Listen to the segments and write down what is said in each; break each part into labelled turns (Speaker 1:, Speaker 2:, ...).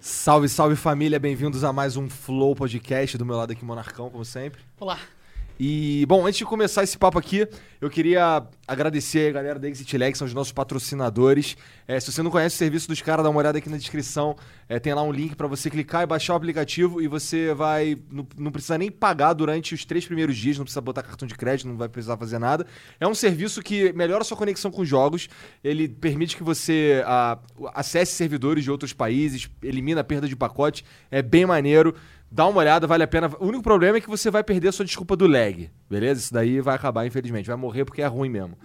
Speaker 1: Salve, salve família, bem-vindos a mais um Flow Podcast do meu lado aqui, Monarcão, como sempre.
Speaker 2: Olá.
Speaker 1: E, bom, antes de começar esse papo aqui, eu queria agradecer a galera da Exit Lag, que são os nossos patrocinadores. É, se você não conhece o serviço dos caras, dá uma olhada aqui na descrição. É, tem lá um link pra você clicar e baixar o aplicativo e você vai. Não, não precisa nem pagar durante os três primeiros dias, não precisa botar cartão de crédito, não vai precisar fazer nada. É um serviço que melhora a sua conexão com jogos, ele permite que você ah, acesse servidores de outros países, elimina a perda de pacote, é bem maneiro. Dá uma olhada, vale a pena. O único problema é que você vai perder a sua desculpa do lag, beleza? Isso daí vai acabar, infelizmente. Vai morrer porque é ruim mesmo.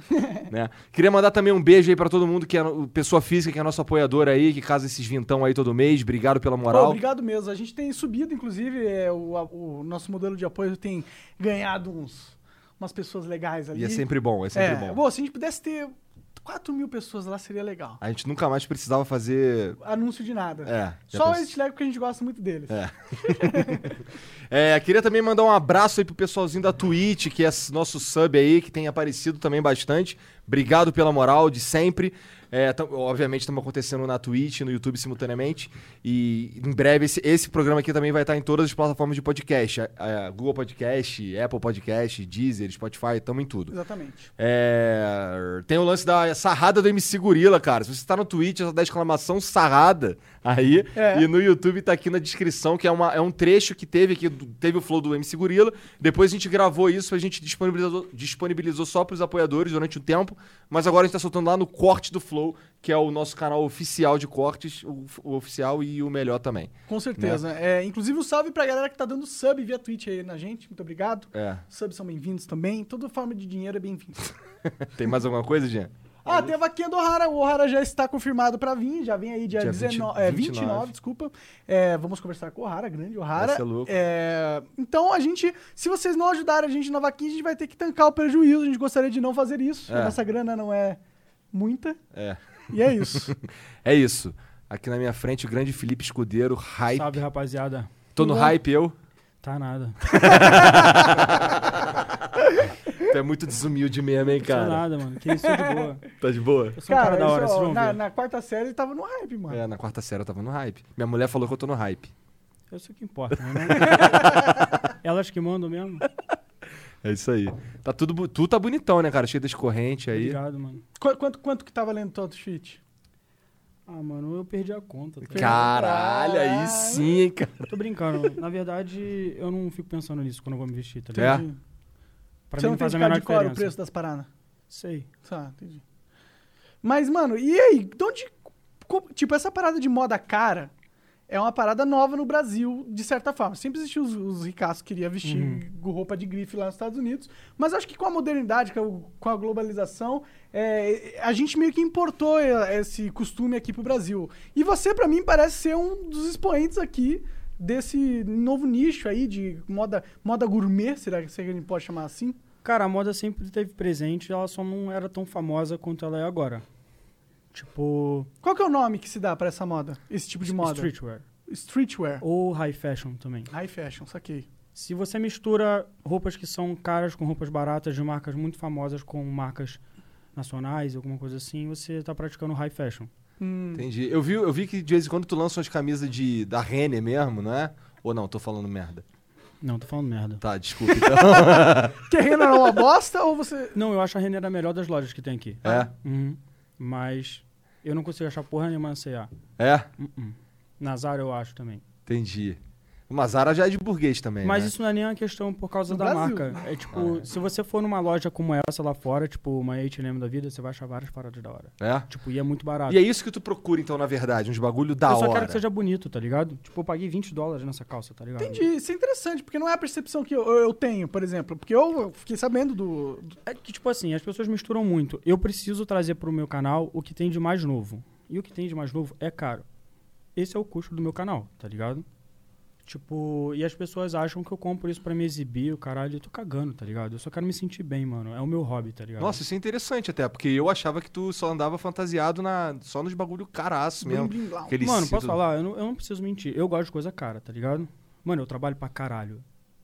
Speaker 1: né? Queria mandar também um beijo aí pra todo mundo que é no- pessoa física, que é nosso apoiador aí, que casa esses vintão aí todo mês. Obrigado pela
Speaker 2: Pô,
Speaker 1: moral.
Speaker 2: obrigado mesmo. A gente tem subido, inclusive, é, o, a- o nosso modelo de apoio tem ganhado uns, umas pessoas legais ali.
Speaker 1: e é sempre bom, é sempre bom.
Speaker 2: se a gente pudesse ter 4 mil pessoas lá, seria legal.
Speaker 1: A gente nunca mais precisava fazer.
Speaker 2: Anúncio de nada.
Speaker 1: É, já
Speaker 2: Só o
Speaker 1: pensou.
Speaker 2: Exit Lag porque a gente gosta muito deles.
Speaker 1: É. É, queria também mandar um abraço aí pro pessoalzinho da Twitch, que é s- nosso sub aí, que tem aparecido também bastante. Obrigado pela moral de sempre. É, tam- obviamente, estamos acontecendo na Twitch e no YouTube simultaneamente. E em breve esse, esse programa aqui também vai estar em todas as plataformas de podcast: a- a Google Podcast, Apple Podcast, Deezer, Spotify, estamos em tudo.
Speaker 2: Exatamente.
Speaker 1: É, Tem o lance da sarrada do MC Gorila, cara. Se você tá no Twitch, é só dá exclamação sarrada aí.
Speaker 2: É.
Speaker 1: E no YouTube tá aqui na descrição, que é, uma, é um trecho que teve aqui, do- teve o flow do MC Gorila. Depois a gente gravou isso, a gente disponibilizou, disponibilizou só pros apoiadores durante um tempo. Mas agora a gente tá soltando lá no Corte do Flow, que é o nosso canal oficial de cortes, o, o oficial e o melhor também.
Speaker 2: Com certeza.
Speaker 1: Né?
Speaker 2: É, inclusive, um salve pra galera que tá dando sub via Twitch aí na gente. Muito obrigado.
Speaker 1: É.
Speaker 2: Subs são bem-vindos também. Toda forma de dinheiro é bem-vindo.
Speaker 1: Tem mais alguma coisa, Jean?
Speaker 2: Ah, tem a vaquinha do Ohara. O Ohara já está confirmado para vir. Já vem aí dia,
Speaker 1: Dia
Speaker 2: 19,
Speaker 1: 20,
Speaker 2: é,
Speaker 1: 29.
Speaker 2: 29, desculpa. É, vamos conversar com o Ohara, grande Ohara.
Speaker 1: Vai ser louco.
Speaker 2: É, então, a gente, se vocês não ajudarem a gente na vaquinha, a gente vai ter que tancar o prejuízo. A gente gostaria de não fazer isso.
Speaker 1: É.
Speaker 2: Nossa grana não é muita.
Speaker 1: É.
Speaker 2: E é isso.
Speaker 1: É isso. Aqui na minha frente, o grande Felipe Escudeiro, hype.
Speaker 3: Salve, rapaziada.
Speaker 1: Tô no hype, eu.
Speaker 3: Tá nada.
Speaker 1: Tu é muito desumilde mesmo, hein,
Speaker 3: Tá
Speaker 1: cara?
Speaker 3: nada, mano. Que isso é de boa.
Speaker 1: Tá de boa?
Speaker 3: Eu sou um cara da
Speaker 2: isso,
Speaker 3: hora,
Speaker 2: ó,
Speaker 3: vocês vão
Speaker 2: na,
Speaker 3: ver.
Speaker 2: na quarta série ele tava no hype, mano.
Speaker 1: É, na quarta série eu tava no hype. Minha mulher falou que eu tô no hype.
Speaker 3: Eu sei o que importa, né? Elas que mandam mesmo.
Speaker 1: É isso aí. Tá tudo, bu- tu tá bonitão, né, cara? Cheio das correntes aí.
Speaker 3: Obrigado, mano.
Speaker 2: Qu- quanto, quanto que tá valendo todo tweet?
Speaker 3: Ah, mano, eu perdi a conta. Tá?
Speaker 1: Caralho, aí sim, hein, cara.
Speaker 3: Tô brincando. mano. Na verdade, eu não fico pensando nisso quando eu vou me vestir, tá
Speaker 1: É?
Speaker 3: ligado? Pra
Speaker 2: Você
Speaker 3: mim
Speaker 2: não
Speaker 3: não
Speaker 2: tem
Speaker 3: faz
Speaker 2: de
Speaker 3: a
Speaker 2: cara
Speaker 3: menor
Speaker 2: de cor o
Speaker 3: diferença.
Speaker 2: preço das paradas?
Speaker 3: Sei.
Speaker 2: Tá, entendi. Mas, mano, e aí? De onde. co- Tipo, essa parada de moda cara é uma parada nova no Brasil, de certa forma. Sempre existiu os, os ricaços que queriam vestir gu- roupa de grife lá nos Estados Unidos. Mas acho que com a modernidade, com a- com a globalização, é, a gente meio que importou e- é, esse costume aqui pro Brasil. E você, pra mim, parece ser um dos expoentes aqui desse novo nicho aí de moda, moda gourmet, será que será que a gente pode chamar assim?
Speaker 3: Cara, a moda sempre esteve presente, ela só não era tão famosa quanto ela é agora. Tipo,
Speaker 2: Qual que é o nome que se dá pra essa moda? Esse tipo de moda?
Speaker 3: streetwear.
Speaker 1: Oh.
Speaker 2: Streetwear.
Speaker 3: Ou high fashion também.
Speaker 2: High fashion, saquei.
Speaker 3: Se você mistura roupas que são caras com roupas baratas de marcas muito famosas com marcas nacionais, alguma coisa assim, você tá praticando high fashion.
Speaker 2: Hum,
Speaker 1: Entendi. Eu vi, eu vi que de vez em quando tu lança umas camisas de, da Renner mesmo, não é? Ou não, tô falando merda.
Speaker 3: Não, tô falando merda.
Speaker 1: Tá, desculpa. Então.
Speaker 2: Que a Renner é uma bosta ou você...
Speaker 3: Não, eu acho a Renner a melhor das lojas que tem aqui.
Speaker 1: é,
Speaker 3: Uhum. Mas eu não consigo achar porra nenhuma na C&A.
Speaker 1: é,
Speaker 3: Uh-uh. Na Zara eu acho também.
Speaker 1: entendi. Uma Zara já é de burguês também,
Speaker 3: Mas
Speaker 1: né? Ah,
Speaker 3: isso não é nem uma questão por causa
Speaker 2: No
Speaker 3: da
Speaker 2: Brasil.
Speaker 3: marca. É tipo, se você for numa loja como essa lá fora, tipo uma H&M da vida, você vai achar várias paradas da hora.
Speaker 1: É?
Speaker 3: Tipo, e é muito barato.
Speaker 1: E é isso que tu procura, então, na verdade, uns bagulho da
Speaker 3: eu só
Speaker 1: hora.
Speaker 3: quero que seja bonito, tá ligado? Tipo, eu paguei 20 dólares nessa calça, tá ligado?
Speaker 2: Entendi, isso é interessante, porque não é a percepção que eu, eu tenho, por exemplo. Porque eu fiquei sabendo do... do-
Speaker 3: É que, tipo assim, as pessoas misturam muito. Eu preciso trazer pro meu canal o que tem de mais novo. E o que tem de mais novo é caro. Esse é o custo do meu canal, tá ligado? Tipo, e as pessoas acham que eu compro isso pra me exibir, o caralho, eu tô cagando, tá ligado? Eu só quero me sentir bem, mano. É o meu hobby, tá ligado?
Speaker 1: Nossa, isso é interessante até, porque eu achava que tu só andava fantasiado na, só nos bagulho caraço mesmo.
Speaker 2: Blim, blim, blau.
Speaker 1: Aquele
Speaker 3: mano,
Speaker 1: cinto-
Speaker 3: posso falar? Eu não, eu não preciso mentir. Eu gosto de coisa cara, tá ligado? Mano, eu trabalho pra caralho.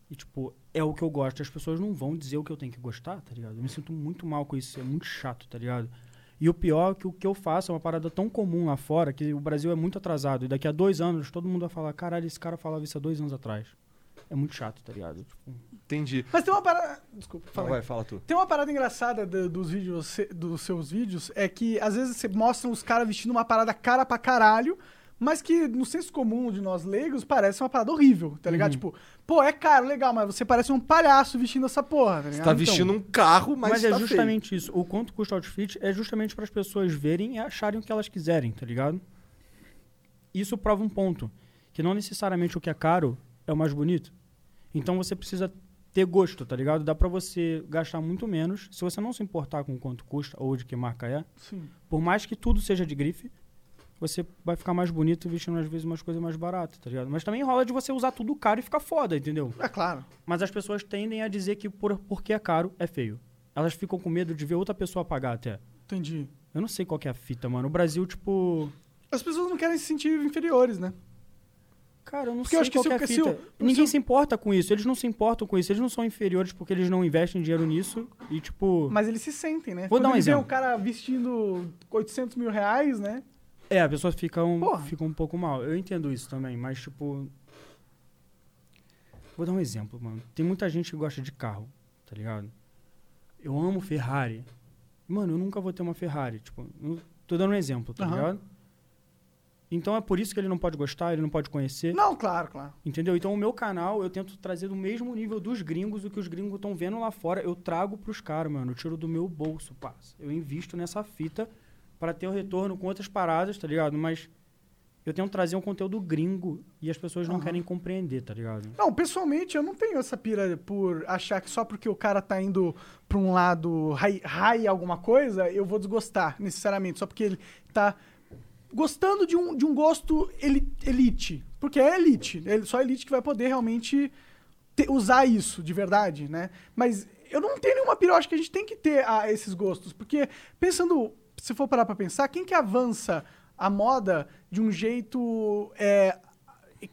Speaker 3: E, tipo, é o que eu gosto. As pessoas não vão dizer o que eu tenho que gostar, tá ligado? Eu me sinto muito mal com isso. É muito chato, tá ligado? E o pior é que o que eu faço é uma parada tão comum lá fora que o Brasil é muito atrasado. E daqui a dois anos todo mundo vai falar: caralho, esse cara falava isso há dois anos atrás. É muito chato, tá ligado? Tipo,
Speaker 1: Entendi.
Speaker 2: Mas tem uma parada. Desculpa,
Speaker 1: Fala,
Speaker 2: fala. aí.
Speaker 1: vai, fala
Speaker 3: É,
Speaker 1: tu.
Speaker 2: Tem uma parada engraçada do- dos vídeos, se- dos seus vídeos, é que às vezes você mostra os caras vestindo uma parada cara pra caralho, mas que no senso comum de nós leigos parece uma parada horrível, tá
Speaker 1: Uhum.
Speaker 2: ligado? Tipo, pô, é caro, legal, mas você parece um palhaço vestindo essa porra, tá
Speaker 1: Você
Speaker 2: ligado?
Speaker 1: tá vestindo um carro, mas,
Speaker 3: então, Mas,
Speaker 1: tá
Speaker 3: é justamente isso. O quanto custa o outfit é justamente para as pessoas verem e acharem o que elas quiserem, tá ligado? Isso prova um ponto. Que não necessariamente o que é caro é o mais bonito. Então você precisa ter gosto, tá ligado? Dá pra você gastar muito menos se você não se importar com quanto custa ou de que marca é.
Speaker 2: Sim.
Speaker 3: Por mais que tudo seja de grife, você vai ficar mais bonito vestindo às vezes umas coisas mais baratas, tá ligado? Mas também rola de você usar tudo caro e ficar foda, entendeu?
Speaker 2: É claro.
Speaker 3: Mas as pessoas tendem a dizer que por, porque é caro, é feio. Elas ficam com medo de ver outra pessoa pagar até.
Speaker 2: Entendi.
Speaker 3: Eu não sei qual que é a fita, mano. O Brasil, tipo.
Speaker 2: As pessoas não querem se sentir inferiores, né?
Speaker 3: Cara, eu não
Speaker 2: Porque eu
Speaker 3: sei
Speaker 2: acho que
Speaker 3: qual
Speaker 2: se
Speaker 3: que é a
Speaker 2: eu-
Speaker 3: fita.
Speaker 2: se eu- se
Speaker 3: Ninguém
Speaker 2: eu-
Speaker 3: se importa com isso. Eles não se importam com isso. Eles não são inferiores porque eles não investem dinheiro nisso. E, tipo.
Speaker 2: Mas eles se sentem, né?
Speaker 3: Vou dar um
Speaker 2: eles veem
Speaker 3: exemplo.
Speaker 2: o cara vestindo 800 mil reais, né?
Speaker 3: É, a pessoa fica um,
Speaker 2: Porra.
Speaker 3: fica um pouco mal. Eu entendo isso também, mas, tipo. Vou dar um exemplo, mano. Tem muita gente que gosta de carro, tá ligado? Eu amo Ferrari. Mano, eu nunca vou ter uma Ferrari. Tipo, eu tô dando um exemplo, tá
Speaker 2: Aham.
Speaker 3: ligado? Então é por isso que ele não pode gostar, ele não pode conhecer.
Speaker 2: Não, claro, claro.
Speaker 3: Entendeu? Então o meu canal eu tento trazer do mesmo nível dos gringos o que os gringos estão vendo lá fora. Eu trago pros caras, mano. Eu tiro do meu bolso, passa. Eu invisto nessa fita pra ter o retorno com outras paradas, tá ligado? Mas eu tento trazer um conteúdo gringo e as pessoas não
Speaker 2: Aham.
Speaker 3: querem compreender, tá ligado?
Speaker 2: Não, pessoalmente eu não tenho essa pira por achar que só porque o cara tá indo pra um lado high, high alguma coisa, eu vou desgostar necessariamente. Só porque ele tá gostando de um, de um gosto eli- elite. Porque é elite. É só elite que vai poder realmente te- usar isso de verdade, né? Mas eu não tenho nenhuma pira, eu acho que a gente tem que ter ah, esses gostos. Porque pensando, se for parar pra pensar, quem que avança a moda de um jeito é,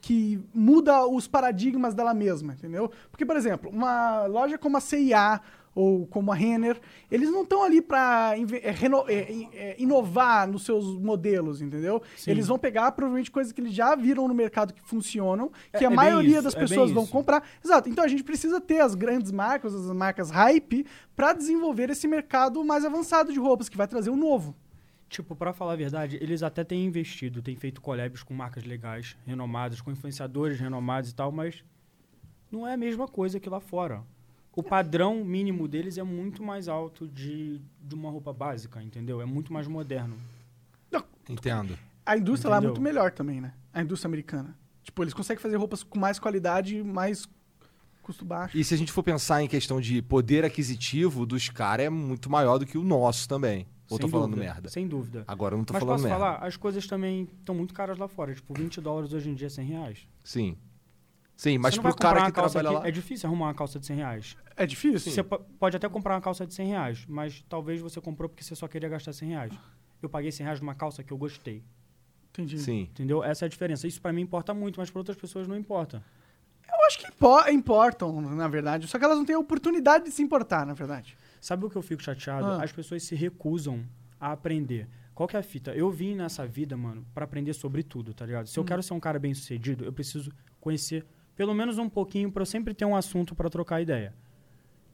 Speaker 2: que muda os paradigmas dela mesma, entendeu? Porque, por exemplo, uma loja como a CIA ou como a Renner, eles não estão ali é, para é, inovar nos seus modelos, entendeu?
Speaker 3: Sim.
Speaker 2: Eles vão pegar provavelmente coisas que eles já viram no mercado que funcionam,
Speaker 3: É-
Speaker 2: que
Speaker 3: é
Speaker 2: a
Speaker 3: bem
Speaker 2: maioria
Speaker 3: isso,
Speaker 2: das
Speaker 3: é bem
Speaker 2: pessoas vão
Speaker 3: isso.
Speaker 2: comprar. Exato. Então a gente precisa ter as grandes marcas, as marcas hype, para desenvolver esse mercado mais avançado de roupas que vai trazer o novo.
Speaker 3: Tipo, pra falar a verdade, eles até têm investido, têm feito collabs com marcas legais, renomadas, com influenciadores renomados e tal, mas não é a mesma coisa que lá fora. O padrão mínimo deles é muito mais alto de, de uma roupa básica, entendeu? É muito mais moderno.
Speaker 1: Entendo.
Speaker 2: A indústria lá é
Speaker 3: Entendeu?
Speaker 2: muito melhor também, né? A indústria americana. Tipo, eles conseguem fazer roupas com mais qualidade, mais custo baixo.
Speaker 1: E se a gente for pensar em questão de poder aquisitivo dos caras, é muito maior do que o nosso também. Ou tô
Speaker 3: Sem
Speaker 1: falando
Speaker 3: dúvida,
Speaker 1: merda?
Speaker 3: Sem dúvida.
Speaker 1: Agora eu não tô
Speaker 3: mas
Speaker 1: falando
Speaker 3: posso
Speaker 1: merda.
Speaker 3: falar, as coisas também estão muito caras lá fora. Tipo, 20 dólares hoje em dia é 100 reais.
Speaker 1: Sim. Sim, mas
Speaker 3: Você não
Speaker 1: pro
Speaker 3: vai comprar
Speaker 1: cara
Speaker 3: uma
Speaker 1: que
Speaker 3: calça
Speaker 1: trabalha
Speaker 3: aqui-
Speaker 1: lá.
Speaker 3: É difícil arrumar uma calça de 100 reais.
Speaker 2: É difícil?
Speaker 3: Você po- pode até comprar uma calça de 100 reais, mas talvez você comprou porque você só queria gastar 100 reais. Eu paguei 100 reais numa calça que eu gostei,
Speaker 2: Entendi.
Speaker 1: Sim.
Speaker 3: entendeu? Essa é a diferença. Isso pra mim importa muito, mas pra outras pessoas não importa.
Speaker 2: Eu acho que impo- importam, na verdade. Só que elas não têm a oportunidade de se importar, na verdade.
Speaker 3: Sabe o que eu fico chateado?
Speaker 2: Ah.
Speaker 3: As pessoas se recusam a aprender. Qual que é a fita? Eu vim nessa vida, mano, pra aprender sobre tudo, tá ligado? Se eu quero ser um cara bem sucedido, eu preciso conhecer pelo menos um pouquinho pra eu sempre ter um assunto pra trocar ideia.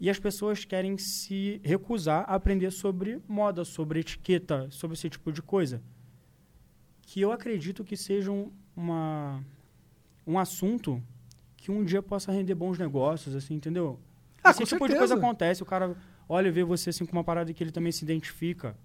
Speaker 3: E as pessoas querem se recusar a aprender sobre moda, sobre etiqueta, sobre esse tipo de coisa. Que eu acredito que seja um- uma, um assunto que um dia possa render bons negócios, assim, entendeu?
Speaker 2: Ah,
Speaker 3: esse
Speaker 2: com
Speaker 3: tipo de
Speaker 2: certeza.
Speaker 3: coisa acontece, o cara olha e vê você assim com uma parada que ele também se identifica.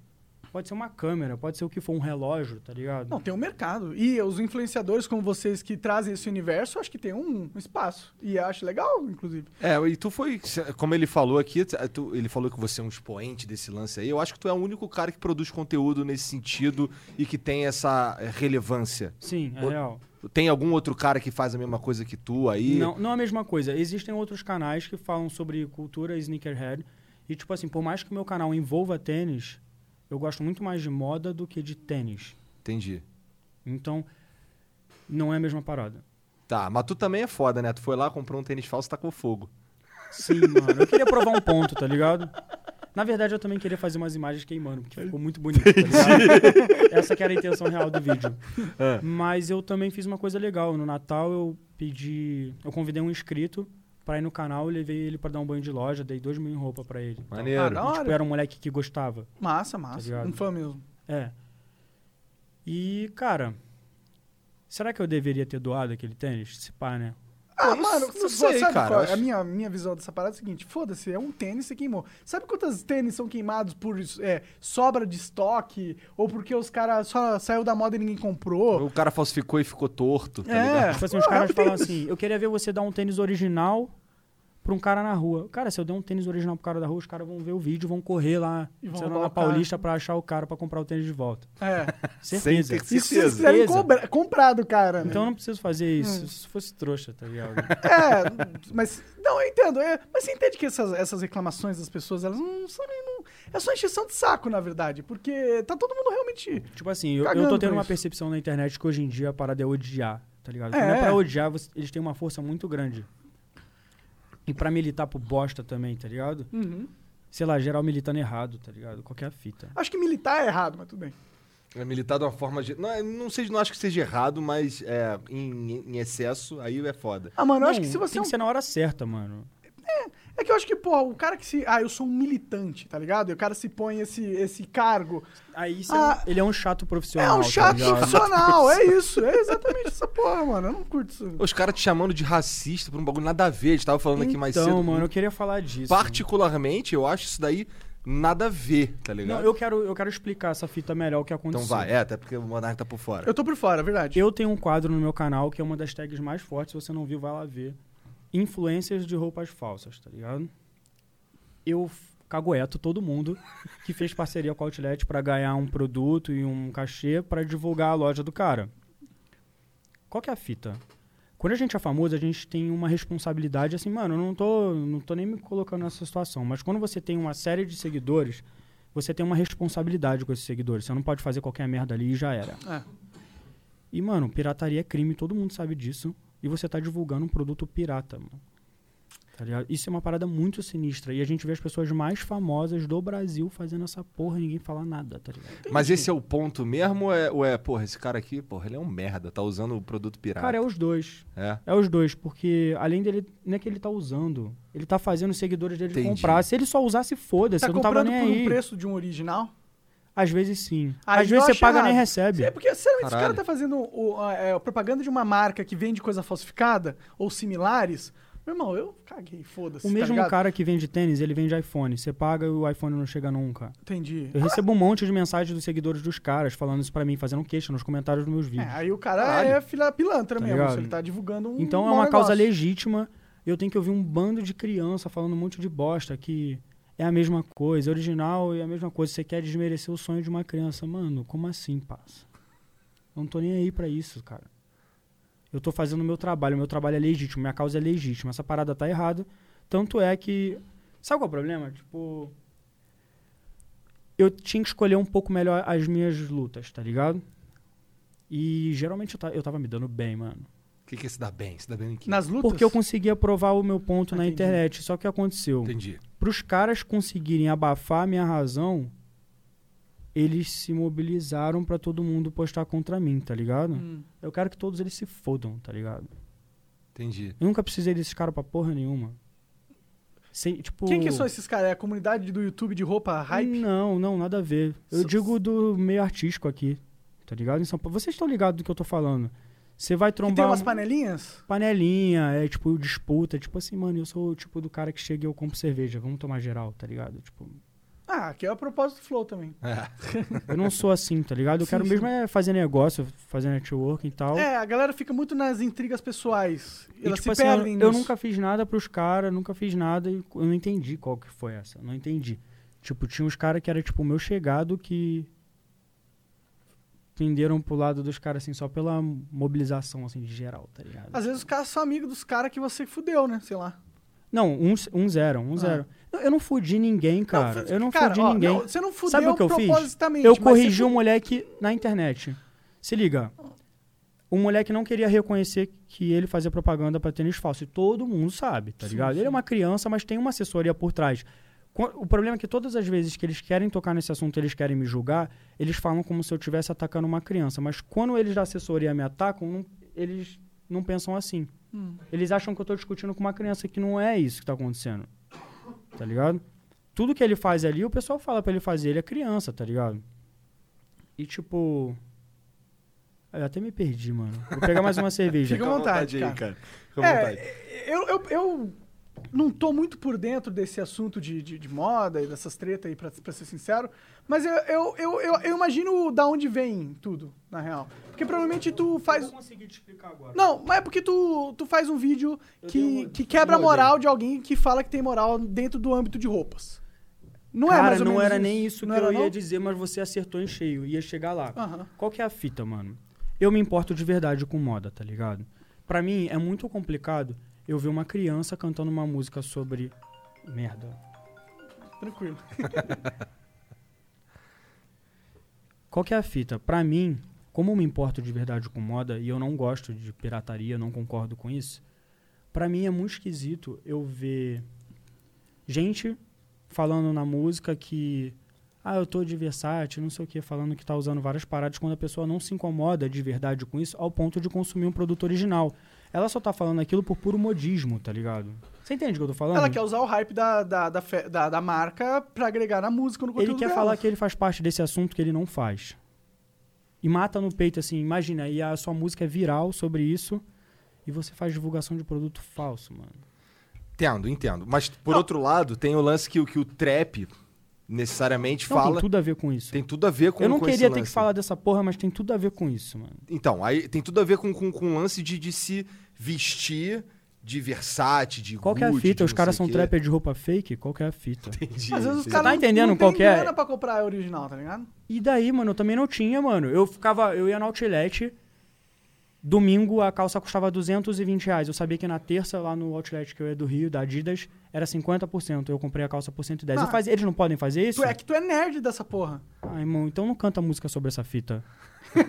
Speaker 3: Pode ser uma câmera, pode ser o que for, um relógio, tá ligado?
Speaker 2: Não, tem o mercado. E os influenciadores como vocês que trazem esse universo, eu acho que tem um espaço. E eu acho legal, inclusive.
Speaker 1: É, e tu foi, como ele falou aqui, tu- ele falou que você é um expoente desse lance aí. Eu acho que tu é o único cara que produz conteúdo nesse sentido e que tem essa eh, relevância.
Speaker 3: Sim, é
Speaker 1: O-
Speaker 3: real.
Speaker 1: Tem algum outro cara que faz a mesma coisa que tu aí?
Speaker 3: Não, não é a mesma coisa. Existem outros canais que falam sobre cultura e sneakerhead. E, tipo assim, por mais que o meu canal envolva tênis, eu gosto muito mais de moda do que de tênis.
Speaker 1: Entendi.
Speaker 3: Então, não é a mesma parada.
Speaker 1: Tá, mas tu também é foda, né? Tu foi lá, comprou um tênis falso e tacou fogo.
Speaker 3: Sim, mano. Eu queria provar um ponto, tá ligado? Na verdade, eu também queria fazer umas imagens queimando, porque ficou muito bonito. tá ligado? Essa que era a intenção real do vídeo.
Speaker 1: É.
Speaker 3: Mas eu também fiz uma coisa legal. No Natal, eu pedi... Eu convidei um inscrito pra ir no canal, eu levei ele pra dar um banho de loja, dei dois mil em roupa pra ele.
Speaker 2: Ah,
Speaker 1: Maneiro.
Speaker 2: da
Speaker 3: Tipo,
Speaker 2: hora.
Speaker 3: era um moleque que gostava.
Speaker 2: Massa,
Speaker 3: Tá
Speaker 2: massa.
Speaker 3: ligado?
Speaker 2: um fã mesmo.
Speaker 3: É. E, cara... Será que eu deveria ter doado aquele tênis? Se pá, né?
Speaker 1: Ah, não s- não
Speaker 2: só
Speaker 1: sei,
Speaker 2: sabe
Speaker 1: cara,
Speaker 2: qual é?
Speaker 1: acho-
Speaker 2: A minha, minha visão dessa parada é o seguinte: foda-se, é um tênis, você queimou. Sabe quantas tênis são queimados por é, sobra de estoque? Ou porque os caras só saiu da moda e ninguém comprou?
Speaker 1: O cara falsificou e ficou torto, tá
Speaker 2: É.
Speaker 1: ligado?
Speaker 3: Tipo assim, os
Speaker 2: Ah,
Speaker 3: caras
Speaker 2: eu
Speaker 3: falam
Speaker 2: tenho-
Speaker 3: assim: eu queria ver você dar um tênis original pra um cara na rua. Cara, se eu der um tênis original pro cara da rua, os caras vão ver o vídeo, vão correr lá,
Speaker 2: E vão
Speaker 3: sei lá,
Speaker 2: roubar
Speaker 3: na
Speaker 2: o cara.
Speaker 3: Paulista pra achar o cara pra comprar o tênis de volta.
Speaker 2: É.
Speaker 3: Certeza.
Speaker 1: ter-
Speaker 2: Isso se eles
Speaker 1: Certeza.
Speaker 2: quiserem cobrar, comprar do cara, né? Hum.
Speaker 3: Então eu não preciso fazer isso. Se fosse trouxa, tá ligado?
Speaker 2: É, mas. Não, eu entendo. é, mas você entende que essas, essas reclamações das pessoas, elas não são nem. Não, é só encheção de saco, na verdade. Porque tá todo mundo realmente.
Speaker 3: tipo assim, eu, eu
Speaker 2: Cagando
Speaker 3: tô
Speaker 2: com
Speaker 3: tendo uma
Speaker 2: isso.
Speaker 3: percepção na internet que hoje em dia a parada é odiar, tá ligado?
Speaker 2: É.
Speaker 3: Quando é pra odiar, você- eles têm uma força muito grande. E pra militar pro bosta também, tá ligado?
Speaker 1: Uhum.
Speaker 3: Sei lá, geral militando errado, tá ligado? Qualquer fita.
Speaker 2: Acho que militar é errado, mas tudo bem.
Speaker 1: É militar de uma forma. De... Não, eu não sei, não acho que seja errado, mas é, em, em excesso, aí é foda.
Speaker 2: Ah, mano, eu
Speaker 3: Não,
Speaker 2: acho que se você.
Speaker 3: Tem
Speaker 2: é um
Speaker 3: que ser na hora certa, mano.
Speaker 2: É que eu acho que, pô, o cara que se. Ah, eu sou um militante, tá ligado? E o cara se põe esse, esse cargo.
Speaker 3: Aí cê-
Speaker 2: Ah.
Speaker 3: ele é um chato profissional.
Speaker 2: É um
Speaker 3: tá
Speaker 2: chato
Speaker 3: ligado?
Speaker 2: profissional, é isso. É exatamente essa porra, mano. Eu não curto isso.
Speaker 1: Os caras te chamando de racista por um bagulho nada a ver, a gente tava falando aqui mais
Speaker 3: então,
Speaker 1: cedo. né? tá
Speaker 3: mano, eu queria falar disso.
Speaker 1: Particularmente, eu acho isso daí nada a ver, tá
Speaker 3: Não,
Speaker 1: ligado?
Speaker 3: eu quero, eu quero explicar essa fita melhor o que aconteceu.
Speaker 1: Então vai, é, até porque o Monark tá por fora.
Speaker 2: Eu tô por fora, é verdade.
Speaker 3: Eu tenho um quadro no meu canal que é uma das tags mais fortes, se você não viu, vai lá ver. Influências de roupas falsas, tá ligado? Eu f- cagueto todo mundo que fez parceria com a Outlet pra ganhar um produto e um cachê pra divulgar a loja do cara. Qual que é a fita? Quando a gente é famoso, a gente tem uma responsabilidade assim, mano, eu não tô, não tô nem me colocando nessa situação, mas quando você tem uma série de seguidores, você tem uma responsabilidade com esses seguidores. Você não pode fazer qualquer merda ali e já era.
Speaker 2: É.
Speaker 3: E, mano, pirataria é crime, todo mundo sabe disso. E você tá divulgando um produto pirata, mano. Tá ligado? Isso é uma parada muito sinistra. E a gente vê as pessoas mais famosas do Brasil fazendo essa porra e ninguém fala nada, tá ligado?
Speaker 1: Mas esse é o ponto mesmo, ou é, ou é, porra, esse cara aqui, porra, ele é um merda, tá usando o produto pirata.
Speaker 3: Cara, é os dois.
Speaker 1: é.
Speaker 3: É os dois, porque além dele, não é que ele tá usando. Ele tá fazendo os seguidores dele
Speaker 1: Entendi.
Speaker 3: comprar. Se ele só usasse, foda-se.
Speaker 2: Tá
Speaker 3: Eu não tava
Speaker 2: comprando
Speaker 3: nem
Speaker 2: por um
Speaker 3: aí.
Speaker 2: preço de um original?
Speaker 3: Às vezes sim.
Speaker 2: Aí
Speaker 3: Às
Speaker 2: eu
Speaker 3: vezes você
Speaker 2: acho
Speaker 3: paga nem
Speaker 2: errado.
Speaker 3: recebe.
Speaker 2: É porque, sinceramente, se o cara
Speaker 1: Caralho.
Speaker 2: tá fazendo o, a, é, a propaganda de uma marca que vende coisa falsificada ou similares, meu irmão, eu caguei, foda-se.
Speaker 3: O
Speaker 2: tá
Speaker 3: mesmo
Speaker 2: ligado?
Speaker 3: cara que vende tênis, ele vende iPhone. Você paga e o iPhone não chega nunca.
Speaker 2: Entendi.
Speaker 3: Eu recebo um monte de mensagens dos seguidores dos caras falando isso pra mim, fazendo queixa nos comentários dos meus
Speaker 2: É,
Speaker 3: vídeos.
Speaker 2: aí o cara
Speaker 1: Caralho.
Speaker 2: é fila pilantra
Speaker 3: Tá
Speaker 2: mesmo,
Speaker 3: ligado?
Speaker 2: se ele tá divulgando um.
Speaker 3: então é
Speaker 2: mau
Speaker 3: uma causa
Speaker 2: negócio.
Speaker 3: legítima. Eu tenho que ouvir um bando de criança falando um monte de bosta que é a mesma coisa, original é a mesma coisa. Você quer desmerecer o sonho de uma criança. Mano, como assim, passa? Eu não tô nem aí pra isso, cara. Eu tô fazendo o meu trabalho, meu trabalho é legítimo, minha causa é legítima. Essa parada tá errada. Tanto é que. Sabe qual é o problema? Tipo. Eu tinha que escolher um pouco melhor as minhas lutas, tá ligado? E geralmente eu, ta- eu tava me dando bem, mano.
Speaker 1: O que, que é se dá bem? Se dá bem em quê?
Speaker 2: Nas lutas.
Speaker 3: Porque eu conseguia provar o meu ponto na
Speaker 2: Entendi.
Speaker 3: internet. Só que aconteceu.
Speaker 1: Entendi.
Speaker 3: Para os caras conseguirem abafar a minha razão, eles se mobilizaram pra todo mundo postar contra mim, tá ligado?
Speaker 2: Hum.
Speaker 3: Eu quero que todos eles se fodam, tá ligado?
Speaker 1: Entendi.
Speaker 3: Eu nunca precisei desses caras pra porra nenhuma. Sem, tipo,
Speaker 2: Quem que são esses caras? É a comunidade do YouTube de roupa hype?
Speaker 3: Não, não, nada a ver. Eu
Speaker 2: So-
Speaker 3: digo do meio artístico aqui, tá ligado? Em São Paulo. Vocês estão ligados do que eu tô falando. Você vai
Speaker 2: que
Speaker 3: trombar...
Speaker 2: tem umas
Speaker 3: um-
Speaker 2: panelinhas?
Speaker 3: panelinha, é tipo disputa, tipo assim, mano, eu sou o tipo do cara que chega e eu compro cerveja, vamos tomar geral, tá ligado? Tipo,
Speaker 2: Ah, que é o propósito do Flow também.
Speaker 3: eu não sou assim, tá ligado? Eu
Speaker 2: Sim,
Speaker 3: quero
Speaker 2: sim.
Speaker 3: mesmo é fazer negócio, fazer networking e tal.
Speaker 2: É, a galera fica muito nas intrigas pessoais.
Speaker 3: E,
Speaker 2: Elas
Speaker 3: tipo
Speaker 2: se
Speaker 3: assim, eu,
Speaker 2: perdem
Speaker 3: eu
Speaker 2: nisso.
Speaker 3: nunca fiz nada pros caras, nunca fiz nada e eu não entendi qual que foi essa, não entendi. Tipo, tinha uns caras que era tipo o meu chegado que penderam pro lado dos caras assim só pela mobilização assim de geral, tá ligado?
Speaker 2: Às vezes os caras são amigos dos caras que você fudeu, né? Sei lá.
Speaker 3: Não, uns, uns eram, uns
Speaker 2: Ah.
Speaker 3: eram. Eu, eu não fudi ninguém, cara. eu não
Speaker 2: cara,
Speaker 3: fudi
Speaker 2: ó,
Speaker 3: ninguém.
Speaker 2: não, você não fudeu
Speaker 3: Sabe o que eu fiz?
Speaker 2: propositamente.
Speaker 3: Eu
Speaker 2: mas
Speaker 3: corrigi
Speaker 2: você
Speaker 3: um moleque na internet. Se liga. O moleque não queria reconhecer que ele fazia propaganda pra tênis falso. E todo mundo sabe, tá ligado? Ele é uma criança, mas tem uma assessoria por trás. Qu- O problema é que todas as vezes que eles querem tocar nesse assunto, eles querem me julgar, eles falam como se eu estivesse atacando uma criança. Mas quando eles da assessoria me atacam, não- eles não pensam assim.
Speaker 2: Hum.
Speaker 3: Eles acham que eu estou discutindo com uma criança, que não é isso que está acontecendo. Tá ligado? Tudo que ele faz ali, o pessoal fala pra ele fazer, ele é criança, tá ligado? E tipo. Eu até me perdi, mano. Vou pegar mais uma cerveja.
Speaker 2: Fica à vontade,
Speaker 1: cara. Fica à vontade.
Speaker 2: É, eu, eu, eu não tô muito por dentro desse assunto de, de, de moda e dessas tretas aí, pra, pra ser sincero, mas eu, eu, eu, eu, eu imagino da onde vem tudo, na real. Porque provavelmente tu faz...
Speaker 3: conseguir te explicar agora.
Speaker 2: Não, mas é porque tu, tu faz um vídeo
Speaker 3: Eu
Speaker 2: que,
Speaker 3: tenho-
Speaker 2: que quebra a
Speaker 3: eu
Speaker 2: moral
Speaker 3: odeio.
Speaker 2: de alguém que fala que tem moral dentro do âmbito de roupas. Não é
Speaker 3: Cara,
Speaker 2: mais ou
Speaker 3: não
Speaker 2: menos
Speaker 3: era nem isso
Speaker 2: Não
Speaker 3: que
Speaker 2: era,
Speaker 3: eu ia
Speaker 2: não?
Speaker 3: dizer, mas você acertou em cheio. Ia chegar lá.
Speaker 2: Aham.
Speaker 3: Qual que é a fita, mano? Eu me importo de verdade com moda, tá ligado? Pra mim, é muito complicado eu ver uma criança cantando uma música sobre... Merda.
Speaker 2: Tranquilo.
Speaker 3: Qual que é a fita? Pra mim, como eu me importo de verdade com moda e eu não gosto de pirataria, eu não concordo com isso, pra mim é muito esquisito eu ver gente falando na música que ah, eu tô de Versace, não sei o que, falando que tá usando várias paradas quando a pessoa não se incomoda de verdade com isso ao ponto de consumir um produto original. Ela só tá falando aquilo por puro modismo, tá ligado? Você entende o que eu tô falando?
Speaker 2: Ela quer usar o hype da, da, da, fe- da, da marca pra agregar na música, no conteúdo
Speaker 3: Ele quer
Speaker 2: dela.
Speaker 3: falar que ele faz parte desse assunto que ele não faz. E mata no peito, assim, imagina, e a sua música é viral sobre isso, e você faz divulgação de produto falso, mano.
Speaker 1: Entendo, entendo. Mas, por
Speaker 2: Não.
Speaker 1: outro lado, tem o lance que, o- que o trap necessariamente
Speaker 3: Não
Speaker 1: fala.
Speaker 3: tem tudo a ver com isso.
Speaker 1: Tem tudo a ver com
Speaker 3: eu não
Speaker 1: com
Speaker 3: queria
Speaker 1: esse
Speaker 3: ter que
Speaker 1: lance.
Speaker 3: falar dessa porra, mas tem tudo a ver com isso, mano.
Speaker 1: Então, aí tem tudo a ver com, com, com o lance de, de se vestir de Versace, de
Speaker 3: Qual que é a
Speaker 1: Gucci, de
Speaker 3: fita? Os
Speaker 1: não
Speaker 3: caras
Speaker 1: sei
Speaker 3: são
Speaker 1: o quê.
Speaker 3: trapper de roupa fake? Qual que é a fita?
Speaker 1: Entendi,
Speaker 2: Às vezes os
Speaker 1: entendi.
Speaker 2: caras
Speaker 3: tá
Speaker 2: não-
Speaker 3: entendendo
Speaker 2: não
Speaker 3: qual
Speaker 2: tem
Speaker 3: que é?
Speaker 2: grana pra comprar a original, tá ligado?
Speaker 3: E daí, mano, eu também não tinha, mano. Eu ficava, eu ia no Outlet, domingo a calça custava 220 reais. Eu sabia que na terça, lá no Outlet que eu ia do Rio, da Adidas, era 50%. Eu comprei a calça por 110.
Speaker 2: Ah.
Speaker 3: Eu fazia, eles não podem fazer isso?
Speaker 2: Tu é que tu é nerd dessa porra.
Speaker 3: Ai, irmão, então não canta música sobre essa fita.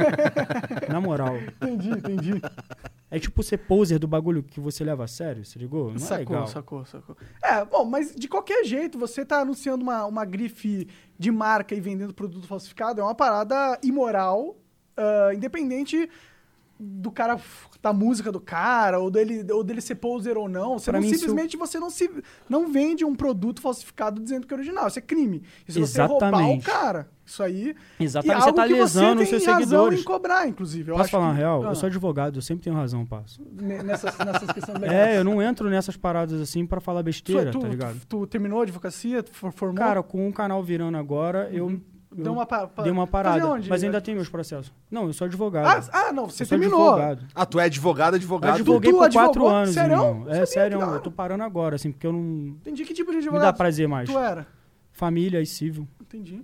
Speaker 3: Na moral.
Speaker 2: Entendi, entendi.
Speaker 3: É tipo ser poser do bagulho que você leva a sério, se ligou? Não é
Speaker 2: sacou,
Speaker 3: legal.
Speaker 2: sacou, sacou. É, bom, mas de qualquer jeito, você tá anunciando uma, uma grife de marca e vendendo produto falsificado é uma parada imoral, ah, independente do cara, da música do cara, ou dele, ou dele ser poser ou não. Você
Speaker 3: Pra
Speaker 2: não,
Speaker 3: mim, isso-
Speaker 2: simplesmente você não, se, não vende um produto falsificado dizendo que é original. Isso é crime. E se você roubar o
Speaker 3: Exatamente.
Speaker 2: cara, isso aí. e
Speaker 3: Exatamente,
Speaker 2: é
Speaker 3: você
Speaker 2: algo
Speaker 3: tá
Speaker 2: que
Speaker 3: lesando
Speaker 2: você
Speaker 3: os
Speaker 2: tem
Speaker 3: seus
Speaker 2: razão
Speaker 3: seguidores.
Speaker 2: em cobrar, inclusive. Eu
Speaker 3: Posso
Speaker 2: acho
Speaker 3: falar
Speaker 2: que-
Speaker 3: na real?
Speaker 2: Ah,
Speaker 3: Eu sou advogado, eu sempre tenho razão, passo.
Speaker 2: ne- Nessas, nessas questões
Speaker 3: É, eu não entro nessas paradas assim pra falar besteira,
Speaker 2: tu,
Speaker 3: tá ligado?
Speaker 2: Tu, é tu terminou a advocacia? Tu for- formou?
Speaker 3: Cara, com o canal virando agora,
Speaker 2: Uhum.
Speaker 3: eu,
Speaker 2: deu uma, pa- pa-
Speaker 3: dei uma
Speaker 2: Fazer
Speaker 3: parada.
Speaker 2: onde?
Speaker 3: Mas ainda tem meus processos. Não, eu sou advogado.
Speaker 2: Ah, ah, não, você
Speaker 3: eu sou
Speaker 2: terminou.
Speaker 3: advogado.
Speaker 1: Ah, tu é advogado,
Speaker 3: Eu
Speaker 1: advogado.
Speaker 3: advoguei
Speaker 2: tu
Speaker 3: por
Speaker 2: advogou?
Speaker 3: quatro anos,
Speaker 2: Sério?
Speaker 3: irmão.
Speaker 2: Sabia,
Speaker 3: É, sério,
Speaker 2: cara.
Speaker 3: eu tô parando agora, assim, porque eu não...
Speaker 2: Entendi que tipo de
Speaker 3: Me
Speaker 2: advogado
Speaker 3: dá prazer mais.
Speaker 2: tu é- era.
Speaker 3: Família e civil.
Speaker 2: Entendi.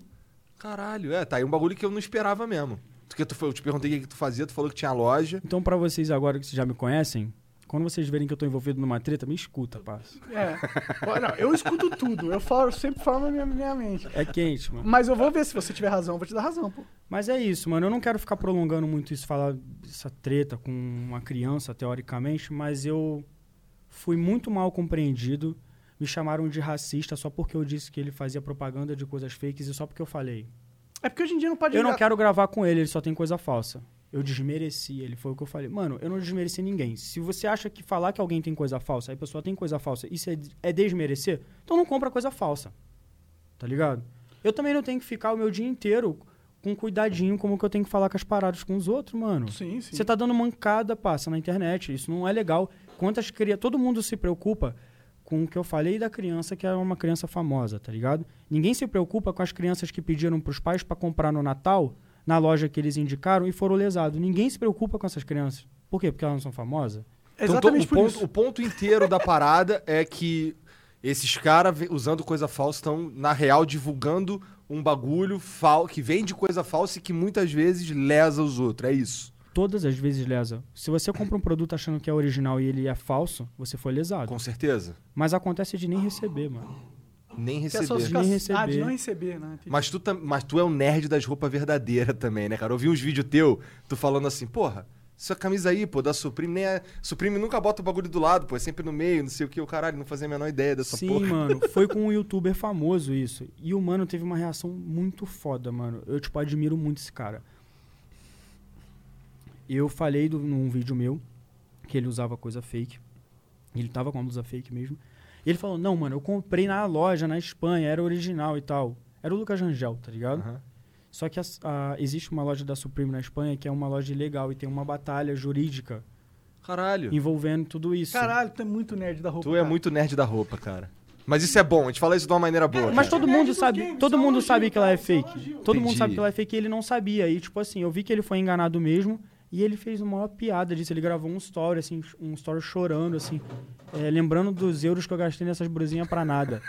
Speaker 1: Caralho, é, tá aí um bagulho que eu não esperava mesmo. Porque tu, foi- eu te perguntei o que que tu fazia, tu falou que tinha loja.
Speaker 3: Então, pra vocês agora que vocês já me conhecem, quando vocês verem que eu tô envolvido numa treta, me escuta, parça.
Speaker 2: É. Ó, não, eu escuto tudo. Eu falo, sempre falo na minha, minha mente.
Speaker 3: É quente, mano.
Speaker 2: Mas eu vou ver se você tiver razão, eu vou te dar razão, pô.
Speaker 3: Mas é isso, mano. Eu não quero ficar prolongando muito isso, falar essa treta com uma criança, teoricamente, mas eu fui muito mal compreendido. Me chamaram de racista só porque eu disse que ele fazia propaganda de coisas fakes e só porque eu falei.
Speaker 2: É porque hoje em dia não pode
Speaker 3: Eu não
Speaker 2: ligar-
Speaker 3: quero gravar com ele, ele só tem coisa falsa. Eu desmereci ele, foi o que eu falei. Mano, eu não desmereci ninguém. Se você acha que falar que alguém tem coisa falsa, aí a pessoa tem coisa falsa, isso é, é desmerecer, então não compra coisa falsa. Tá ligado? Eu também não tenho que ficar o meu dia inteiro com cuidadinho como que eu tenho que falar com as paradas com os outros, mano.
Speaker 2: Sim, sim.
Speaker 3: Você tá dando mancada, passa na internet. Isso não é legal. Quantas cria... Todo mundo se preocupa com o que eu falei da criança que era uma criança famosa, tá ligado? Ninguém se preocupa com as crianças que pediram pros pais pra comprar no Natal na loja que eles indicaram e foram lesados. Ninguém se preocupa com essas crianças. Por quê? Porque elas não são famosas?
Speaker 2: É Exatamente
Speaker 1: então,
Speaker 2: por
Speaker 1: o,
Speaker 2: isso.
Speaker 1: ponto, o ponto inteiro da parada é que esses caras, ve- usando coisa falsa, estão, na real, divulgando um bagulho fal que vende coisa falsa e que muitas vezes lesa os outros. É isso.
Speaker 3: Todas as vezes lesa. Se você compra um produto achando que é original e ele é falso, você foi lesado.
Speaker 1: Com certeza.
Speaker 3: Mas acontece de nem receber, mano.
Speaker 1: Nem
Speaker 2: Que é só
Speaker 1: receber.
Speaker 3: de nem
Speaker 2: ficar- Ah, de
Speaker 3: receber.
Speaker 2: não receber, né? Entendi.
Speaker 1: Mas tu, tam- mas tu é um nerd das roupas verdadeiras também, né, cara? Eu vi uns vídeos teu, tu falando assim, porra, Essa camisa aí, pô, da Supreme, nem é... Supreme nunca bota o bagulho do lado, pô, é sempre no meio, não sei o que, o caralho, não fazia a menor ideia dessa
Speaker 3: Sim,
Speaker 1: porra.
Speaker 3: mano, foi com um youtuber famoso isso. E o mano teve uma reação muito foda, mano. Eu, tipo, admiro muito esse cara. Eu falei do, num vídeo meu que ele usava coisa fake. Ele tava com uma blusa fake mesmo. E ele falou: Não, mano, eu comprei na loja, na Espanha, era original e tal. Era o Lucas Rangel, tá ligado?
Speaker 1: Aham.
Speaker 3: Só que as- a- existe uma loja da Supreme na Espanha que é uma loja ilegal e tem uma batalha jurídica
Speaker 1: Caralho.
Speaker 3: envolvendo tudo isso.
Speaker 2: Caralho, tu é muito nerd da roupa.
Speaker 1: Tu é
Speaker 2: cara.
Speaker 1: muito nerd da roupa, cara. Mas isso é bom, a gente fala isso de uma maneira boa.
Speaker 3: É, Mas
Speaker 1: cara.
Speaker 3: todo
Speaker 2: Nerd
Speaker 3: mundo
Speaker 2: dos
Speaker 3: sabe,
Speaker 2: games,
Speaker 3: todo
Speaker 2: só
Speaker 3: mundo
Speaker 2: elogio,
Speaker 3: sabe que ela é
Speaker 2: cara, só
Speaker 3: fake.
Speaker 2: elogio.
Speaker 3: Todo mundo
Speaker 1: Entendi.
Speaker 3: sabe que ela é fake e ele não sabia. E tipo assim, eu vi que ele foi enganado mesmo e ele fez uma maior piada disso. Ele gravou um story assim, um story chorando assim, é, lembrando dos euros que eu gastei nessas brusinhas pra nada.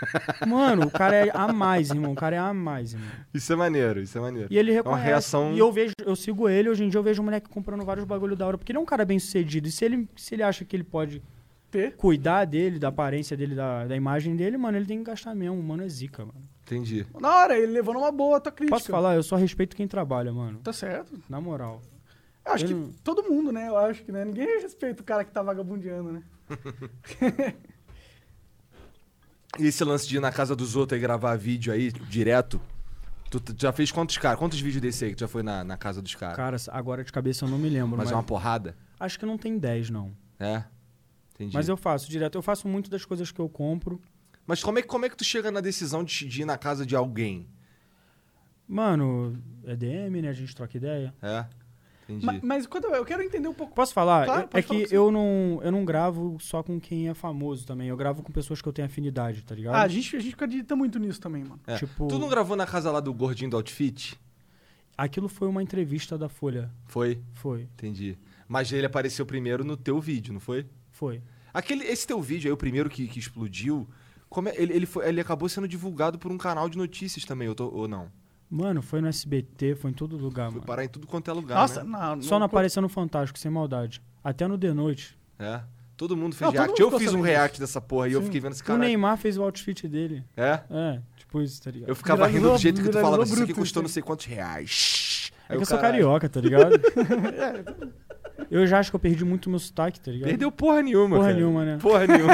Speaker 3: Mano, o cara é a mais, irmão, o cara é a mais, irmão.
Speaker 1: Isso é maneiro, isso é maneiro.
Speaker 3: E ele
Speaker 1: uma
Speaker 3: reconhece.
Speaker 1: reação-
Speaker 3: E eu vejo, eu sigo ele, hoje em dia eu vejo o moleque comprando vários bagulho da hora, porque ele é um cara bem sucedido. E se ele, se ele acha que ele pode
Speaker 2: Ter?
Speaker 3: cuidar dele, da aparência dele, da, da imagem dele, mano, ele tem que gastar mesmo. Mano, é zica, mano.
Speaker 1: Entendi.
Speaker 2: Na hora, ele levou numa boa a tua crítica.
Speaker 3: Posso falar? Eu só respeito quem trabalha, mano.
Speaker 2: Tá certo.
Speaker 3: Na moral.
Speaker 2: Eu acho
Speaker 3: Eu
Speaker 2: que
Speaker 3: não-
Speaker 2: todo mundo, né? Eu acho que, né? Ninguém respeita o cara que tá vagabundeando, né?
Speaker 1: E esse lance de ir na casa dos outros e gravar vídeo aí direto? Tu tu já fez quantos caras? Quantos vídeos desse aí que tu já foi na, na casa dos caras?
Speaker 3: Cara, agora de cabeça eu não me lembro,
Speaker 1: Mas
Speaker 3: mas,
Speaker 1: é uma porrada?
Speaker 3: acho que não tem 10, não.
Speaker 1: É. Entendi.
Speaker 3: Mas eu faço direto. Eu faço muito das coisas que eu compro.
Speaker 1: Mas como é, que- como é que tu chega na decisão de, de ir na casa de alguém?
Speaker 3: Mano, é DM, né? A gente troca ideia.
Speaker 1: É. Entendi.
Speaker 2: Ma- mas quando eu, eu quero entender um pouco.
Speaker 3: Posso falar?
Speaker 2: Claro,
Speaker 3: Eu- é
Speaker 2: pode falar
Speaker 3: que
Speaker 2: o que
Speaker 3: eu não, eu não gravo só com quem é famoso também. Eu gravo com pessoas que eu tenho afinidade, tá ligado?
Speaker 2: Ah, a gente, a gente acredita muito nisso também, mano.
Speaker 1: É.
Speaker 3: tipo-
Speaker 1: Tu não gravou na casa lá do gordinho do outfit?
Speaker 3: Aquilo foi uma entrevista da Folha.
Speaker 1: Foi.
Speaker 3: Foi,
Speaker 1: Entendi. Mas ele apareceu primeiro no teu vídeo, não foi?
Speaker 3: foi.
Speaker 1: Aquele, esse teu vídeo aí, o primeiro que, que explodiu, como é- ele, ele, foi- ele acabou sendo divulgado por um canal de notícias também, eu tô- ou não?
Speaker 3: Mano, foi no SBT, foi em todo lugar,
Speaker 1: Foi
Speaker 3: mano.
Speaker 1: parar em tudo quanto é lugar,
Speaker 2: Nossa,
Speaker 1: né?
Speaker 2: não,
Speaker 3: Só não apareceu no Fantástico, sem maldade. Até no The Noite.
Speaker 1: É. Todo mundo fez
Speaker 2: Não, todo
Speaker 1: react.
Speaker 2: mundo
Speaker 1: eu
Speaker 2: ficou
Speaker 1: fiz um
Speaker 2: sabendo
Speaker 1: react dessa porra e eu
Speaker 2: Sim.
Speaker 1: fiquei vendo esse
Speaker 3: O
Speaker 1: cara.
Speaker 3: Neymar fez o outfit dele.
Speaker 1: É?
Speaker 3: É, tipo isso, tá ligado?
Speaker 1: Eu ficava
Speaker 2: Viralizou-
Speaker 1: rindo do jeito que tu
Speaker 2: viralizou
Speaker 1: falava. Isso aqui
Speaker 2: bruto,
Speaker 1: custou
Speaker 2: sim.
Speaker 1: não sei quantos reais.
Speaker 3: É que eu
Speaker 1: o
Speaker 3: sou
Speaker 1: caralho,
Speaker 3: carioca, tá ligado? eu já acho que eu perdi muito meu sotaque, tá ligado?
Speaker 1: Perdeu porra nenhuma,
Speaker 3: Porra
Speaker 1: cara.
Speaker 3: nenhuma, né?
Speaker 1: Porra nenhuma.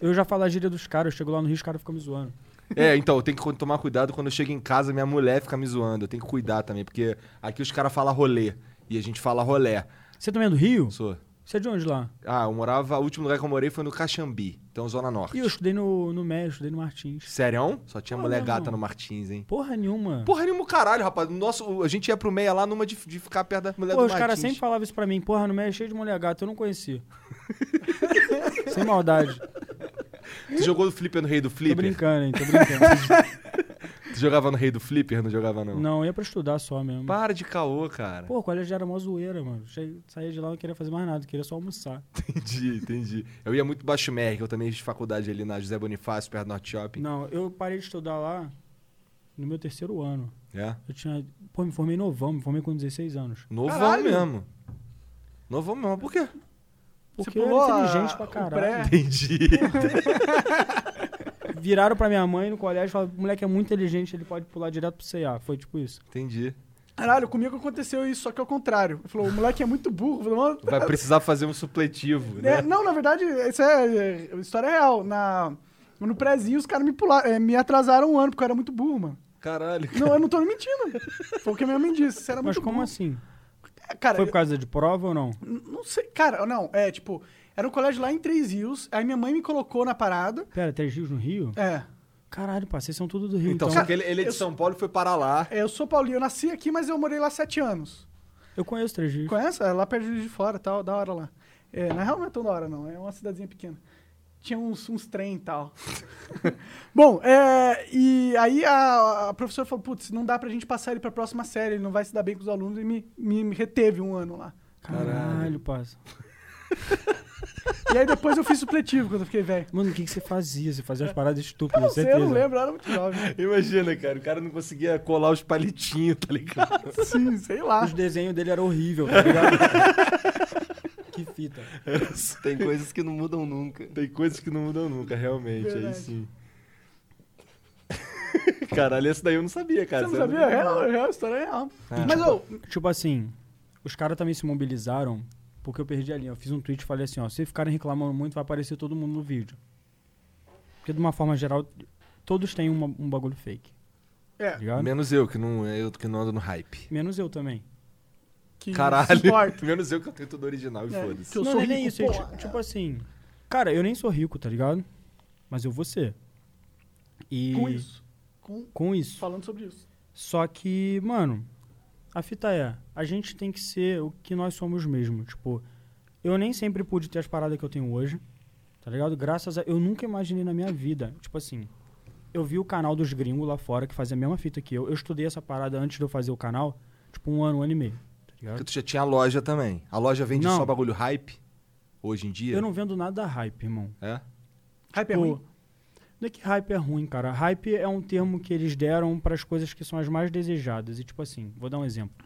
Speaker 3: Eu já falo a gíria dos caras, eu chego lá no Rio, os caras ficam me zoando.
Speaker 1: é, então, eu tenho que tomar cuidado quando eu chego em casa, minha mulher fica me zoando. Eu tenho que cuidar também, porque aqui os caras falam rolê e a gente fala rolé.
Speaker 3: Você também é do Rio?
Speaker 1: Sou.
Speaker 3: Você é de onde lá?
Speaker 1: Ah, eu morava. O último lugar que eu morei foi no Caxambi, então Zona Norte.
Speaker 3: Ih, eu estudei no, no MES, estudei no Martins.
Speaker 1: Sério? Só tinha
Speaker 3: Ah,
Speaker 1: mulher
Speaker 3: não,
Speaker 1: gata
Speaker 3: não.
Speaker 1: no Martins, hein?
Speaker 3: Porra nenhuma.
Speaker 1: Porra nenhuma, caralho, rapaz. Nosso, a gente ia pro meia lá numa de, de ficar perto da mulher é
Speaker 3: Pô,
Speaker 1: do
Speaker 3: os
Speaker 1: Martins.
Speaker 3: caras sempre falavam isso pra mim. Porra, no MES é cheio de mulher gata, eu não conhecia. Sem maldade.
Speaker 1: Tu jogou no Flipper no Rei do
Speaker 3: Tô
Speaker 1: Flipper?
Speaker 3: brincando, hein? Tô brincando.
Speaker 1: Tu jogava no Rei do Flipper? Não jogava, não?
Speaker 3: não, ia pra estudar só mesmo.
Speaker 1: Para de caô, cara.
Speaker 3: Pô, o colégio já era mó zoeira, mano. Che- Saía de lá, não queria fazer mais nada, queria só almoçar.
Speaker 1: Entendi, entendi. Eu ia muito baixo Mer, que eu também fiz faculdade ali na José Bonifácio, perto do Norte Shopping.
Speaker 3: Não, eu parei de estudar lá no meu terceiro ano.
Speaker 1: É.
Speaker 3: Eu tinha. Pô, me formei novão, me formei com 16 anos.
Speaker 1: Novão
Speaker 2: Caralho.
Speaker 1: mesmo. Novão mesmo, por quê?
Speaker 3: Porque eu
Speaker 2: pulou
Speaker 3: era
Speaker 2: a-
Speaker 3: inteligente pra
Speaker 2: o
Speaker 3: caralho.
Speaker 1: Entendi.
Speaker 3: Viraram pra minha mãe no colégio e falaram: moleque é muito inteligente, ele pode pular direto pro CA. Foi tipo isso.
Speaker 1: Entendi.
Speaker 2: Caralho, comigo aconteceu isso, só que ao contrário. Ele falou, o moleque é muito burro. Eu falei, "Mano,
Speaker 1: Vai precisar fazer um supletivo,
Speaker 2: É,
Speaker 1: né?
Speaker 2: não, na verdade, isso é, é história real. Na, no prézinho, os caras me pularam, é, me atrasaram um ano, porque eu era muito burro, mano.
Speaker 1: Caralho. cara.
Speaker 2: Não, eu não tô mentindo. Foi o que a minha mãe disse. Você era
Speaker 3: Mas
Speaker 2: muito
Speaker 3: como
Speaker 2: burro.
Speaker 3: assim?
Speaker 2: É, Cara,
Speaker 3: Foi por causa de prova ou não?
Speaker 2: eu n- não sei. Cara, não, é tipo, era um colégio lá em Três Rios, aí minha mãe me colocou na parada.
Speaker 3: Pera, Três Rios no Rio?
Speaker 2: É,
Speaker 3: Caralho, pá, vocês são tudo do Rio.
Speaker 1: Então,
Speaker 3: Então,
Speaker 1: só que ele, ele é de
Speaker 2: eu-
Speaker 1: São Paulo e foi para lá.
Speaker 2: É, eu sou paulino, eu nasci aqui, mas eu morei lá sete anos.
Speaker 3: eu conheço Três Rios.
Speaker 2: Conhece? É lá perto de Juiz de fora tal, da hora lá. É, na real não é tão da hora, não. É uma cidadezinha pequena. Tinha uns, uns trem e tal. Bom, é, e aí a, a professora falou, putz, não dá pra gente passar ele pra próxima série, ele não vai se dar bem com os alunos, e me, me, me reteve um ano lá.
Speaker 3: Caralho, pá.
Speaker 2: E aí depois eu fiz supletivo quando eu fiquei velho.
Speaker 3: Mano, o que, que você fazia? Você fazia umas paradas
Speaker 2: Eu
Speaker 3: estúpidas,
Speaker 2: não sei, eu não
Speaker 3: certeza.
Speaker 2: lembro, eu era muito jovem.
Speaker 1: Imagina, cara, o cara não conseguia colar os palitinhos, tá ligado?
Speaker 2: Sim, sei lá.
Speaker 3: Os desenhos dele eram horríveis, tá ligado? que fita.
Speaker 4: Tem coisas que não mudam nunca.
Speaker 1: Tem coisas que não mudam nunca, realmente, aí
Speaker 2: Verdade.
Speaker 1: sim. Caralho, essa daí eu não sabia,
Speaker 2: Você
Speaker 1: cara.
Speaker 2: não
Speaker 1: Essa eu
Speaker 2: sabia? É real, é real, a história é real. é Mas, ô,
Speaker 3: Tipo assim, Os caras também se mobilizaram porque eu perdi a linha. Eu fiz um tweet e falei assim, ó, se ficarem reclamando muito, vai aparecer todo mundo no vídeo. Porque de uma forma geral, todos têm uma- um bagulho fake.
Speaker 2: É.
Speaker 3: Tá ligado?
Speaker 1: Menos eu, que não, é eu que não ando no hype.
Speaker 3: Menos eu também.
Speaker 2: Que
Speaker 1: Caralho.
Speaker 2: se importa.
Speaker 1: Menos eu que eu tenho tudo original e
Speaker 2: É,
Speaker 1: foda-se.
Speaker 2: que eu
Speaker 3: não,
Speaker 2: sou
Speaker 3: não é nem
Speaker 2: rico,
Speaker 3: isso. é ti- tipo assim, cara, eu nem sou rico, tá ligado? Mas eu vou ser. E
Speaker 2: Com isso. Com-
Speaker 3: Com isso.
Speaker 2: Falando sobre isso.
Speaker 3: Só que, mano, a fita é, a gente tem que ser o que nós somos mesmo. Tipo, eu nem sempre pude ter as paradas que eu tenho hoje, tá ligado? Graças a. Eu nunca imaginei na minha vida. Tipo assim, eu vi o canal dos gringos lá fora que fazia a mesma fita que eu. Eu estudei essa parada antes de eu fazer o canal, tipo, um ano, um ano e meio, tá
Speaker 1: Porque
Speaker 3: ligado?
Speaker 1: tu já tinha a loja também. A loja vende
Speaker 3: Não.
Speaker 1: só bagulho hype hoje em dia?
Speaker 3: Eu não vendo nada hype, irmão.
Speaker 1: É?
Speaker 2: Hype é
Speaker 3: Pô,
Speaker 2: ruim?
Speaker 3: Não é que hype é ruim, cara. Hype é um termo que eles deram para as coisas que são as mais desejadas. E tipo assim, vou dar um exemplo.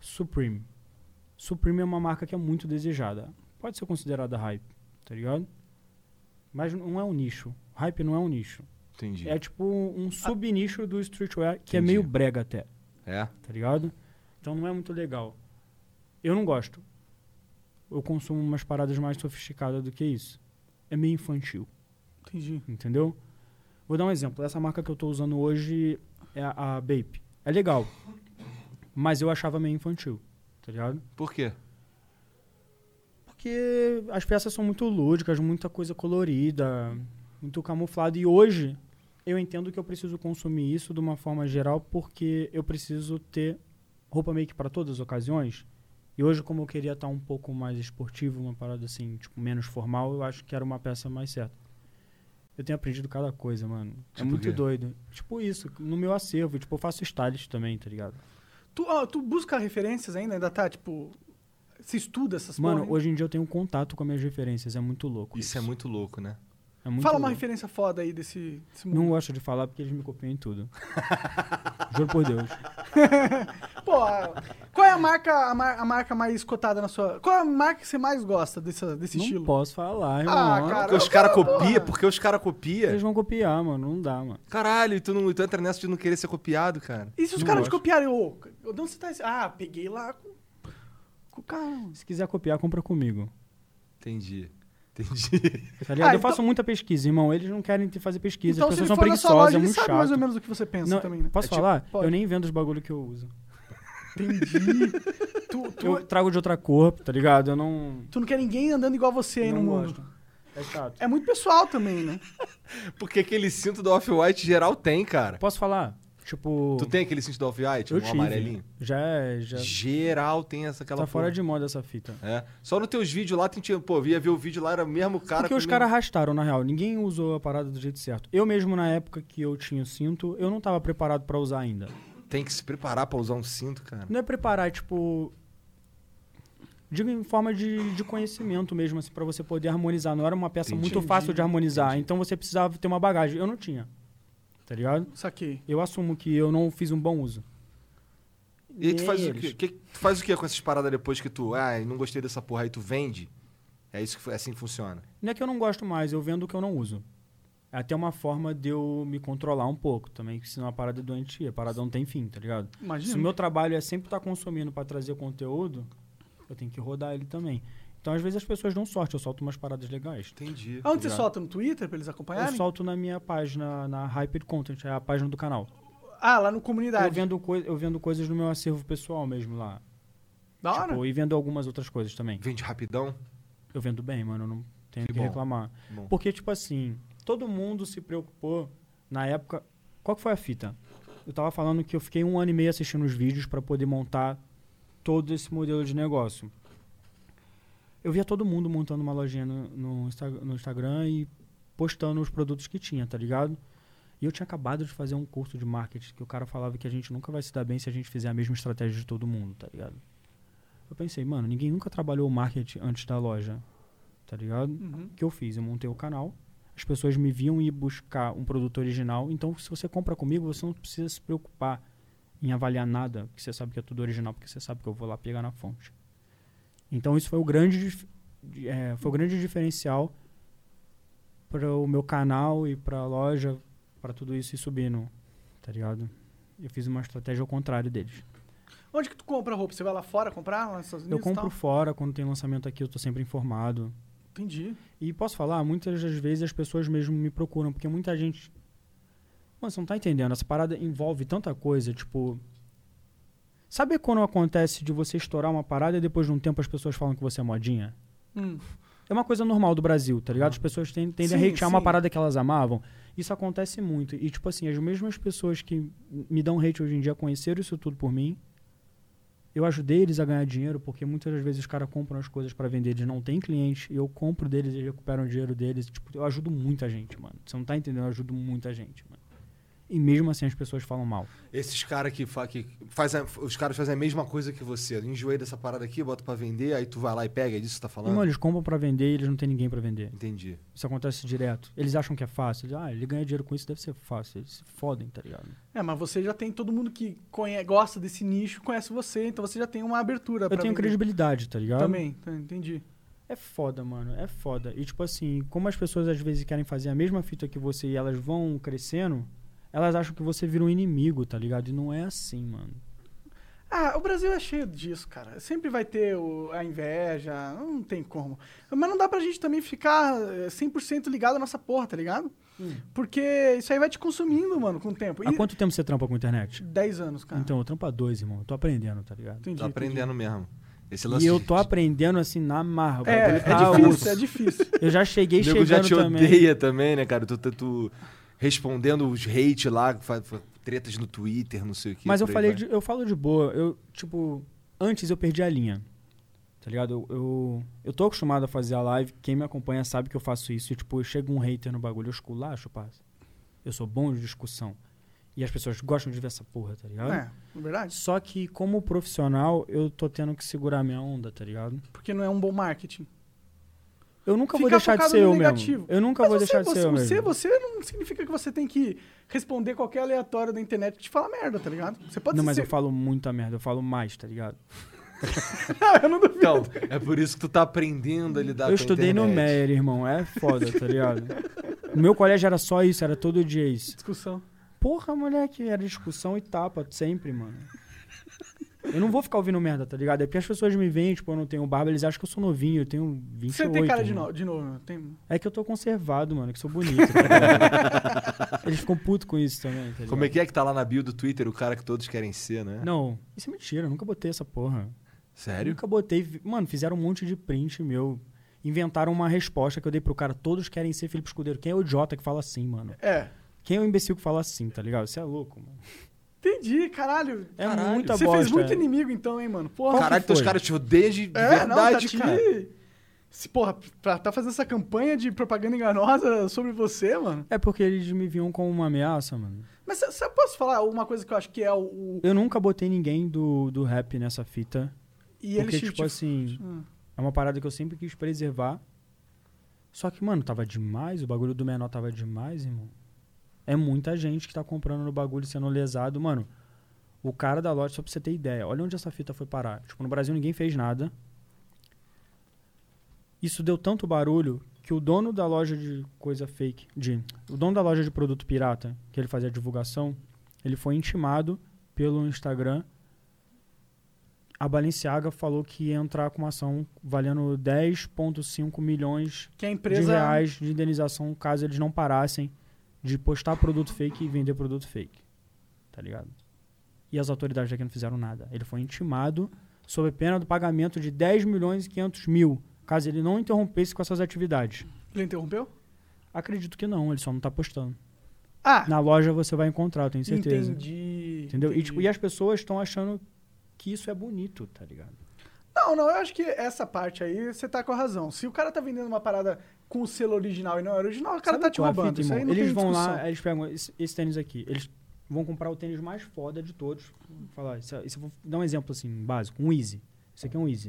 Speaker 3: Supreme. Supreme é uma marca que é muito desejada. Pode ser considerada hype, tá ligado? Mas não é um nicho. Hype não é um nicho.
Speaker 1: Entendi.
Speaker 3: É
Speaker 1: É?
Speaker 3: tipo
Speaker 2: Ah.
Speaker 3: um sub-nicho do streetwear que é
Speaker 1: Entendi.
Speaker 3: meio brega até
Speaker 1: É?
Speaker 3: tá ligado? Então não é muito legal. Eu não gosto. Eu consumo umas paradas mais sofisticadas do que isso. É meio infantil,
Speaker 2: Entendi.
Speaker 3: entendeu? Vou dar um exemplo. Essa marca que eu tô usando hoje é a, a Bape. É legal, mas eu achava meio infantil, tá ligado?
Speaker 1: Por quê?
Speaker 3: Porque as peças são muito lúdicas, muita coisa colorida, muito camuflado. E hoje eu entendo que eu preciso consumir isso de uma forma geral porque eu preciso ter roupa meio que para todas as ocasiões. E hoje, como eu queria estar um pouco mais esportivo, uma parada assim, tipo, menos formal, eu acho que era uma peça mais certa. Eu tenho aprendido cada coisa, mano. é
Speaker 1: Tipo o
Speaker 3: muito
Speaker 1: quê?
Speaker 3: doido. Tipo isso, no meu acervo. Tipo, eu faço styles também, tá ligado?
Speaker 2: Tu, ó, tu busca referências ainda? Ainda tá, tipo... Você estuda essas
Speaker 3: Mano,
Speaker 2: porra, hein?
Speaker 3: hoje em dia eu tenho um contato com as minhas referências. É muito louco.
Speaker 1: Isso é muito louco, né?
Speaker 3: É muito
Speaker 2: Fala
Speaker 3: louco.
Speaker 2: uma referência foda aí desse, desse
Speaker 3: Não
Speaker 2: mundo.
Speaker 3: gosto de falar porque eles me copiam em tudo. Juro por Deus.
Speaker 2: Pô, a- qual é a marca, a, mar- a marca mais cotada na sua... Qual é a marca que você mais gosta dessa, desse
Speaker 3: não
Speaker 2: estilo?
Speaker 3: posso falar, irmão.
Speaker 2: Ah, cara.
Speaker 1: Porque os caras copiam, porque os caras copiam.
Speaker 3: Eles vão copiar, mano. Não dá, mano.
Speaker 1: Caralho, e tu, não, e tu entra nessa de não querer ser copiado, cara.
Speaker 2: E se os
Speaker 3: Não
Speaker 2: caras te
Speaker 3: gosto.
Speaker 2: copiarem? Ô, de onde você tá? esse- Ah, peguei lá com... Com o cara.
Speaker 3: Se quiser copiar, compra comigo.
Speaker 1: Entendi. Entendi.
Speaker 3: Tá ligado?
Speaker 2: Ah,
Speaker 3: eu faço
Speaker 2: então-
Speaker 3: muita pesquisa, irmão. Eles não querem te fazer pesquisa.
Speaker 2: Então,
Speaker 3: As
Speaker 2: se
Speaker 3: pessoas
Speaker 2: ele
Speaker 3: são
Speaker 2: for na sua
Speaker 3: preguiçosas,
Speaker 2: loja,
Speaker 3: é
Speaker 2: ele
Speaker 3: muito
Speaker 2: sabe
Speaker 3: chato.
Speaker 2: mais ou menos o que você pensa
Speaker 3: Não,
Speaker 2: também, né?
Speaker 3: Posso
Speaker 1: É tipo-
Speaker 3: falar?
Speaker 2: pode.
Speaker 3: Eu nem vendo os bagulho que eu uso.
Speaker 2: Entendi. tu, tu, é-
Speaker 3: Eu trago de outra cor, tá ligado? Eu não.
Speaker 2: tu não quer ninguém andando igual você aí
Speaker 3: não
Speaker 2: no mundo.
Speaker 3: gosto. É chato.
Speaker 2: É muito pessoal também, né?
Speaker 1: Porque aquele cinto do Off-White geral tem, cara.
Speaker 3: Posso falar? Tipo.
Speaker 1: Tu tem aquele cinto do Off-White?
Speaker 3: eu
Speaker 1: Um
Speaker 3: tive.
Speaker 1: amarelinho?
Speaker 3: Já é. Já
Speaker 1: Geral tem essa aquela
Speaker 3: tá fora
Speaker 1: porra.
Speaker 3: de moda essa fita.
Speaker 1: É. Só nos teus vídeos lá, tu tinha, pô, eu ia ver o vídeo lá, era o mesmo cara.
Speaker 3: Porque
Speaker 1: com
Speaker 3: os
Speaker 1: o
Speaker 3: caras
Speaker 1: mesmo-
Speaker 3: arrastaram, na real. Ninguém usou a parada do jeito certo. Eu mesmo, na época que eu tinha o cinto, eu não tava preparado pra usar ainda.
Speaker 1: Tem que se preparar pra usar um cinto, cara.
Speaker 3: Não é preparar, tipo... Digo em forma de, de conhecimento mesmo, assim, pra você poder harmonizar. Não era uma peça
Speaker 1: Entendi.
Speaker 3: muito fácil de harmonizar. Então você precisava ter uma bagagem. Eu não tinha. Tá ligado?
Speaker 2: Saquei.
Speaker 3: Eu assumo que eu não fiz um bom uso.
Speaker 1: E aí tu faz, o
Speaker 3: eles.
Speaker 1: quê? que, tu faz o que com essas paradas depois que tu, ah, não gostei dessa porra, aí tu vende? É isso que foi- assim que funciona.
Speaker 3: Não é que eu não gosto mais, eu vendo o que eu não uso. É até uma forma de eu me controlar um pouco também, que senão a parada é doentia. A parada não tem fim, tá ligado?
Speaker 2: Imagina.
Speaker 3: Se o meu trabalho é sempre estar consumindo para trazer conteúdo, eu tenho que rodar ele também. Então, às vezes, as pessoas dão sorte, eu solto umas paradas legais.
Speaker 1: Entendi.
Speaker 2: Aonde você
Speaker 1: Obrigado.
Speaker 2: solta? No Twitter, pra eles
Speaker 3: Tá Eu
Speaker 2: acompanharem?
Speaker 3: solto na minha página, na Hyper Content, é a página do canal.
Speaker 2: Ah, lá no
Speaker 3: Eu
Speaker 2: Comunidade.
Speaker 3: vendo, coi- eu vendo coisas no meu acervo pessoal mesmo lá.
Speaker 2: Da hora.
Speaker 3: Tipo, e vendo algumas outras coisas também.
Speaker 1: Vende rapidão?
Speaker 3: Eu vendo bem, mano, eu não tenho
Speaker 1: Que
Speaker 3: que,
Speaker 1: bom.
Speaker 3: reclamar.
Speaker 1: Bom.
Speaker 3: Porque, tipo assim, todo mundo se preocupou na época. Qual que foi a fita? Eu tava falando que eu fiquei um ano e meio assistindo os vídeos pra poder montar todo esse modelo de negócio. Eu via todo mundo montando uma lojinha no, no Insta- no Instagram e postando os produtos que tinha, tá ligado? E eu tinha acabado de fazer um curso de marketing que o cara falava que a gente nunca vai se dar bem se a gente fizer a mesma estratégia de todo mundo, tá ligado? Eu pensei, mano, ninguém nunca trabalhou o marketing antes da loja, tá ligado?
Speaker 2: Uhum.
Speaker 3: O que eu fiz? Eu montei o canal, as pessoas me viam ir buscar um produto original, então se você compra comigo, você não precisa se preocupar em avaliar nada, porque você sabe que é tudo original, porque você sabe que eu vou lá pegar na fonte. Então isso foi o grande, dif- de- eh, foi o grande diferencial para o meu canal e para a loja, para tudo isso ir subindo, tá ligado? Eu fiz uma estratégia ao contrário deles.
Speaker 2: Onde que tu compra roupa? Você vai lá fora comprar? Lá nos Estados
Speaker 3: Eu
Speaker 2: Unidos e
Speaker 3: compro
Speaker 2: tal?
Speaker 3: fora, quando tem lançamento aqui, eu tô sempre informado.
Speaker 2: Entendi.
Speaker 3: E posso falar, muitas das vezes as pessoas mesmo me procuram, porque muita gente. Mano, você não tá entendendo. Essa parada envolve tanta coisa, tipo. Sabe quando acontece de você estourar uma parada e depois de um tempo as pessoas falam que você é modinha?
Speaker 2: Hum.
Speaker 3: É uma coisa normal do Brasil, tá ligado? As pessoas ten- tendem a
Speaker 2: Sim,
Speaker 3: hatear uma
Speaker 2: sim.
Speaker 3: parada que elas amavam. Isso acontece muito. E, tipo assim, as mesmas pessoas que me dão hate hoje em dia conheceram isso tudo por mim. Eu ajudei eles a ganhar dinheiro, porque muitas das vezes os caras compram as coisas pra vender, eles não têm cliente, e eu compro deles, eles recuperam o dinheiro deles. Tipo, eu ajudo muita gente, mano. Você não tá entendendo? Eu ajudo muita gente, mano. E mesmo assim as pessoas falam mal.
Speaker 1: Esses caras que, fa que faz a- os caras fazem a mesma coisa que você. Eu enjoei dessa parada aqui, boto pra vender, aí tu vai lá e pega, é disso que tá
Speaker 3: E,
Speaker 1: falando?
Speaker 3: mano, eles compram pra vender e eles não têm ninguém pra vender.
Speaker 1: Entendi.
Speaker 3: Isso acontece direto. Eles acham que é fácil. Eles, ah, ele ganha dinheiro com isso, deve ser fácil. Eles se fodem, tá ligado?
Speaker 2: É, mas você já tem todo mundo que conhe- gosta desse nicho, conhece você, então você já tem uma abertura
Speaker 3: Eu
Speaker 2: pra
Speaker 3: tenho
Speaker 2: vender.
Speaker 3: credibilidade, tá ligado?
Speaker 2: Também, tá, entendi.
Speaker 3: É foda, mano. É foda. E tipo assim, como as pessoas às vezes querem fazer a mesma fita que você e elas vão crescendo, elas acham que você vira um inimigo, tá ligado? E não é assim, mano.
Speaker 2: Ah, o Brasil é cheio disso, cara. Sempre vai ter o- a inveja, não tem como. Mas não dá pra gente também ficar eh, 100% ligado à nossa porra, tá ligado?
Speaker 3: Hum.
Speaker 2: Porque isso aí vai te consumindo, mano, com o tempo.
Speaker 3: Há
Speaker 2: E
Speaker 3: quanto tempo você trampa com internet?
Speaker 2: 10 anos, cara.
Speaker 3: Então, eu trampo há dois, irmão. Eu tô aprendendo, tá ligado?
Speaker 2: entendi,
Speaker 1: tá aprendendo mesmo. Esse lance
Speaker 3: E eu
Speaker 1: de-
Speaker 3: tô aprendendo assim na marra.
Speaker 2: entendi. É,
Speaker 3: bagulho tá
Speaker 2: é difícil,
Speaker 3: osso.
Speaker 2: é difícil.
Speaker 3: Eu já cheguei
Speaker 1: O nego já
Speaker 3: chegando
Speaker 1: te
Speaker 3: também.
Speaker 1: odeia também, né, cara? Tu, tu, tu respondendo os hate lá, fa- fa- tretas no Twitter, não sei o que.
Speaker 3: Mas eu falei, de- eu falo de boa. Eu, tipo, antes eu perdi a linha. Tá ligado? Eu, eu, eu tô acostumado a fazer a live. Quem me acompanha sabe que eu faço isso. E, tipo, chega um hater no bagulho, eu esculacho, parça. Eu sou bom de discussão. E as pessoas gostam de ver essa porra, tá ligado?
Speaker 2: é, na verdade.
Speaker 3: Só que, como profissional, eu tô tendo que segurar a minha onda, tá ligado?
Speaker 2: Porque não é um bom marketing.
Speaker 3: Eu nunca vou
Speaker 2: Ficar
Speaker 3: deixar de
Speaker 2: focado
Speaker 3: ser
Speaker 2: no
Speaker 3: eu
Speaker 2: negativo.
Speaker 3: mesmo. Eu nunca
Speaker 2: Mas
Speaker 3: vou
Speaker 2: você,
Speaker 3: deixar de
Speaker 2: você,
Speaker 3: ser eu
Speaker 2: você,
Speaker 3: mesmo.
Speaker 2: você não significa que você tem que responder qualquer aleatório da internet que te fala merda, tá ligado? Você pode
Speaker 3: Não,
Speaker 2: ser.
Speaker 3: mas eu falo muita merda. Eu falo mais, tá ligado?
Speaker 2: Não, Ah, eu não duvido.
Speaker 1: Então, é por isso que tu tá aprendendo a lidar com a
Speaker 3: Eu estudei no
Speaker 1: internet.
Speaker 3: Meyer, irmão. É foda, tá ligado? No meu colégio era só isso, era todo dia isso.
Speaker 2: Discussão.
Speaker 3: Porra, moleque, era discussão e tapa sempre, mano. Eu não vou ficar ouvindo merda, tá ligado? É porque as pessoas me veem, tipo, eu não tenho barba, eles acham que eu sou novinho, eu tenho 28.
Speaker 2: Você tem cara de
Speaker 3: irmão.
Speaker 2: novo, de novo, né? tem.
Speaker 3: É que eu tô conservado, mano, que sou bonito. tá ligado? eles ficam putos com isso também, tá ligado?
Speaker 1: Como é que é que tá lá na bio do Twitter, o cara que todos querem ser, né?
Speaker 3: Não, isso é mentira, eu nunca botei essa porra.
Speaker 1: Sério?
Speaker 3: Nunca botei. vi- Mano, fizeram um monte de print meu. Inventaram uma resposta que eu dei pro cara. Todos querem ser Felipe Escudeiro. Quem é o idiota que fala assim, mano?
Speaker 2: É.
Speaker 3: Quem é o imbecil que fala assim, tá ligado? Você é louco, mano.
Speaker 2: Entendi, caralho.
Speaker 3: É muita
Speaker 2: Você
Speaker 3: bosta.
Speaker 2: fez muito
Speaker 3: é.
Speaker 2: inimigo então, hein, mano? Porra.
Speaker 1: Caralho,
Speaker 3: que
Speaker 1: teus
Speaker 3: foi?
Speaker 1: caras te odeiam de
Speaker 2: é,
Speaker 1: verdade,
Speaker 2: não, tá
Speaker 1: cara.
Speaker 2: Te... Se, porra, pra tá fazendo essa campanha de propaganda enganosa sobre você, mano.
Speaker 3: É porque eles me viam como uma ameaça, mano.
Speaker 2: Mas se eu posso falar uma coisa que eu acho que é o. o-
Speaker 3: Eu nunca botei ninguém do, do rap nessa fita.
Speaker 2: e
Speaker 3: porque,
Speaker 2: eles te-
Speaker 3: tipo assim,
Speaker 2: Hum.
Speaker 3: é uma parada que eu sempre quis preservar. Só que, mano, tava demais. O bagulho do menor tava demais, irmão. É muita gente que tá comprando no bagulho sendo lesado. Mano, o cara da loja, só pra você ter ideia, olha onde essa fita foi parar. Tipo, no Brasil ninguém fez nada. Isso deu tanto barulho que o dono da loja de coisa fake, de, o dono da loja de produto pirata, que ele fazia divulgação, ele foi intimado pelo Instagram. A Balenciaga falou que ia entrar com uma ação valendo 10,5 milhões
Speaker 2: que a
Speaker 3: de
Speaker 2: empresa.
Speaker 3: reais de indenização caso eles não parassem de postar produto fake e vender produto fake. Tá ligado? E as autoridades daqui não fizeram nada. Ele foi intimado sob pena do pagamento de 10 milhões e 500 mil, caso ele não interrompesse com essas atividades.
Speaker 2: Ele interrompeu?
Speaker 3: Acredito que não, ele só não tá postando.
Speaker 2: Ah,
Speaker 3: Na loja você vai encontrar, eu tenho certeza.
Speaker 2: entendi.
Speaker 3: Entendeu? E,
Speaker 2: entendi.
Speaker 3: tipo, e as pessoas estão achando que isso é bonito, tá ligado?
Speaker 2: Não, não, eu acho que essa parte aí você tá com a razão. Se o cara tá vendendo uma parada com o selo original e não é original, o cara
Speaker 3: Sabe
Speaker 2: tá te
Speaker 3: qual é a
Speaker 2: roubando.
Speaker 3: fita,
Speaker 2: Isso aí
Speaker 3: irmão?
Speaker 2: não
Speaker 3: eles
Speaker 2: tem
Speaker 3: vão
Speaker 2: discussão.
Speaker 3: lá, é- eles pegam esse, esse tênis aqui, eles vão comprar o tênis mais foda de todos. Vou Falar, isso, isso, eu vou dar um exemplo assim, básico, um Easy. Isso aqui é um Easy.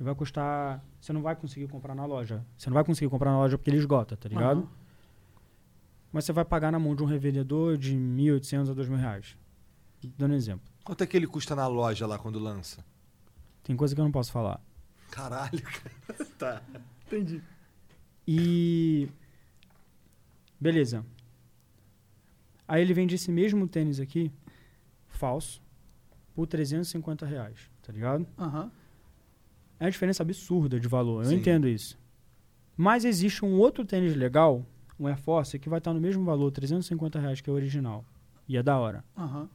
Speaker 3: Ele vai custar. Você não vai conseguir comprar na loja. Você não vai conseguir comprar na loja porque ele esgota, tá ligado?
Speaker 2: Aham.
Speaker 3: Mas você vai pagar na mão de um revendedor de 1.800 a 2.000 reais. Dando um exemplo.
Speaker 1: Quanto é que ele custa na loja lá quando lança?
Speaker 3: Tem coisa que eu não posso falar.
Speaker 1: Caralho, cara. Tá.
Speaker 2: Entendi.
Speaker 3: E. Beleza. Aí ele vende esse mesmo tênis aqui, falso, por 350 reais, tá ligado?
Speaker 2: Aham.
Speaker 3: É uma diferença absurda de valor, eu
Speaker 1: Sim.
Speaker 3: entendo isso. Mas existe um outro tênis legal, um Air Force, que vai estar no mesmo valor, 350 reais, que é o original. E é da hora.
Speaker 2: Aham.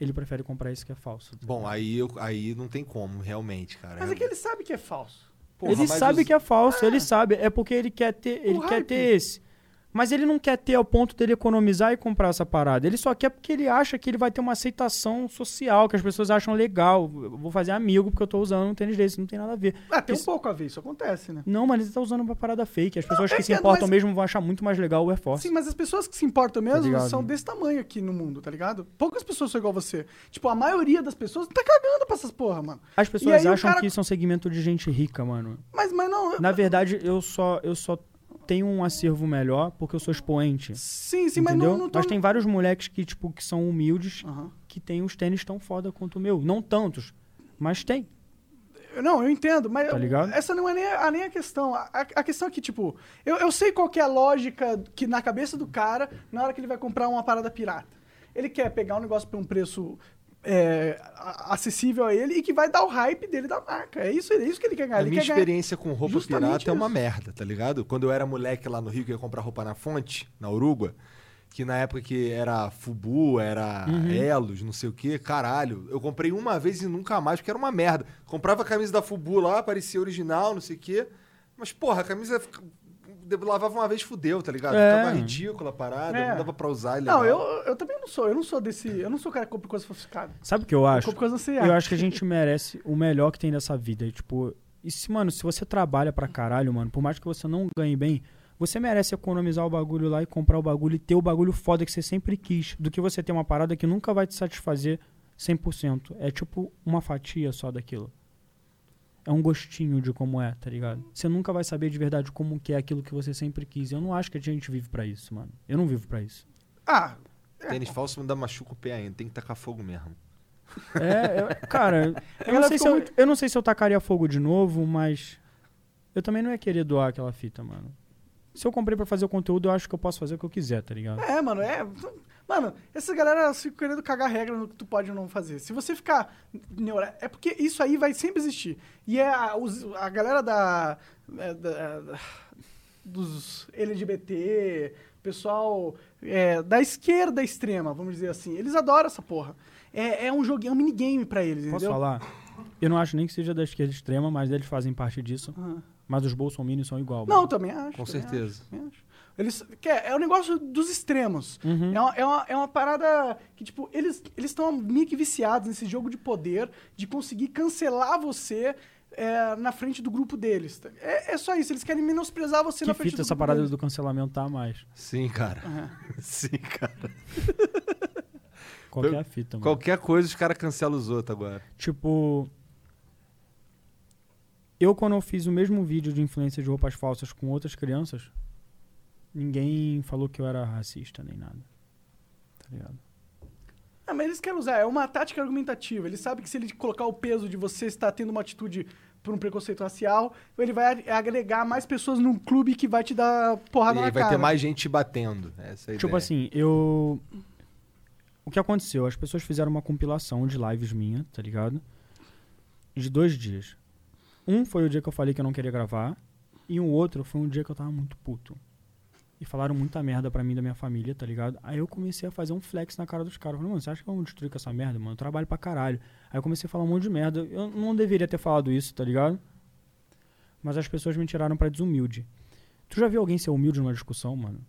Speaker 3: Ele prefere comprar esse que é falso.
Speaker 1: Bom, aí, eu- aí não tem como, realmente, cara.
Speaker 2: Mas é que ele sabe que é falso.
Speaker 1: Porra,
Speaker 3: ele
Speaker 1: mas
Speaker 3: sabe
Speaker 1: os-
Speaker 3: que é falso, ele sabe. É porque ele quer ter, ele
Speaker 2: O
Speaker 3: quer
Speaker 2: hype.
Speaker 3: ter esse. Mas ele não quer ter ao ponto dele economizar e comprar essa parada. Ele só quer porque ele acha que ele vai ter uma aceitação social, que as pessoas acham legal. Eu Vou fazer amigo porque eu tô usando um tênis desse, não tem nada a ver.
Speaker 2: Ah, tem um
Speaker 3: Isso-
Speaker 2: pouco a ver, isso acontece, né?
Speaker 3: Não, mas ele tá usando uma parada fake. As pessoas
Speaker 2: eu
Speaker 3: que se
Speaker 2: entendo,
Speaker 3: importam
Speaker 2: mas-
Speaker 3: mesmo vão achar muito mais legal o Air Force.
Speaker 2: Sim, mas as pessoas que se importam mesmo
Speaker 3: Tá ligado?
Speaker 2: são desse tamanho aqui no mundo, tá ligado? Poucas pessoas são igual você. Tipo, a maioria das pessoas tá cagando pra essas porra, mano.
Speaker 3: As pessoas
Speaker 2: aí o
Speaker 3: acham
Speaker 2: cara-
Speaker 3: que isso é um segmento de gente rica, mano.
Speaker 2: Mas, mas não. eu-
Speaker 3: Na verdade, eu só, eu só tenho um acervo melhor porque eu sou expoente.
Speaker 2: Sim, sim, mas
Speaker 3: entendeu?
Speaker 2: não, não tô.
Speaker 3: Mas tem vários moleques que, tipo, que são humildes
Speaker 2: Aham.
Speaker 3: que tem os tênis tão foda quanto o meu. Não tantos, mas tem.
Speaker 2: Eu- Não, eu entendo, mas
Speaker 3: Tá
Speaker 2: eu-
Speaker 3: ligado?
Speaker 2: essa não é nem a, nem a questão. A, a- a questão é que, tipo, eu, eu sei qual que é a lógica que na cabeça do cara na hora que ele vai comprar uma parada pirata. Ele quer pegar um negócio por um preço é, a- acessível a ele e que vai dar o hype dele da marca. É isso, é isso que ele quer ganhar.
Speaker 1: A
Speaker 2: ele
Speaker 1: minha
Speaker 2: quer ganhar-
Speaker 1: experiência com roupa
Speaker 2: Justamente
Speaker 1: pirata é uma
Speaker 2: isso.
Speaker 1: merda, tá ligado? Quando eu era moleque lá no Rio, que eu ia comprar roupa na fonte, na Urugua, que na época que era Fubu, era
Speaker 2: Uhum.
Speaker 1: Elos, não sei o que, caralho. Eu comprei uma vez e nunca mais, porque era uma merda. Comprava a camisa da Fubu lá, parecia original, não sei o quê. Mas, porra, a camisa fica- lavava uma vez, fudeu, tá ligado?
Speaker 3: É.
Speaker 1: Ficava ridícula a parada,
Speaker 2: É.
Speaker 1: não dava pra usar.
Speaker 2: Não, eu,
Speaker 1: legal.
Speaker 2: eu também não sou. Eu não sou desse. Eu não sou o cara que compra coisa falsificada.
Speaker 3: Sabe o que eu
Speaker 2: Eu
Speaker 3: acho?
Speaker 2: compro coisa ansiada.
Speaker 3: Eu acho que a gente merece o melhor que tem nessa vida. E, tipo, e se, mano, se você trabalha pra caralho, mano, por mais que você não ganhe bem, você merece economizar o bagulho lá e comprar o bagulho e ter o bagulho foda que você sempre quis, do que você ter uma parada que nunca vai te satisfazer 100%. É tipo uma fatia só daquilo. É um gostinho de como é, tá ligado? Você nunca vai saber de verdade como que é aquilo que você sempre quis. Eu não acho que a gente vive pra isso, mano. Eu não vivo pra isso.
Speaker 2: Ah,
Speaker 1: um Tênis falso me dá machuca o pé ainda, tem que tacar fogo mesmo.
Speaker 3: É, eu- cara, eu não,
Speaker 2: galera
Speaker 3: sei se
Speaker 2: ficou
Speaker 3: eu, eu não sei se eu tacaria fogo de novo, mas eu também não ia querer doar aquela fita, mano. Se eu comprei pra fazer o conteúdo, eu acho que eu posso fazer o que eu quiser, tá ligado?
Speaker 2: É, mano, é. Mano, essa galera fica querendo cagar regra no que tu pode ou não fazer. Se você ficar. neura- É porque isso aí vai sempre existir. E é a, os- a galera da, é, da- da- dos LGBT, pessoal é, da esquerda extrema, vamos dizer assim. Eles adoram essa porra. É, é um joguinho, é um minigame pra eles,
Speaker 3: Posso
Speaker 2: entendeu?
Speaker 3: falar? Eu não acho nem que seja da esquerda extrema, mas eles fazem parte disso.
Speaker 2: Aham.
Speaker 3: Mas os bolsominions são igual.
Speaker 2: Não, eu
Speaker 3: mano.
Speaker 2: também acho.
Speaker 1: Com
Speaker 2: também
Speaker 1: certeza.
Speaker 2: acho, também acho. Eles, que é, é um negócio dos extremos.
Speaker 3: Uhum.
Speaker 2: É, uma, é, uma, é uma parada que, tipo, eles eles estão meio que viciados nesse jogo de poder, de conseguir cancelar você é, na frente do grupo deles. É, é só isso, eles querem menosprezar você na
Speaker 3: que
Speaker 2: frente do
Speaker 3: fita essa
Speaker 2: grupo
Speaker 3: parada
Speaker 2: deles.
Speaker 3: do cancelamento tá a mais?
Speaker 1: Sim, cara.
Speaker 2: Aham.
Speaker 1: Sim, cara.
Speaker 3: Qual que é
Speaker 1: Eu-
Speaker 3: a fita, mano?
Speaker 1: Uhum. Qualquer coisa os caras cancelam os outros agora.
Speaker 3: Tipo. Eu, quando eu fiz o mesmo vídeo de influência de roupas falsas com outras crianças, ninguém falou que eu era racista nem nada. Tá ligado?
Speaker 2: Ah, mas eles querem usar, é uma tática argumentativa. Eles sabem que se ele colocar o peso de você estar tendo uma atitude por um preconceito racial, ele vai agregar mais pessoas num clube que vai te dar porrada
Speaker 1: e
Speaker 2: na
Speaker 1: aí vai
Speaker 2: cara.
Speaker 1: ter mais gente batendo. Essa é a
Speaker 3: Tipo
Speaker 1: ideia.
Speaker 3: assim, eu. O que aconteceu? As pessoas fizeram uma compilação de lives minha, tá ligado? De dois dias. Um foi o dia que eu falei que eu não queria gravar, e o outro foi um dia que eu tava muito puto. E falaram muita merda pra mim e da minha família, tá ligado? Aí eu comecei a fazer um flex na cara dos caras. Eu Falei, mano, você acha que vamos destruir com essa merda, mano? Eu trabalho pra caralho. Aí eu comecei a falar um monte de merda. Eu não deveria ter falado isso, tá ligado? Mas as pessoas me tiraram pra desumilde. Tu já viu alguém ser humilde numa discussão, mano?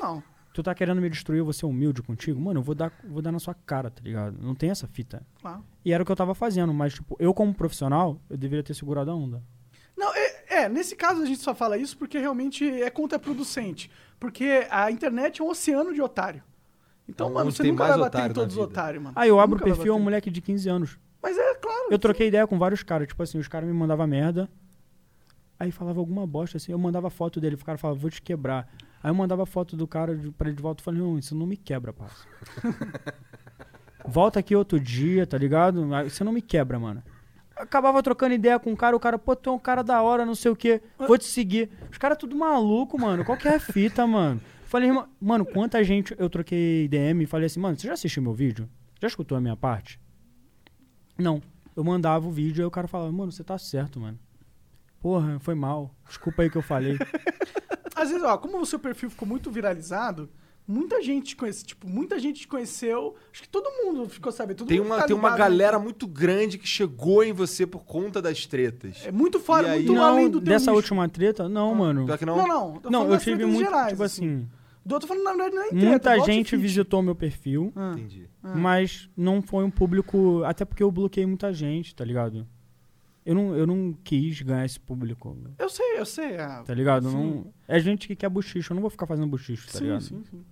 Speaker 2: Não.
Speaker 3: Tu tá querendo me destruir, eu vou ser humilde contigo? Mano, eu vou dar, vou dar na sua cara, tá ligado? Não tem essa fita.
Speaker 2: Claro.
Speaker 3: E era o que eu tava fazendo, mas, tipo, eu como profissional, eu deveria ter segurado a onda.
Speaker 2: Não, é, é, nesse caso a gente só fala isso porque realmente é contraproducente. Porque a internet é um oceano de otário. Então,
Speaker 1: É
Speaker 2: mano,
Speaker 1: onde
Speaker 2: você
Speaker 1: tem
Speaker 2: nunca vai
Speaker 1: mais
Speaker 2: bater em
Speaker 1: otário na
Speaker 2: todos os
Speaker 1: vida.
Speaker 2: otários, mano.
Speaker 3: Aí eu abro
Speaker 2: Nunca
Speaker 3: o
Speaker 2: vai
Speaker 3: perfil, é um
Speaker 2: bater.
Speaker 3: moleque de 15 anos.
Speaker 2: Mas é claro.
Speaker 3: Eu troquei ideia com vários caras, tipo assim, os caras me mandavam merda. Aí falava alguma bosta, assim, eu mandava foto dele, o cara falava, vou te quebrar. Aí eu mandava foto do cara de- pra ele de volta, eu falei, não, isso não me quebra, parça. Volta aqui outro dia, tá ligado? Aí Você não me quebra, mano. Acabava trocando ideia com o cara, o cara, pô, tu é um cara da hora, não sei o quê, vou te seguir. Os caras tudo maluco, mano, qual que é a fita, mano? Falei, irmão, mano, quanta gente eu troquei DM e falei assim, mano, você já assistiu meu vídeo? Já escutou a minha parte? Não. Eu mandava o vídeo e o cara falava, mano, você tá certo, mano. Porra, foi mal. Desculpa aí que eu falei.
Speaker 2: Às vezes, ó, como o seu perfil ficou muito viralizado, muita gente te conhece, tipo, muita gente te conheceu. Acho que todo mundo ficou sabendo. Todo
Speaker 1: Tem
Speaker 2: mundo
Speaker 1: uma,
Speaker 2: tá
Speaker 1: tem uma
Speaker 2: ligado.
Speaker 1: galera muito grande que chegou em você por conta das tretas.
Speaker 2: É muito fora,
Speaker 1: E aí-
Speaker 2: muito
Speaker 1: Tu
Speaker 3: não,
Speaker 2: além do teu Ah, tá.
Speaker 3: dessa
Speaker 2: nicho.
Speaker 3: última treta, não, mano.
Speaker 1: Pior que não.
Speaker 2: Não, não. tô
Speaker 3: Não,
Speaker 2: falando
Speaker 3: eu
Speaker 2: das
Speaker 3: tive
Speaker 2: tretas
Speaker 3: muito,
Speaker 2: Então gerais,
Speaker 3: tipo assim,
Speaker 2: Do outro falando, na verdade, não é treta,
Speaker 3: muita
Speaker 2: é outfit.
Speaker 3: gente visitou meu perfil,
Speaker 2: Ah.
Speaker 1: Entendi.
Speaker 3: mas não foi um público, até porque eu bloqueei muita gente, tá ligado? Eu não, eu não quis ganhar esse público,
Speaker 2: Eu sei, eu sei. ah,
Speaker 3: tá ligado?
Speaker 2: Sim.
Speaker 3: Não, é gente que quer bochicho, eu não vou ficar fazendo bochicho, tá
Speaker 2: sim,
Speaker 3: ligado?
Speaker 2: sim, sim.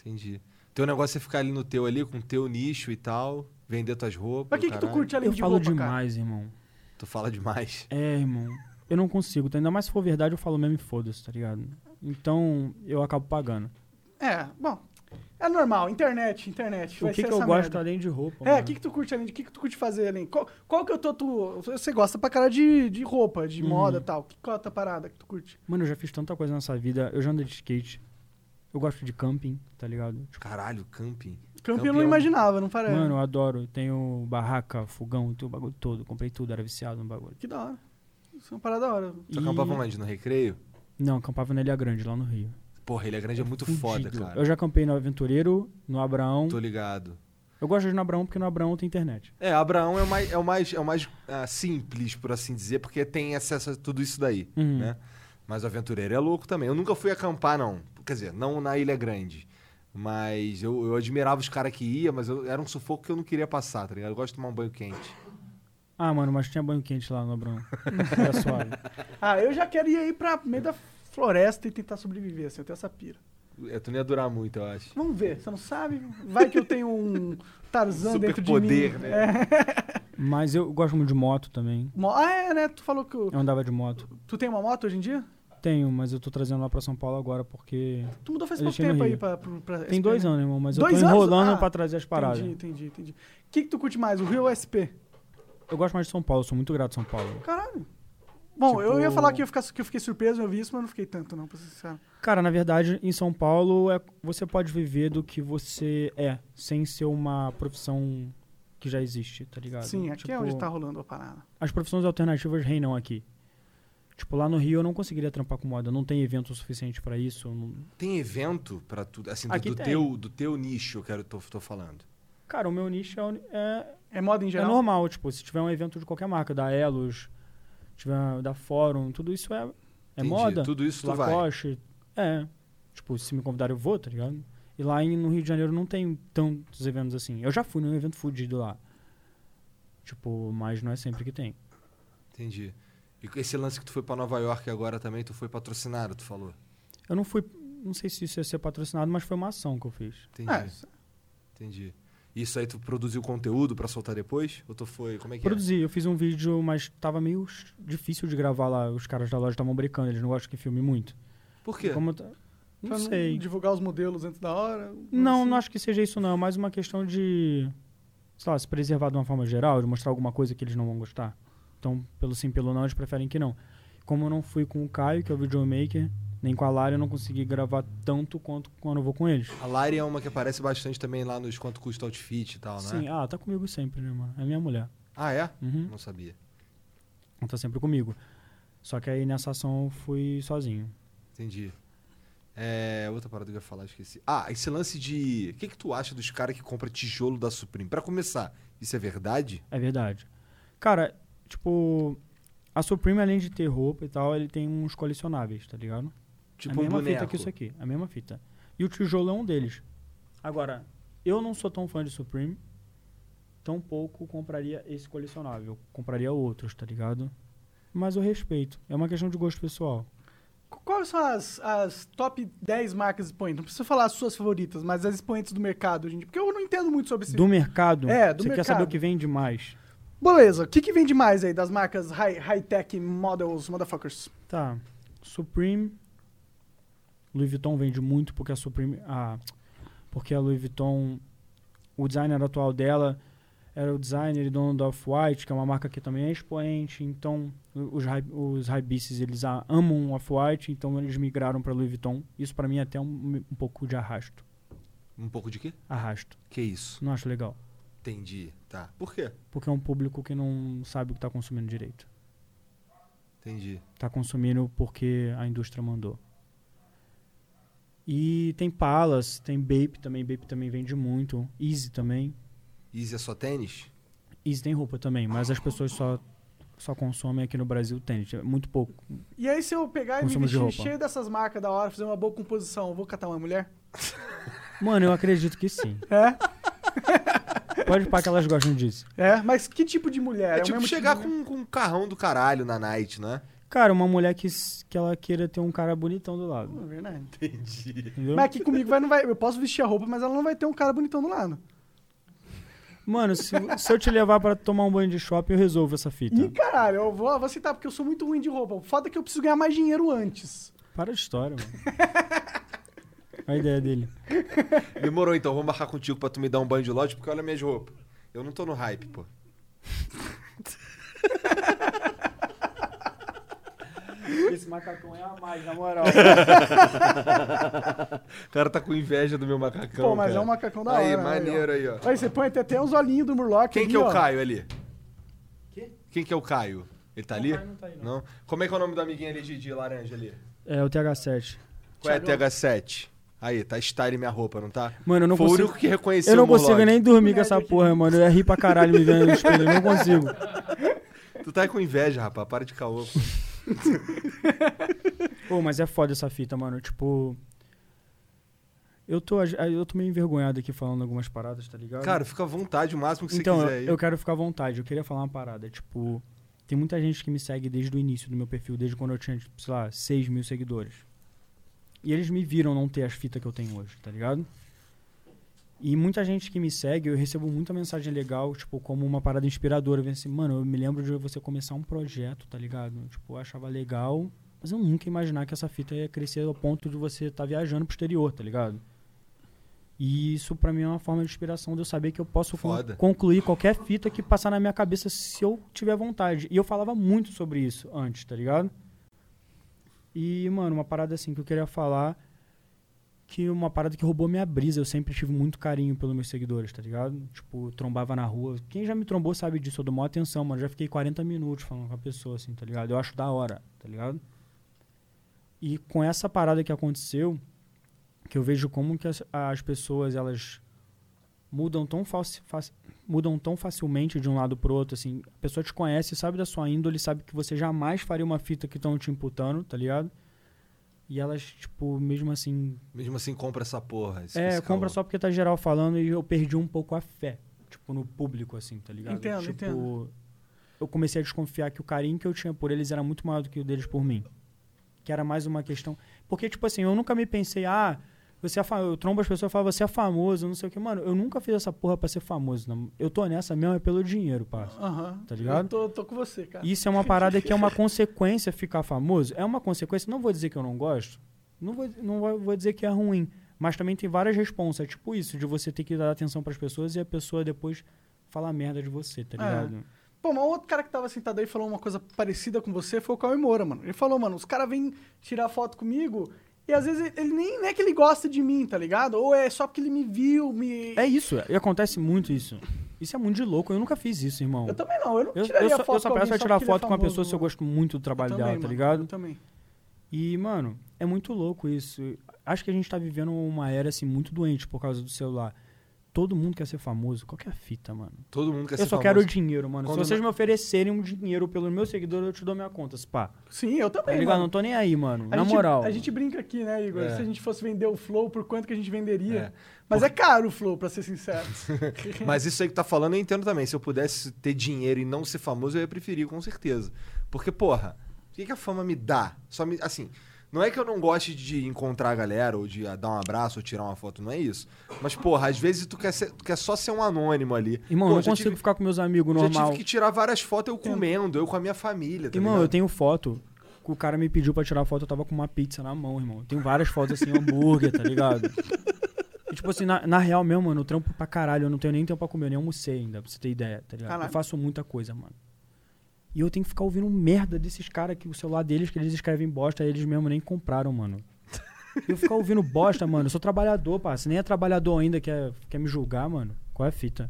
Speaker 1: Entendi. Teu negócio é ficar ali no teu ali, com o teu nicho e tal, vender tuas roupas.
Speaker 2: Mas o que, que
Speaker 1: caralho.
Speaker 2: tu curte além
Speaker 3: Eu
Speaker 2: de
Speaker 3: falo
Speaker 2: roupa, cara?
Speaker 3: demais, irmão.
Speaker 1: Tu fala demais.
Speaker 3: É, irmão. Eu não consigo, tá? ainda mais se for verdade, eu falo mesmo e foda-se, tá ligado? Então, eu acabo pagando.
Speaker 2: É, bom. É normal, internet, internet.
Speaker 3: o
Speaker 2: vai
Speaker 3: que,
Speaker 2: ser
Speaker 3: que eu
Speaker 2: essa
Speaker 3: gosto
Speaker 2: merda.
Speaker 3: além de roupa?
Speaker 2: É,
Speaker 3: mano?
Speaker 2: o que, que tu curte além de. O que, que tu curte fazer além? Qual, qual que é eu tô. Tu, você gosta pra cara de, de roupa, de
Speaker 3: Uhum.
Speaker 2: moda e tal. Que, qual é a tua parada que tu curte?
Speaker 3: Mano, eu já fiz tanta coisa nessa vida. Eu já andei de skate. Eu gosto de camping, tá ligado? Tipo,
Speaker 1: Caralho, camping.
Speaker 2: Campo eu
Speaker 1: Campeão.
Speaker 2: não imaginava, não parece.
Speaker 3: Mano, eu adoro. Tenho barraca, fogão, tenho o bagulho todo. Comprei tudo, era viciado no bagulho.
Speaker 2: Que da hora. Isso é uma parada da hora.
Speaker 1: Tu
Speaker 3: E-
Speaker 1: acampava onde? um No recreio?
Speaker 3: Não, acampava na Ilha Grande, lá no Rio.
Speaker 1: Porra, Ilha Grande é muito
Speaker 3: Fudido.
Speaker 1: foda, cara.
Speaker 3: Eu já acampei no Aventureiro, no Abraão.
Speaker 1: Tô ligado.
Speaker 3: Eu gosto de ir no Abraão porque no Abraão tem internet.
Speaker 1: É, Abraão é o mais, é o mais, é o mais ah, simples, por assim dizer, porque tem acesso a tudo isso daí,
Speaker 3: Uhum.
Speaker 1: né? Mas o aventureiro é louco também. Eu nunca fui acampar, não. Quer dizer, não na Ilha Grande. Mas eu, eu admirava os caras que ia, mas eu- era um sufoco que eu não queria passar, tá ligado? Eu gosto de tomar um banho quente.
Speaker 3: Ah, mano, mas tinha banho quente lá no Abraão. Era suave.
Speaker 2: Ah, eu já quero ir aí pra meio da floresta e tentar sobreviver, assim, eu tenho essa pira.
Speaker 1: É, tu não ia durar muito, eu acho.
Speaker 2: Vamos ver, você não sabe? Vai que eu tenho um Tarzan
Speaker 1: Super
Speaker 2: dentro de
Speaker 1: poder,
Speaker 2: mim.
Speaker 1: né?
Speaker 2: É.
Speaker 3: Mas eu gosto muito de moto também.
Speaker 2: Mo- Ah, é, né? Tu falou que. eu-
Speaker 3: Eu andava de moto.
Speaker 2: Tu tem uma moto hoje em dia?
Speaker 3: Tenho, mas eu tô trazendo lá pra São Paulo agora porque.
Speaker 2: Tu mudou faz
Speaker 3: Eu
Speaker 2: pouco
Speaker 3: deixei no
Speaker 2: tempo aí
Speaker 3: Rio.
Speaker 2: pra. pra, pra
Speaker 3: Tem
Speaker 2: SP,
Speaker 3: dois
Speaker 2: né?
Speaker 3: anos, irmão, mas
Speaker 2: Dois
Speaker 3: eu tô
Speaker 2: anos?
Speaker 3: enrolando
Speaker 2: Ah,
Speaker 3: pra trazer as paradas.
Speaker 2: Entendi, entendi, entendi. O que, que tu curte mais, o Rio ou SP?
Speaker 3: Eu gosto mais de São Paulo, sou muito grato a São Paulo.
Speaker 2: Caralho. Bom, eu
Speaker 3: Tipo-
Speaker 2: ia falar que eu, ficar, que eu fiquei surpreso, eu vi isso, mas não fiquei tanto, não, pra ser sincero.
Speaker 3: Cara, na verdade, em São Paulo, é, você pode viver do que você é, sem ser uma profissão que já existe, tá ligado?
Speaker 2: Sim, aqui é
Speaker 3: Tipo,
Speaker 2: onde tá rolando a parada.
Speaker 3: As profissões alternativas reinam aqui. Tipo, lá no Rio eu não conseguiria trampar com moda, não tem evento suficiente pra isso. eu não-
Speaker 1: Tem evento pra tudo? Assim, do,
Speaker 3: Aqui
Speaker 1: do
Speaker 3: tem. teu-
Speaker 1: teu, do teu nicho que eu tô, falando.
Speaker 3: Cara, o meu nicho é uni- é,
Speaker 2: É moda em
Speaker 3: É
Speaker 2: geral?
Speaker 3: normal, tipo, se tiver um evento de qualquer marca, da Elos, tiver um, da Fórum, tudo isso é, é moda.
Speaker 1: Tudo isso tu vai.
Speaker 3: Lacoste, é. Tipo, se me convidarem eu vou, tá ligado? E lá em- no Rio de Janeiro não tem tantos eventos assim. Eu já fui num evento fudido lá. Tipo, mas não é sempre que tem.
Speaker 1: Entendi. E com esse lance que tu foi pra Nova York agora também, tu foi patrocinado, tu falou.
Speaker 3: Eu não fui, não sei se isso ia ser patrocinado, mas foi uma ação que eu fiz.
Speaker 1: Entendi.
Speaker 2: É, isso-
Speaker 1: Entendi. Isso aí tu produziu conteúdo pra soltar depois? Ou tu foi. Como é que
Speaker 3: Produzi, eu fiz um vídeo, mas tava meio ch- difícil de gravar lá. Os caras da loja estavam brincando, eles não gostam que filme muito.
Speaker 1: é? Por quê?
Speaker 3: Como eu ta-
Speaker 2: pra
Speaker 3: não sei.
Speaker 2: divulgar os modelos antes da hora.
Speaker 3: Não,
Speaker 2: assim.
Speaker 3: não acho que seja isso, não. É mais uma questão de, sei lá, se preservar de uma forma geral, de mostrar alguma coisa que eles não vão gostar. Então, pelo sim, pelo não, eles preferem que não. Como eu não fui com o Caio, que é o videomaker, nem com a Lara, eu não consegui gravar tanto quanto quando eu vou com eles.
Speaker 1: A Lari é uma que aparece bastante também lá nos quanto custa o outfit e tal, né?
Speaker 3: Sim, ah, tá comigo sempre, né, mano? É minha mulher.
Speaker 1: Ah, é?
Speaker 3: Uhum.
Speaker 1: Não sabia.
Speaker 3: Ela tá sempre comigo. Só que aí nessa ação eu fui sozinho.
Speaker 1: Entendi. É, outra parada que eu ia falar, esqueci. Ah, esse lance de. O que, que tu acha dos caras que compram tijolo da Supreme? Pra começar, isso é verdade?
Speaker 3: É verdade. Cara, tipo, a Supreme, além de ter roupa e tal, ele tem uns colecionáveis, tá ligado?
Speaker 1: Tipo
Speaker 3: a
Speaker 1: um
Speaker 3: mesma
Speaker 1: boneco.
Speaker 3: fita que isso aqui, a mesma fita. E o tijolo é um deles. Agora, eu não sou tão fã de Supreme, tampouco compraria esse colecionável. Compraria outros, tá ligado? Mas eu respeito. É uma questão de gosto pessoal.
Speaker 2: Qu- Quais são as, as top 10 marcas expoentes? Não precisa falar as suas favoritas, mas as expoentes do mercado, gente. Porque eu não entendo muito sobre esse.
Speaker 3: Do mercado,
Speaker 2: É, do
Speaker 3: você quer
Speaker 2: mercado.
Speaker 3: saber o que vende mais.
Speaker 2: Beleza, o que, que vende mais aí das marcas high- high-tech models, motherfuckers?
Speaker 3: Tá. Supreme. Louis Vuitton vende muito porque a Supreme. Ah, porque a Louis Vuitton. O designer atual dela era o designer e dono da Off-White, que é uma marca que também é expoente. Então, o- os, high- os hypebeasts, eles a- amam o Off-White, então eles migraram para Louis Vuitton. Isso para mim é até um, um pouco de arrasto.
Speaker 1: Um pouco de quê?
Speaker 3: Arrasto.
Speaker 1: Que isso?
Speaker 3: Não acho legal.
Speaker 1: Entendi. Tá. Por quê?
Speaker 3: Porque é um público que não sabe o que tá consumindo direito.
Speaker 1: Entendi.
Speaker 3: Tá consumindo porque a indústria mandou. E tem Palace, tem Bape também. Bape também vende muito. Easy também.
Speaker 1: Easy é só tênis?
Speaker 3: Easy tem roupa também, mas as pessoas só, só consomem aqui no Brasil tênis. É muito pouco.
Speaker 2: E aí, se eu pegar e me
Speaker 3: Consumo de
Speaker 2: vestir
Speaker 3: roupa.
Speaker 2: cheio dessas marcas da hora, fazer uma boa composição, eu vou catar uma mulher?
Speaker 3: Mano, eu acredito que sim.
Speaker 2: É?
Speaker 3: Pode parar que elas gostam disso.
Speaker 2: É? Mas que tipo de mulher?
Speaker 1: É,
Speaker 2: o
Speaker 1: tipo
Speaker 2: mesmo
Speaker 1: chegar
Speaker 2: de-
Speaker 1: com, com um carrão do caralho na night, né?
Speaker 3: Cara, uma mulher que, s- que ela queira ter um cara bonitão do lado.
Speaker 2: Hum, Verdade.
Speaker 1: Entendi.
Speaker 3: Entendeu?
Speaker 2: Mas aqui comigo vai, não vai. Eu posso vestir a roupa, mas ela não vai ter um cara bonitão do lado.
Speaker 3: Mano, se, se eu te levar pra tomar um banho de shopping, eu resolvo essa fita.
Speaker 2: Ih, caralho, eu vou, vou citar, porque eu sou muito ruim de roupa. O Foda é que eu preciso ganhar mais dinheiro antes.
Speaker 3: Para de história, mano. Olha a ideia dele.
Speaker 1: Demorou então, vou marcar contigo pra tu me dar um banho de lote, porque olha minhas roupas. Eu não tô no hype, pô.
Speaker 3: Esse macacão é a mais, na moral.
Speaker 1: O cara tá com inveja do meu macacão.
Speaker 2: Pô, mas
Speaker 1: cara.
Speaker 2: é um macacão da
Speaker 1: Aí,
Speaker 2: hora.
Speaker 1: maneiro aí, ó.
Speaker 2: Aí, ó. Aí você põe até, até uns olhinhos do Murloc.
Speaker 1: Quem
Speaker 2: ali,
Speaker 1: que é o
Speaker 2: ó.
Speaker 1: Caio ali?
Speaker 3: Quê?
Speaker 1: Quem que é o Caio? Ele tá ali?
Speaker 3: Caio não tá aí, não.
Speaker 1: Como é que é o nome do amiguinho ali de, de laranja ali?
Speaker 3: É o TH7.
Speaker 1: Qual é a
Speaker 2: Thiago.
Speaker 1: TH7? Aí, tá style minha roupa, não tá?
Speaker 3: Mano, eu não
Speaker 1: Foi o
Speaker 3: consigo.
Speaker 1: único que reconheceu
Speaker 3: Eu não
Speaker 1: o Murloc.
Speaker 3: consigo nem dormir com
Speaker 2: Médio
Speaker 3: essa
Speaker 2: aqui.
Speaker 3: porra, mano. Eu ia rir pra caralho me vendo no espelho. Eu não consigo.
Speaker 1: Tu tá com inveja, rapaz. Para de caô. pô.
Speaker 3: Pô, mas é foda essa fita, mano. Tipo. Eu tô, às- eu tô meio envergonhado aqui falando algumas paradas, tá ligado?
Speaker 1: Cara, fica à vontade o máximo que
Speaker 3: então,
Speaker 1: você
Speaker 3: eu,
Speaker 1: quiser aí.
Speaker 3: eu quero ficar à vontade. Eu queria falar uma parada. Tipo, tem muita gente que me segue desde o início do meu perfil, desde quando eu tinha, tipo, sei lá, 6 mil seguidores. E eles me viram não ter as fitas que eu tenho hoje, tá ligado? E muita gente que me segue, eu recebo muita mensagem legal, tipo, como uma parada inspiradora. Vem assim, mano, eu me lembro de você começar um projeto, tá ligado? Tipo, eu achava legal, mas eu nunca ia imaginar que essa fita ia crescer ao ponto de você estar viajando pro exterior, tá ligado? E isso pra mim é uma forma de inspiração de eu saber que eu posso con-
Speaker 1: Foda.
Speaker 3: concluir qualquer fita que passar na minha cabeça se eu tiver vontade. E eu falava muito sobre isso antes, tá ligado? E, mano, uma parada assim que eu queria falar que uma parada que roubou minha brisa. Eu sempre tive muito carinho pelos meus seguidores, tá ligado? Tipo, trombava na rua. Quem já me trombou sabe disso, eu dou maior atenção, mano. Já fiquei 40 minutos falando com a pessoa, assim, tá ligado? Eu acho da hora, tá ligado? E com essa parada que aconteceu, que eu vejo como que as, as pessoas, elas mudam tão faci- faci- mudam tão facilmente de um lado pro outro, assim. A pessoa te conhece, sabe da sua índole, sabe que você jamais faria uma fita que estão te imputando, tá ligado? E elas, tipo, mesmo assim,
Speaker 1: Mesmo assim, compra essa porra. esse-
Speaker 3: é,
Speaker 1: esse
Speaker 3: compra
Speaker 1: caô.
Speaker 3: só porque tá geral falando e eu perdi um pouco a fé, tipo, no público, assim, tá ligado?
Speaker 2: Entendo,
Speaker 3: tipo,
Speaker 2: entendo.
Speaker 3: eu comecei a desconfiar que o carinho que eu tinha por eles era muito maior do que o deles por mim. Que era mais uma questão. Porque, tipo assim, eu nunca me pensei, ah, você é fa... eu trombo as pessoas e falo, você é famoso, não sei o que. Mano, eu nunca fiz essa porra pra ser famoso. Não. Eu tô nessa mesmo, é pelo dinheiro, parça.
Speaker 2: Aham.
Speaker 3: Tá ligado?
Speaker 2: Eu tô, tô com você, cara.
Speaker 3: Isso é uma parada que é uma consequência ficar famoso. É uma consequência. Não vou dizer que eu não gosto. Não vou, não vou- vou dizer que é ruim. Mas também tem várias responsas. Tipo isso, de você ter que dar atenção pras pessoas e a pessoa depois falar merda de você, tá
Speaker 2: É.
Speaker 3: ligado?
Speaker 2: Pô, mas um outro cara que tava sentado aí e falou uma coisa parecida com você foi o Cauê Moura, mano. Ele falou, mano, os caras vêm tirar foto comigo e às vezes ele, ele nem, nem é que ele gosta de mim, tá ligado? Ou é só porque ele me viu, me.
Speaker 3: É, isso. E acontece muito isso. Isso é muito de louco. Eu nunca fiz isso, irmão.
Speaker 2: Eu também não, eu não
Speaker 3: Eu- eu
Speaker 2: tiraria
Speaker 3: só,
Speaker 2: foto
Speaker 3: eu só
Speaker 2: com
Speaker 3: peço
Speaker 2: alguém
Speaker 3: pra
Speaker 2: só
Speaker 3: tirar
Speaker 2: porque ele é
Speaker 3: foto com uma
Speaker 2: famoso,
Speaker 3: pessoa se eu
Speaker 2: mano.
Speaker 3: gosto muito do
Speaker 2: Eu
Speaker 3: trabalho
Speaker 2: também,
Speaker 3: dela, tá
Speaker 2: mano,
Speaker 3: ligado?
Speaker 2: Eu também.
Speaker 3: E, mano, é muito louco isso. Acho que a gente tá vivendo uma era, assim, muito doente por causa do celular. Todo mundo quer ser famoso. Qual que é a fita, mano?
Speaker 1: Todo mundo quer ser
Speaker 3: Eu só
Speaker 1: famoso.
Speaker 3: quero o dinheiro, mano.
Speaker 1: Quando
Speaker 3: Se vocês me oferecerem um dinheiro pelo meu seguidor, eu te dou minha conta, pá.
Speaker 2: Sim, eu
Speaker 3: Tá
Speaker 2: também.
Speaker 3: ligado?
Speaker 2: mano.
Speaker 3: Não tô nem aí, mano.
Speaker 2: A
Speaker 3: Na
Speaker 2: gente-
Speaker 3: moral.
Speaker 2: A gente brinca aqui, né, Igor?
Speaker 1: É.
Speaker 2: Se a gente fosse vender o Flow, por quanto que a gente venderia?
Speaker 1: É.
Speaker 2: Mas é caro o Flow, pra ser sincero.
Speaker 1: Mas isso aí que tá falando eu entendo também. Se eu pudesse ter dinheiro e não ser famoso, eu ia preferir, com certeza. Porque, porra, o que, que a fama me dá? Só me. Assim. Não é que eu não goste de encontrar a galera, ou de ah, dar um abraço, ou tirar uma foto, não é isso. Mas, porra, às vezes tu quer, ser- tu quer só ser um anônimo ali.
Speaker 3: Irmão,
Speaker 1: Pô,
Speaker 3: eu não
Speaker 1: já
Speaker 3: consigo
Speaker 1: tive-
Speaker 3: ficar com meus amigos
Speaker 1: Já
Speaker 3: normal. É.
Speaker 1: tive que tirar várias fotos eu comendo, eu com a minha família, tá
Speaker 3: irmão,
Speaker 1: ligado?
Speaker 3: eu tenho foto. que O cara me pediu pra tirar foto, eu tava com uma pizza na mão, irmão. Eu tenho várias fotos assim, hambúrguer, tá ligado? E, tipo assim, na, na real mesmo, mano, eu trampo pra caralho. Eu não tenho nem tempo pra comer, eu nem almocei ainda, pra você ter ideia, tá ligado?
Speaker 2: Caralho.
Speaker 3: Eu faço muita coisa, mano. E eu tenho que ficar ouvindo merda desses caras que o celular deles, que eles escrevem bosta, eles mesmo nem compraram, mano. E eu ficar ouvindo bosta, mano. Eu sou trabalhador, pá. Se nem é trabalhador ainda, quer, quer me julgar, mano. Qual é a fita?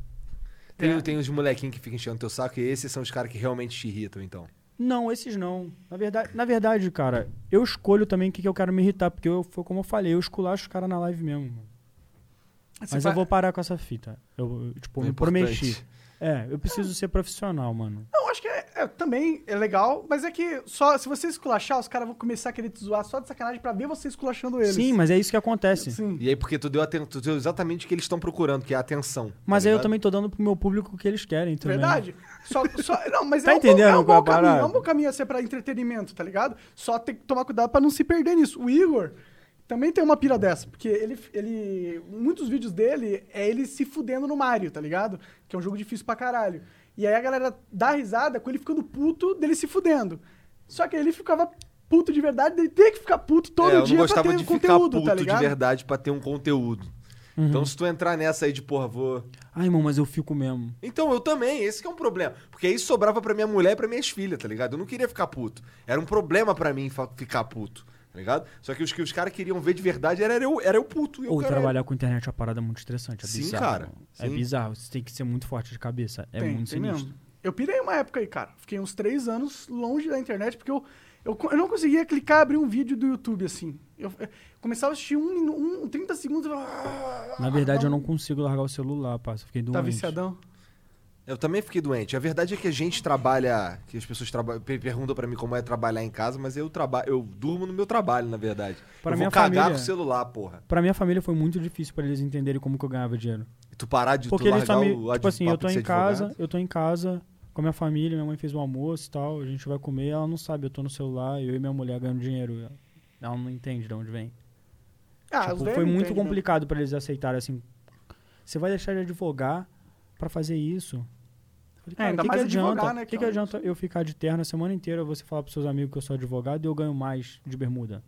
Speaker 1: Tem,
Speaker 2: É.
Speaker 1: tem os molequinhos que ficam enchendo teu saco e esses são os caras que realmente te irritam, então.
Speaker 3: Não, esses não. Na verdade, na verdade, cara, eu escolho também o que, que eu quero me irritar, porque eu, foi como eu falei, eu esculacho os caras na live mesmo. mano.
Speaker 2: Você
Speaker 3: Mas
Speaker 2: vai-
Speaker 3: eu vou parar com essa fita. Eu, eu, tipo,
Speaker 1: É
Speaker 3: me
Speaker 1: importante.
Speaker 3: prometi. É, eu preciso ser profissional, mano.
Speaker 2: Não, acho que é, é- também é legal, mas é que só se você esculachar, os caras vão começar a querer te zoar só de sacanagem pra ver você esculachando eles.
Speaker 3: Sim, mas é isso que acontece.
Speaker 2: Sim.
Speaker 1: E aí, porque tu deu, aten- tu deu exatamente o que eles estão procurando, que é a atenção.
Speaker 3: Mas
Speaker 1: tá
Speaker 3: aí eu
Speaker 1: ligado?
Speaker 3: também tô dando pro meu público o que eles querem também.
Speaker 2: Verdade. Só, só, não, mas
Speaker 3: né? Tá
Speaker 2: é um, bom-
Speaker 3: entendendo
Speaker 2: é um
Speaker 3: qual é
Speaker 2: bom
Speaker 3: a
Speaker 2: caminho,
Speaker 3: parada?
Speaker 2: é um bom caminho a ser pra entretenimento, tá ligado? Só tem que tomar cuidado pra não se perder nisso. O Igor também tem uma pira dessa, porque ele, ele muitos vídeos dele é ele se fudendo no Mario, tá ligado? Que é um jogo difícil pra caralho. E aí a galera dá risada com ele ficando puto dele se fudendo. Só que ele ficava puto de verdade, dele ter que ficar puto todo
Speaker 1: É, eu não
Speaker 2: dia pra
Speaker 1: gostava
Speaker 2: ter
Speaker 3: um
Speaker 1: de
Speaker 2: conteúdo,
Speaker 1: ficar
Speaker 2: tá
Speaker 1: puto
Speaker 2: ligado?
Speaker 1: de verdade pra ter um conteúdo.
Speaker 3: Uhum.
Speaker 1: Então, se tu entrar nessa aí de porra, vou.
Speaker 3: Ai, irmão, mas eu fico mesmo.
Speaker 1: Então, eu também, esse que é um problema. Porque aí sobrava pra minha mulher e pra minhas filhas, tá ligado? Eu não queria ficar puto. Era um problema pra mim fa- ficar puto, tá ligado? Só que os que os caras queriam ver de verdade era, era eu, era eu puto. E eu
Speaker 3: Ou
Speaker 1: caralho.
Speaker 3: trabalhar com internet é uma parada muito estressante. É
Speaker 1: Sim,
Speaker 3: bizarro.
Speaker 1: cara,
Speaker 3: É
Speaker 1: sim.
Speaker 3: bizarro. Você tem que ser muito forte de cabeça. É
Speaker 2: Tem,
Speaker 3: muito
Speaker 2: tem
Speaker 3: sinistro.
Speaker 2: mesmo. Eu pirei uma época aí, cara. Fiquei uns três anos longe da internet, porque eu, eu, co- eu não conseguia clicar e abrir um vídeo do YouTube, assim. Eu, eu começava a assistir um, minu- um 30 segundos... eu- "Ah,
Speaker 3: Na verdade, eu não consigo largar o celular, parça. Eu Fiquei doente.
Speaker 2: Tá viciadão?
Speaker 1: Eu também fiquei doente. A verdade é que a gente trabalha, que as pessoas traba- pe- perguntam pra mim como é trabalhar em casa, mas eu trabalho, eu durmo no meu trabalho, na verdade.
Speaker 3: Pra
Speaker 1: eu
Speaker 3: minha
Speaker 1: vou cagar
Speaker 3: família-
Speaker 1: com o celular, porra.
Speaker 3: Pra minha família foi muito difícil pra eles entenderem como que eu ganhava dinheiro.
Speaker 1: E tu parar de
Speaker 3: Porque
Speaker 1: tu
Speaker 3: eles
Speaker 1: largar
Speaker 3: só
Speaker 1: o
Speaker 3: me. Tipo
Speaker 1: advogado
Speaker 3: assim, eu tô
Speaker 1: de ser
Speaker 3: em casa,
Speaker 1: advogado.
Speaker 3: eu tô em casa com a minha família, minha mãe fez o almoço e tal, a gente vai comer, ela não sabe, eu tô no celular, eu e minha mulher ganhando dinheiro. Ela ela não entende de onde vem.
Speaker 2: Ah,
Speaker 3: Tipo,
Speaker 2: os velhos
Speaker 3: foi
Speaker 2: não
Speaker 3: muito
Speaker 2: entendem, né?
Speaker 3: complicado pra eles aceitarem assim. Você vai deixar de advogar pra fazer isso? Eu Falei,
Speaker 2: É, ainda
Speaker 3: que
Speaker 2: mais
Speaker 3: que adianta?
Speaker 2: advogar, né,
Speaker 3: que,
Speaker 2: que
Speaker 3: que
Speaker 2: é um-
Speaker 3: adianta eu ficar de terno a semana inteira, você falar pros seus amigos que eu sou advogado e eu ganho mais de bermuda?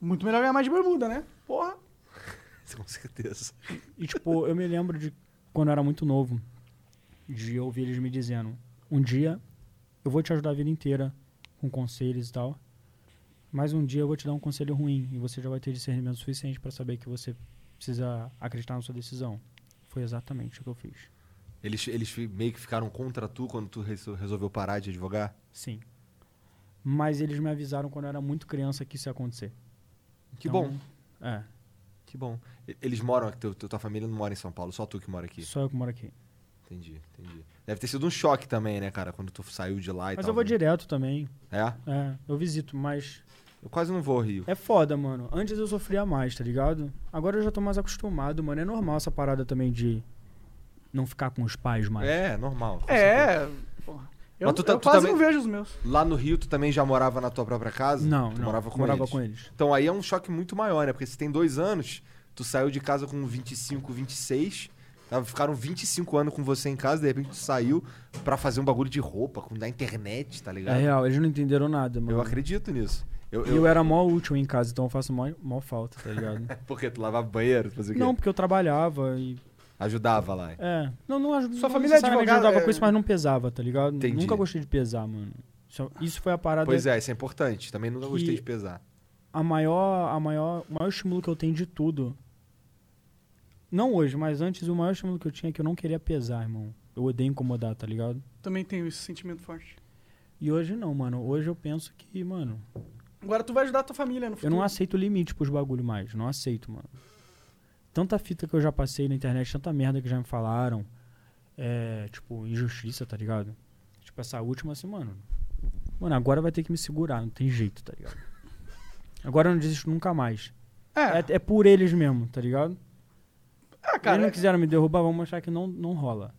Speaker 2: Muito melhor ganhar mais de bermuda, né? Porra.
Speaker 1: Com certeza.
Speaker 3: E, tipo, eu me lembro de quando eu era muito novo, de eu ouvir eles me dizendo: um dia eu vou te ajudar a vida inteira com conselhos e tal, mas um dia eu vou te dar um conselho ruim e você já vai ter discernimento suficiente pra saber que você precisa acreditar na sua decisão. Foi exatamente o que eu fiz.
Speaker 1: Eles, eles fi- meio que ficaram contra tu quando tu reso- resolveu parar de advogar?
Speaker 3: Sim. Mas eles me avisaram quando eu era muito criança que isso ia acontecer.
Speaker 1: Que
Speaker 3: Então,
Speaker 1: bom,
Speaker 3: É,
Speaker 1: que bom. E- Eles moram aqui, teu- teu- tua família não mora em São Paulo, só tu que mora aqui.
Speaker 3: só eu que moro aqui.
Speaker 1: Entendi, entendi. Deve ter sido um choque também, né, cara, quando tu saiu de lá e
Speaker 3: Mas
Speaker 1: tal.
Speaker 3: eu vou
Speaker 1: né?
Speaker 3: direto também.
Speaker 1: É?
Speaker 3: É, eu visito, mas
Speaker 1: Eu quase não vou ao Rio.
Speaker 3: É foda, mano. Antes eu sofria mais, tá ligado? Agora eu já tô mais acostumado, mano. É normal essa parada também de não ficar com os pais mais.
Speaker 1: É, normal. com certeza.
Speaker 2: É, porra. Eu,
Speaker 1: Mas tu tá-
Speaker 2: eu
Speaker 1: tu
Speaker 2: quase
Speaker 1: também-
Speaker 2: não vejo os meus.
Speaker 1: Lá no Rio, tu também já morava na tua própria casa?
Speaker 3: Não,
Speaker 1: tu
Speaker 3: não.
Speaker 1: morava com eles. Então aí é um choque muito maior, né? Porque se tem dois anos, tu saiu de casa com 25, 26. Tá? Ficaram 25 anos com você em casa, de repente tu saiu pra fazer um bagulho de roupa, com da internet, tá
Speaker 3: É
Speaker 1: ligado?
Speaker 3: real, eles não entenderam nada, mano.
Speaker 1: eu acredito nisso. Eu,
Speaker 3: E
Speaker 1: eu, é
Speaker 3: eu era mó útil em casa, então eu faço mó, mó falta, tá ligado?
Speaker 1: Porque tu lavava banheiro, tu fazia o quê?
Speaker 3: não, porque eu trabalhava e.
Speaker 1: Ajudava lá.
Speaker 3: É. Não, não ajudava.
Speaker 2: Sua família é advogada,
Speaker 3: ajudava
Speaker 2: é?
Speaker 3: com isso, mas não pesava, tá ligado?
Speaker 1: Entendi.
Speaker 3: Nunca gostei de pesar, mano. Isso, isso foi a parada.
Speaker 1: Pois é, isso é importante. Também nunca
Speaker 3: Que-
Speaker 1: gostei de pesar.
Speaker 3: a maior, a maior, o maior estímulo que eu tenho de tudo. Não hoje, mas antes o maior estímulo que eu tinha é que eu não queria pesar, irmão. Eu odeio incomodar, tá ligado?
Speaker 2: Também tenho esse sentimento forte.
Speaker 3: E hoje não, mano. Hoje eu penso que, mano,
Speaker 2: Agora tu vai ajudar a tua família no
Speaker 3: eu
Speaker 2: futuro.
Speaker 3: não aceito limite pros bagulho mais. Não aceito, mano. Tanta fita que eu já passei na internet, tanta merda que já me falaram. É, tipo, injustiça, tá ligado? Tipo, essa última assim, mano. Mano, agora vai ter que me segurar, não tem jeito, tá ligado? Agora eu não desisto nunca mais.
Speaker 2: É,
Speaker 3: É, é por eles mesmo, tá ligado?
Speaker 2: ah,
Speaker 3: Eles
Speaker 2: cara.
Speaker 3: não quiseram me derrubar, vamos mostrar que não, não rola.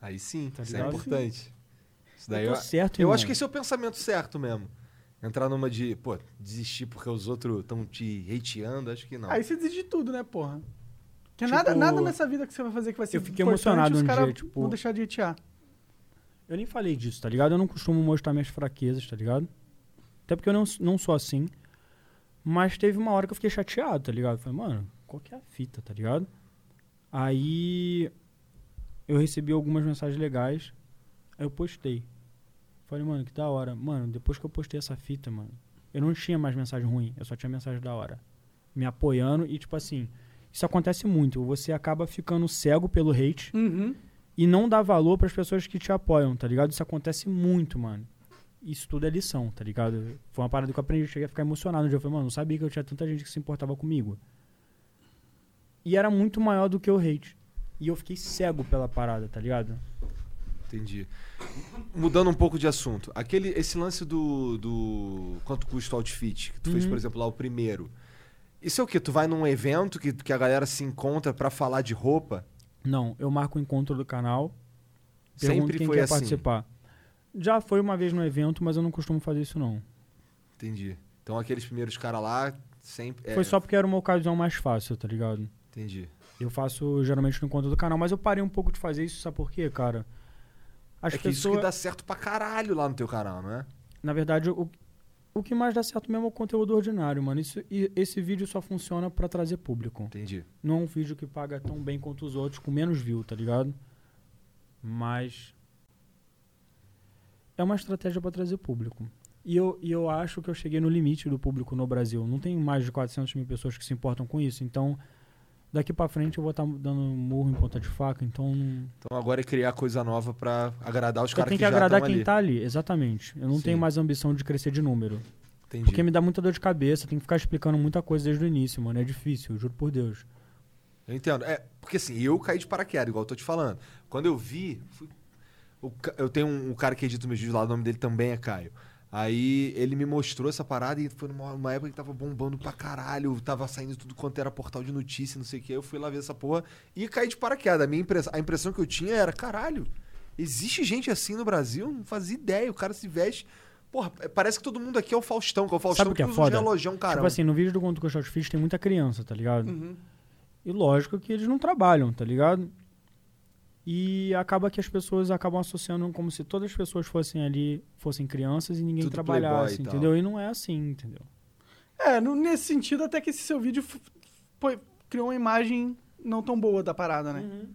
Speaker 1: Aí sim,
Speaker 3: Tá
Speaker 1: isso é
Speaker 3: ligado?
Speaker 1: importante. Isso daí
Speaker 3: eu
Speaker 1: eu,
Speaker 3: tô certo,
Speaker 1: eu
Speaker 3: irmão.
Speaker 1: acho que esse é o pensamento certo mesmo. Entrar numa de, pô, desistir porque os outros estão te hateando, acho que não.
Speaker 2: é, Aí você desiste de tudo, né, porra? Porque
Speaker 3: Tipo,
Speaker 2: nada, nada nessa vida que você vai fazer que vai ser
Speaker 3: eu fiquei
Speaker 2: importante,
Speaker 3: emocionado
Speaker 2: os
Speaker 3: um
Speaker 2: caras
Speaker 3: dia, tipo-
Speaker 2: vão deixar de etiar.
Speaker 3: Eu nem falei disso, tá ligado? Eu não costumo mostrar minhas fraquezas, tá ligado? Até porque eu não, não sou assim. Mas teve uma hora que eu fiquei chateado, tá ligado? Falei, mano, qual que é a fita, tá ligado? Aí eu recebi algumas mensagens legais, aí eu postei. Falei, mano, que da hora. Mano, depois que eu postei essa fita, mano, eu não tinha mais mensagem ruim, eu só tinha mensagem da hora. Me apoiando e, tipo assim, isso acontece muito. Você acaba ficando cego pelo hate
Speaker 2: Uhum.
Speaker 3: e não dá valor pras pessoas que te apoiam, tá ligado? Isso acontece muito, mano. Isso tudo é lição, tá ligado? Foi uma parada que eu aprendi, eu cheguei a ficar emocionado. Um dia eu falei, mano, não sabia que eu tinha tanta gente que se importava comigo. E era muito maior do que o hate. E eu fiquei cego pela parada, tá ligado?
Speaker 1: Entendi. Mudando um pouco de assunto. Aquele, esse lance do, do quanto custa o outfit, que tu fez,
Speaker 3: Uhum.
Speaker 1: por exemplo, lá o primeiro. Isso é o quê? Tu vai num evento que, que a galera se encontra pra falar de roupa?
Speaker 3: Não, eu marco o encontro do canal. Pergunto
Speaker 1: Sempre
Speaker 3: quem
Speaker 1: foi
Speaker 3: quer
Speaker 1: assim.
Speaker 3: participar. Já foi uma vez no evento, mas eu não costumo fazer isso não.
Speaker 1: Entendi. Então aqueles primeiros caras lá, sempre. é,
Speaker 3: Foi só porque era uma ocasião mais fácil, tá ligado?
Speaker 1: Entendi.
Speaker 3: Eu faço geralmente no encontro do canal, mas eu parei um pouco de fazer isso, sabe por quê, cara? As
Speaker 1: é que isso
Speaker 3: pessoas,
Speaker 1: que dá certo pra caralho lá no teu canal, não é?
Speaker 3: na verdade, o, o que mais dá certo mesmo é o conteúdo ordinário, mano. Isso, e esse vídeo só funciona pra trazer público.
Speaker 1: Entendi.
Speaker 3: Não é um vídeo que paga tão bem quanto os outros, com menos view, tá ligado? Mas é uma estratégia pra trazer público. E eu, e eu acho que eu cheguei no limite do público no Brasil. Não tem mais de 400 mil pessoas que se importam com isso. Então, daqui pra frente eu vou estar dando murro em ponta de faca. Então, não-
Speaker 1: Então agora é criar coisa nova pra agradar os
Speaker 3: eu
Speaker 1: caras que,
Speaker 3: tenho que
Speaker 1: já
Speaker 3: agradar
Speaker 1: tão
Speaker 3: quem
Speaker 1: ali.
Speaker 3: tá ali. Exatamente. Eu não
Speaker 1: Sim.
Speaker 3: tenho mais ambição de crescer de número.
Speaker 1: Entendi.
Speaker 3: Porque me dá muita dor de cabeça. Tem que ficar explicando muita coisa desde o início, mano. É difícil, juro por Deus.
Speaker 1: Eu entendo. É, porque assim, eu caí de paraquedas, igual eu tô te falando. Quando eu vi. fui- o ca- eu tenho um, um cara que edita meus vídeos lá, o nome dele também é Caio. Aí ele me mostrou essa parada e foi numa numa época que tava bombando pra caralho, tava saindo tudo quanto era portal de notícia, não sei o que. Eu fui lá ver essa porra e caí de paraquedas. A, minha impress- a impressão que eu tinha era: caralho, existe gente assim no Brasil? Não fazia ideia. O cara se veste. Porra, parece que todo mundo aqui é o Faustão, que é o Faustão
Speaker 3: o que é
Speaker 1: usa
Speaker 3: foda?
Speaker 1: um relojão, caramba.
Speaker 3: Tipo assim, no vídeo do Conto com Shot Fish tem muita criança, tá ligado?
Speaker 1: uhum.
Speaker 3: E lógico que eles não trabalham, tá ligado? E acaba que as pessoas acabam associando como se todas as pessoas fossem ali, fossem crianças e ninguém
Speaker 1: Tudo
Speaker 3: trabalhasse,
Speaker 1: playboy e tal.
Speaker 3: entendeu? E não é assim, entendeu?
Speaker 2: É, no- nesse sentido, até que esse seu vídeo f- foi- criou uma imagem não tão boa da parada, né?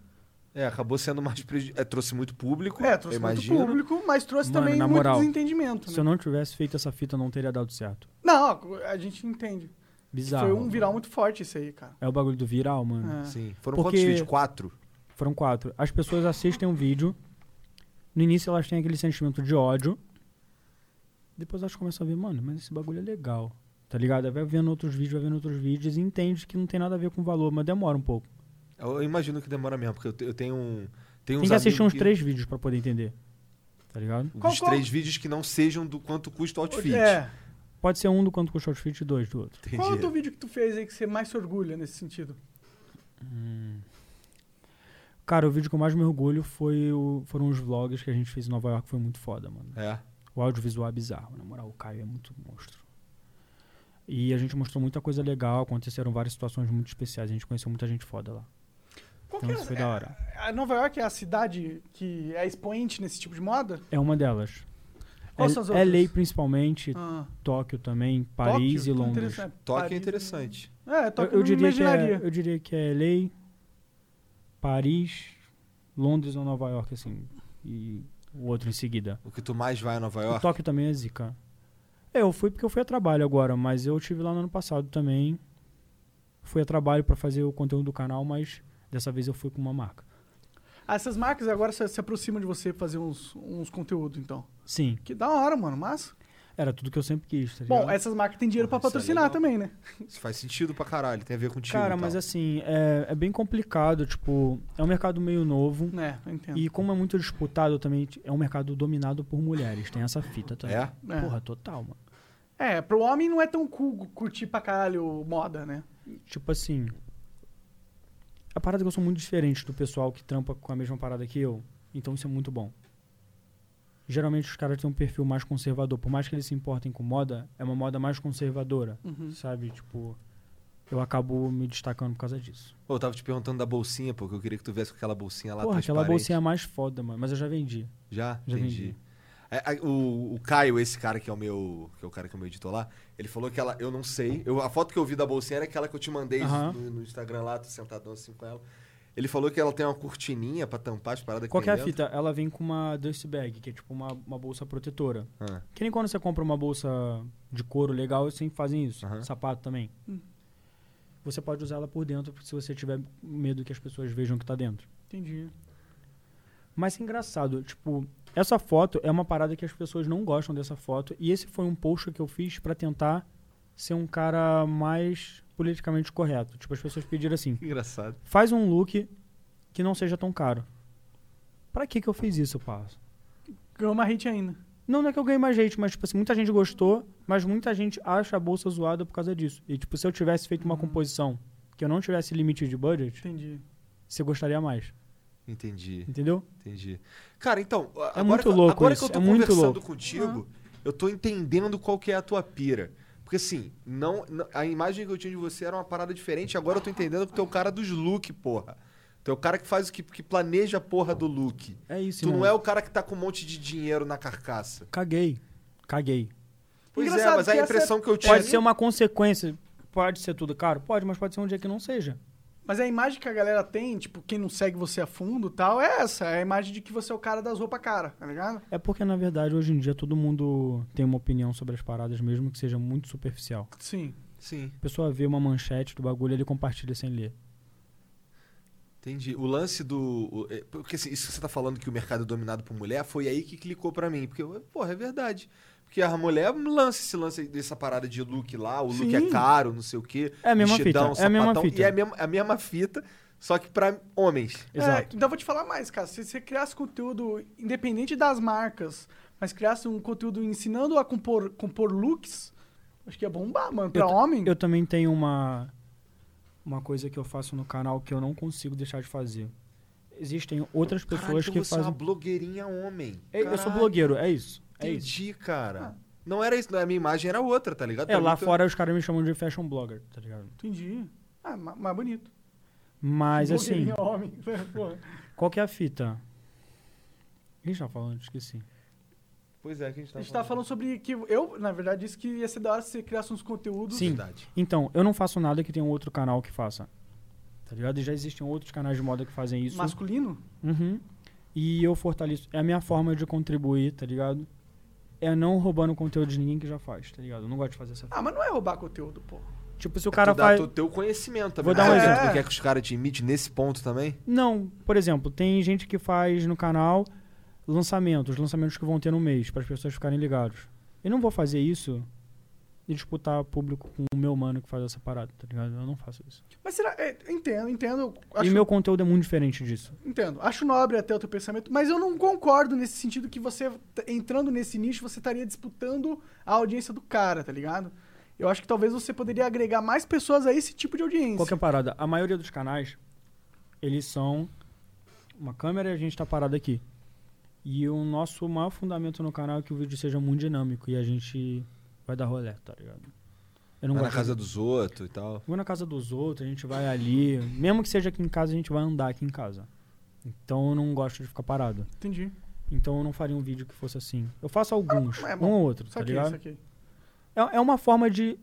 Speaker 1: É, acabou sendo mais prejudicial. trouxe muito público.
Speaker 2: É, trouxe
Speaker 1: eu imagino.
Speaker 2: muito público, mas trouxe
Speaker 3: Mano,
Speaker 2: também
Speaker 3: na
Speaker 2: muito
Speaker 3: moral,
Speaker 2: desentendimento,
Speaker 3: Se eu
Speaker 2: né?
Speaker 3: não tivesse feito essa fita, não teria dado certo.
Speaker 2: Não, a gente entende.
Speaker 3: Bizarro.
Speaker 2: Foi um viral muito forte isso aí, cara.
Speaker 3: É o bagulho do viral, mano.
Speaker 2: É.
Speaker 1: Sim. Foram
Speaker 3: Porque-
Speaker 1: quantos vídeos? Quatro?
Speaker 3: Foram quatro. As pessoas assistem um vídeo. No início elas têm aquele sentimento de ódio. Depois elas começam a ver, mano, mas esse bagulho é legal. Tá ligado? Aí Vai vendo outros vídeos, vai vendo outros vídeos e entende que não tem nada a ver com o valor, mas demora um pouco.
Speaker 1: Eu imagino que demora mesmo, porque eu te- eu tenho um. Tenho
Speaker 3: Tem
Speaker 1: uns
Speaker 3: que assistir uns
Speaker 1: amigos que-
Speaker 3: três vídeos pra poder entender. Tá ligado?
Speaker 1: Dos
Speaker 2: Qual- qual-
Speaker 1: três vídeos que não sejam do quanto custa o outfit.
Speaker 2: É.
Speaker 3: Pode ser um do quanto custa o outfit e dois do outro.
Speaker 1: Entendi.
Speaker 2: Qual é o teu vídeo que tu fez aí que você mais se orgulha nesse sentido? Hum.
Speaker 3: Cara, o vídeo que eu mais me orgulho foi o- foram os vlogs que a gente fez em Nova York, foi muito foda, mano.
Speaker 1: É.
Speaker 3: O audiovisual é bizarro, na moral, o Caio é muito monstro. E a gente mostrou muita coisa legal, aconteceram várias situações muito especiais, a gente conheceu muita gente foda lá.
Speaker 2: Qual
Speaker 3: Então
Speaker 2: que
Speaker 3: isso foi da
Speaker 2: é,
Speaker 3: hora.
Speaker 2: a Nova York é a cidade que é expoente nesse tipo de moda?
Speaker 3: É uma delas.
Speaker 2: Quais
Speaker 3: é,
Speaker 2: são as
Speaker 3: é lei
Speaker 2: outras?
Speaker 3: principalmente,
Speaker 2: Ah,
Speaker 3: Tóquio também, Paris
Speaker 2: Tóquio?
Speaker 3: e
Speaker 2: Que
Speaker 3: Londres.
Speaker 2: interessante.
Speaker 1: Tóquio é
Speaker 2: Paris-
Speaker 1: interessante.
Speaker 2: É,
Speaker 3: Eu,
Speaker 2: Tóquio
Speaker 3: eu
Speaker 2: eu,
Speaker 3: diria que é,
Speaker 2: imaginaria.
Speaker 3: eu diria que é lei, Paris, Londres ou Nova York, assim. E o outro em seguida.
Speaker 1: O que tu mais vai a Nova
Speaker 3: O
Speaker 1: York?
Speaker 3: Tóquio também é zica. É, eu fui porque eu fui a trabalho agora, mas eu tive lá no ano passado também. Fui a trabalho pra fazer o conteúdo do canal, mas dessa vez eu fui com uma marca.
Speaker 2: Ah, Essas marcas agora se, se aproximam de você pra fazer uns, uns conteúdos, então.
Speaker 3: Sim,
Speaker 2: Que da hora, mano, massa.
Speaker 3: era tudo que eu sempre quis, tá ligado?
Speaker 2: Bom, essas marcas têm dinheiro
Speaker 1: é
Speaker 2: pra
Speaker 1: um- Porra, isso é
Speaker 2: patrocinar
Speaker 1: legal.
Speaker 2: também, né?
Speaker 1: Isso faz sentido pra caralho, tem a ver contigo.
Speaker 3: Cara,
Speaker 1: e
Speaker 3: mas
Speaker 1: tal.
Speaker 3: assim, é, é bem complicado, tipo, é um mercado meio novo.
Speaker 2: É, eu entendo.
Speaker 3: E como é muito disputado também, t- é um mercado dominado por mulheres, tem essa fita também.
Speaker 1: É?
Speaker 2: É.
Speaker 3: Porra, total, mano.
Speaker 2: É, pro homem não é tão cool curtir pra caralho moda, né?
Speaker 3: Tipo assim. A parada é que eu sou muito diferente do pessoal que trampa com a mesma parada que eu. Então isso é muito bom. Geralmente os caras têm um perfil mais conservador. Por mais que eles se importem com moda, é uma moda mais conservadora.
Speaker 2: Uhum.
Speaker 1: Uhum.
Speaker 3: Sabe? Tipo, eu acabo me destacando por causa disso.
Speaker 1: Pô, eu tava te perguntando da bolsinha, pô, que eu queria que tu viesse com aquela bolsinha lá
Speaker 3: Porra, aquela
Speaker 1: transparente.
Speaker 3: bolsinha é mais foda, mano. Mas eu já vendi.
Speaker 1: Já?
Speaker 3: Já
Speaker 1: Entendi.
Speaker 3: vendi.
Speaker 1: É, a- o, o Caio, esse cara que é o meu. Que é o cara que é o meu editor lá, ele falou que ela. Eu não sei. Eu, a foto que eu vi da bolsinha era aquela que eu te mandei
Speaker 3: Aham.
Speaker 1: no, no Instagram lá, tô sentadão assim com ela. Ele falou que ela tem uma cortininha pra tampar as paradas
Speaker 3: Qual
Speaker 1: que
Speaker 3: que é
Speaker 1: tem
Speaker 3: a fita? Ela vem com uma dust bag, que é tipo uma, uma bolsa protetora.
Speaker 1: Ah.
Speaker 3: Que nem quando você compra uma bolsa de couro legal, eles sempre fazem isso.
Speaker 1: Aham.
Speaker 3: Sapato também. Você pode usar ela por dentro se você tiver medo que as pessoas vejam o que tá dentro.
Speaker 2: Entendi.
Speaker 3: Mas é engraçado, tipo, essa foto é uma parada que as pessoas não gostam dessa foto. E esse foi um post que eu fiz pra tentar ser um cara mais politicamente correto. Tipo, as pessoas pediram assim:
Speaker 1: Engraçado.
Speaker 3: faz um look que não seja tão caro. Pra que que eu fiz isso, Passo?
Speaker 2: Ganhou uma hate ainda.
Speaker 3: Não, não é que eu ganhei mais gente, mas, tipo assim, muita gente gostou, mas muita gente acha a bolsa zoada por causa disso. E, tipo, se eu tivesse feito uma
Speaker 1: Uhum.
Speaker 3: composição que eu não tivesse limite de budget,
Speaker 2: Entendi.
Speaker 3: você gostaria mais,
Speaker 1: Entendi.
Speaker 3: entendeu?
Speaker 1: Entendi. Cara, então, a- agora,
Speaker 3: É muito
Speaker 1: que, eu-
Speaker 3: louco
Speaker 1: agora
Speaker 3: isso,
Speaker 1: que eu tô
Speaker 3: é muito
Speaker 1: conversando
Speaker 3: louco.
Speaker 1: contigo, eu tô entendendo qual que é a tua pira. Porque assim, não, n- a imagem que eu tinha de você era uma parada diferente, agora eu tô entendendo que tu é o cara dos look, porra. Tu é o cara que faz o que, que planeja a porra do look.
Speaker 3: É isso,
Speaker 1: tu não
Speaker 3: mano.
Speaker 1: é o cara que tá com um monte de dinheiro na carcaça.
Speaker 3: Caguei. Caguei.
Speaker 1: Pois é,
Speaker 2: Engraçado
Speaker 1: mas a
Speaker 2: que essa
Speaker 1: impressão que eu tinha.
Speaker 3: Pode ser uma consequência, pode ser tudo caro? Pode, mas pode ser um dia que não seja.
Speaker 2: Mas a imagem que a galera tem, tipo, quem não segue você a fundo e tal, é essa. É a imagem de que você é o cara das roupas cara, tá ligado?
Speaker 3: É porque, na verdade, hoje em dia todo mundo tem uma opinião sobre as paradas, mesmo que seja muito superficial.
Speaker 2: Sim.
Speaker 1: Sim,
Speaker 3: A pessoa vê uma manchete do bagulho, ele compartilha sem ler.
Speaker 1: entendi. O lance do. o- é, Porque assim, isso que você tá falando que o mercado é dominado por mulher, foi aí que clicou pra mim. Porque, eu- porra, é verdade. Porque a mulher lança esse lance aí dessa parada de look lá, o look é
Speaker 2: Sim.
Speaker 1: caro, não sei o quê.
Speaker 3: É a mesma fita, é a mesma fita.
Speaker 1: E é a mesma, a mesma fita, só que pra homens.
Speaker 3: Exato.
Speaker 2: É, então eu vou te falar mais, cara. Se você criasse conteúdo independente das marcas, mas criasse um conteúdo ensinando a compor, compor looks, acho que ia bombar, mano. Pra
Speaker 3: Eu ta-
Speaker 2: homem.
Speaker 3: Eu também tenho uma, uma coisa que eu faço no canal que eu não consigo deixar de fazer. Existem outras
Speaker 1: Caralho,
Speaker 3: pessoas
Speaker 1: então
Speaker 3: que
Speaker 1: você é
Speaker 3: fazem.
Speaker 1: uma blogueirinha homem.
Speaker 3: É, eu sou
Speaker 1: Caralho,
Speaker 3: blogueiro, é isso. É isso.
Speaker 1: Entendi,
Speaker 2: Ah.
Speaker 1: cara. Não era isso, não, a minha imagem era outra, tá ligado?
Speaker 3: É,
Speaker 1: Pra
Speaker 3: lá
Speaker 1: mim, tu-
Speaker 3: fora os caras me chamam de fashion blogger, tá ligado?
Speaker 2: Entendi. Ah, ma- mais bonito.
Speaker 3: Mas assim,
Speaker 2: Blogueirinha homem. Porra.
Speaker 3: qual que é a fita? Ih, já falando, esqueci.
Speaker 1: Pois é, que a gente
Speaker 2: A
Speaker 1: tá
Speaker 2: gente tava falando sobre que eu, na verdade, disse que ia ser da hora se você criasse uns conteúdos.
Speaker 3: Sim.
Speaker 1: Verdade.
Speaker 3: Então, eu não faço nada que tenha um outro canal que faça. Tá ligado? E já existem outros canais de moda que fazem isso.
Speaker 2: Masculino?
Speaker 3: Uhum. E eu fortaleço. É a minha forma de contribuir, tá ligado? É não roubando conteúdo de ninguém que já faz, tá ligado? Eu não gosto de fazer essa
Speaker 2: Ah, mas não é roubar conteúdo, pô.
Speaker 3: Tipo, se
Speaker 1: O
Speaker 3: o cara
Speaker 1: É tu dá
Speaker 3: faz.
Speaker 1: o teu conhecimento também.
Speaker 3: Vou dar um
Speaker 1: né?
Speaker 2: exemplo.
Speaker 1: Tu quer que os caras te imitem nesse ponto também?
Speaker 3: Não, por exemplo, tem gente que faz no canal lançamentos, lançamentos que vão ter no mês, para as pessoas ficarem ligadas. Eu não vou fazer isso e disputar público com o meu mano que faz essa parada, tá ligado? Eu não faço isso.
Speaker 2: Mas será. é, entendo, entendo. Acho,
Speaker 3: E meu conteúdo é muito diferente disso.
Speaker 2: Entendo. Acho nobre até o teu pensamento, mas eu não concordo nesse sentido que você, t- entrando nesse nicho, você estaria disputando a audiência do cara, tá ligado? Eu acho que talvez você poderia agregar mais pessoas a esse tipo de audiência.
Speaker 3: Qual que é a parada? A maioria dos canais, eles são uma câmera e a gente tá parado aqui. E o nosso maior fundamento no canal é que o vídeo seja muito dinâmico e a gente vai dar rolê, tá ligado? Eu não
Speaker 1: Vai na
Speaker 3: gosto de-
Speaker 1: casa dos outros e tal.
Speaker 3: Vou na casa dos outros, a gente vai ali. Mesmo que seja aqui em casa, a gente vai andar aqui em casa. Então eu não gosto de ficar parado.
Speaker 2: Entendi.
Speaker 3: Então eu não faria um vídeo que fosse assim. Eu faço alguns,
Speaker 2: É,
Speaker 3: um
Speaker 2: bom,
Speaker 3: ou outro, tá
Speaker 2: Saquei,
Speaker 3: ligado?
Speaker 2: saquei.
Speaker 3: É, é uma forma de.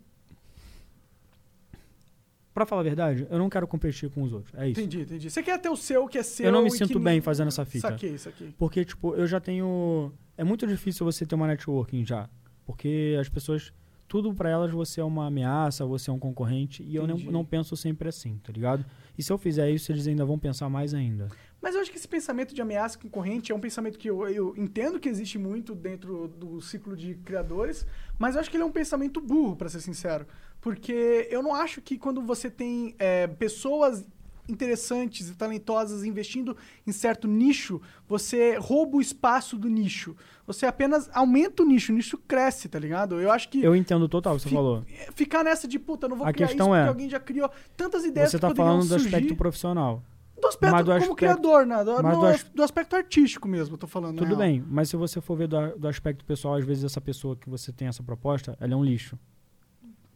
Speaker 3: Pra falar a verdade, eu não quero competir com os outros. É isso.
Speaker 2: Entendi, entendi. Você quer ter o seu, que é seu.
Speaker 3: Eu não
Speaker 2: e
Speaker 3: me
Speaker 2: que
Speaker 3: sinto
Speaker 2: não-
Speaker 3: bem fazendo essa fita.
Speaker 2: Saquei, saquei.
Speaker 3: Porque, tipo, eu já tenho. É muito difícil você ter uma networking já. Porque as pessoas. Tudo pra elas você é uma ameaça, você é um concorrente. E eu não,
Speaker 2: Entendi.
Speaker 3: não penso sempre assim, tá ligado? E se eu fizer isso, eles ainda vão pensar mais ainda.
Speaker 2: Mas eu acho que esse pensamento de ameaça concorrente é um pensamento que eu, eu entendo que existe muito dentro do ciclo de criadores, mas eu acho que ele é um pensamento burro, pra ser sincero. Porque eu não acho que quando você tem é, pessoas interessantes e talentosas investindo em certo nicho, você rouba o espaço do nicho. Você apenas aumenta o nicho, o nicho cresce, tá ligado? Eu acho que
Speaker 3: Eu entendo total o que você
Speaker 2: Fi-
Speaker 3: falou.
Speaker 2: é, ficar nessa de puta, não vou
Speaker 3: A
Speaker 2: criar isso
Speaker 3: questão
Speaker 2: porque
Speaker 3: é,
Speaker 2: alguém já criou tantas ideias
Speaker 3: Você
Speaker 2: que
Speaker 3: tá
Speaker 2: poderiam
Speaker 3: falando do
Speaker 2: surgir.
Speaker 3: aspecto profissional.
Speaker 2: Do aspecto
Speaker 3: Mas do
Speaker 2: como
Speaker 3: aspecto-
Speaker 2: criador, né? Do,
Speaker 3: mas
Speaker 2: não,
Speaker 3: do as-
Speaker 2: do aspecto artístico mesmo, eu tô falando. né? na
Speaker 3: Tudo
Speaker 2: real.
Speaker 3: bem, mas se você for ver do, a- do aspecto pessoal, às vezes essa pessoa que você tem essa proposta, ela é um lixo.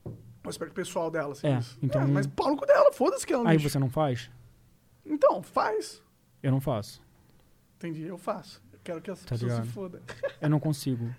Speaker 2: O aspecto pessoal dela, assim.
Speaker 3: É,
Speaker 2: isso.
Speaker 3: então-
Speaker 2: É, mas pau no cu dela, foda-se que ela não
Speaker 3: Aí
Speaker 2: diz.
Speaker 3: você não faz?
Speaker 2: Então, faz.
Speaker 3: Eu não faço.
Speaker 2: Entendi, eu faço. Eu quero que essa
Speaker 3: Tá
Speaker 2: pessoa se
Speaker 3: ligado.
Speaker 2: foda.
Speaker 3: Eu não consigo.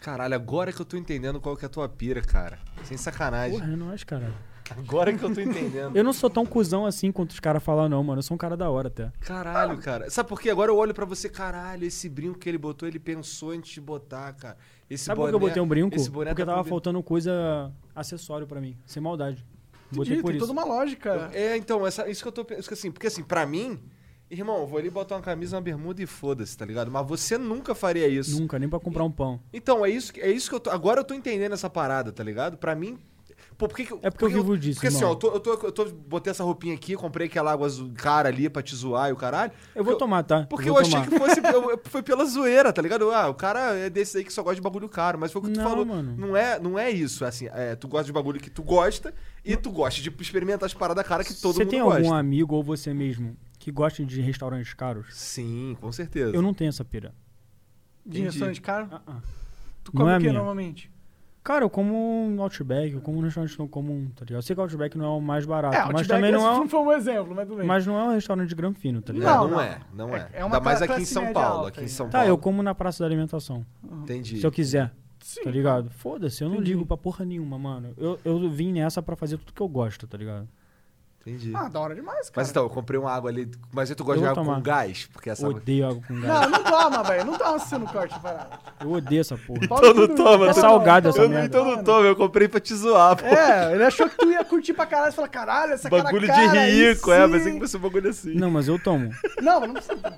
Speaker 1: Caralho, agora que eu tô entendendo qual que é a tua pira, cara. Sem sacanagem.
Speaker 3: Porra, é nóis, cara.
Speaker 1: Agora que eu tô entendendo.
Speaker 3: Eu não sou tão cuzão assim quanto os caras falam, não, mano. Eu sou um cara da hora até.
Speaker 1: Caralho, cara. Sabe por quê? Agora eu olho pra você, caralho, esse brinco que ele botou, ele pensou antes de botar, cara. Esse
Speaker 3: Sabe por
Speaker 1: boné,
Speaker 3: que eu botei um brinco?
Speaker 1: Esse boné
Speaker 3: Porque
Speaker 1: tá
Speaker 3: tava
Speaker 1: com-
Speaker 3: faltando coisa, acessório pra mim. Sem maldade. Botei
Speaker 2: Entendi,
Speaker 3: por
Speaker 2: tem
Speaker 3: isso.
Speaker 2: toda uma lógica.
Speaker 1: É, então, essa, isso que eu tô pensando. Assim, porque assim, pra mim, Irmão, vou ali botar uma camisa, uma bermuda e foda-se, tá ligado? Mas você nunca faria isso.
Speaker 3: Nunca, nem pra comprar um pão.
Speaker 1: Então, é isso, que- é isso que eu tô. Agora eu tô entendendo essa parada, tá ligado? Pra mim. Pô, por que que
Speaker 3: É porque eu vivo disso,
Speaker 1: Porque assim, ó,
Speaker 3: irmão.
Speaker 1: eu, tô, eu, tô, eu tô- Botei essa roupinha aqui, comprei aquela água azul cara ali pra te zoar e o caralho.
Speaker 3: Eu vou
Speaker 1: Porque
Speaker 3: tomar, tá?
Speaker 1: Porque eu
Speaker 3: vou
Speaker 1: achei
Speaker 3: tomar.
Speaker 1: que fosse. eu- eu- foi pela zoeira, tá ligado? Ah, o cara é desse aí que só gosta de bagulho caro. Mas foi o que tu
Speaker 3: Não,
Speaker 1: falou.
Speaker 3: mano.
Speaker 1: Não é, não é isso. É assim, é, tu gosta de bagulho que tu gosta e tu gosta de experimentar as paradas cara é que todo
Speaker 3: Você
Speaker 1: mundo
Speaker 3: tem
Speaker 1: gosta.
Speaker 3: algum amigo ou você mesmo que gosta de restaurantes caros?
Speaker 1: Sim, com certeza.
Speaker 3: Eu não tenho essa pira.
Speaker 2: De restaurante caro?
Speaker 3: Ah, ah.
Speaker 2: Tu
Speaker 3: Não
Speaker 2: come
Speaker 3: é
Speaker 2: o que
Speaker 3: minha.
Speaker 2: normalmente?
Speaker 3: Cara, eu como um Outback, eu como um restaurante não comum, tá ligado? Eu sei que o Outback não é o mais barato,
Speaker 2: é,
Speaker 3: mas
Speaker 2: Outback
Speaker 3: também não é,
Speaker 2: esse foi um exemplo, mas tudo
Speaker 3: um,
Speaker 2: bem.
Speaker 3: mas não é um restaurante de grão fino, tá
Speaker 1: Não,
Speaker 3: ligado?
Speaker 1: assim não,
Speaker 2: não.
Speaker 1: é, não é.
Speaker 2: É- é uma
Speaker 1: Ainda mais
Speaker 2: cla-
Speaker 1: aqui em
Speaker 2: classe
Speaker 1: São
Speaker 2: média
Speaker 1: Paulo.
Speaker 2: alta
Speaker 1: aqui
Speaker 2: aí,
Speaker 1: em
Speaker 2: né?
Speaker 1: São
Speaker 3: Tá,
Speaker 1: Paulo.
Speaker 3: eu como na praça da alimentação,
Speaker 1: Entendi.
Speaker 3: se eu quiser,
Speaker 2: Sim.
Speaker 3: tá ligado? Foda-se, eu não
Speaker 2: Entendi.
Speaker 3: ligo pra porra nenhuma, mano. Eu, eu vim nessa pra fazer tudo que eu gosto, tá ligado?
Speaker 1: Entendi.
Speaker 2: Ah, da hora demais, cara.
Speaker 1: mas então, eu comprei uma água ali. Mas aí tu gosta de
Speaker 3: Eu vou
Speaker 1: água
Speaker 3: tomar.
Speaker 1: com gás? Porque essa água.
Speaker 3: Odeio água com gás.
Speaker 2: Não, não toma, velho. Não toma se não corte a parada.
Speaker 3: Eu odeio essa porra.
Speaker 2: Paulo
Speaker 1: não
Speaker 2: tudo-
Speaker 1: toma,
Speaker 2: Paulo
Speaker 1: tu-
Speaker 2: tudo-
Speaker 3: salgado essa
Speaker 2: Paulo
Speaker 3: merda.
Speaker 2: tudo-
Speaker 1: então não tomo, eu comprei pra te zoar, pô.
Speaker 2: É, ele achou que tu ia curtir pra caralho. Falar, caralho, essa cara cara, aí sim.
Speaker 1: fosse um bagulho assim.
Speaker 3: Não, mas eu tomo.
Speaker 2: Não, mas não precisa.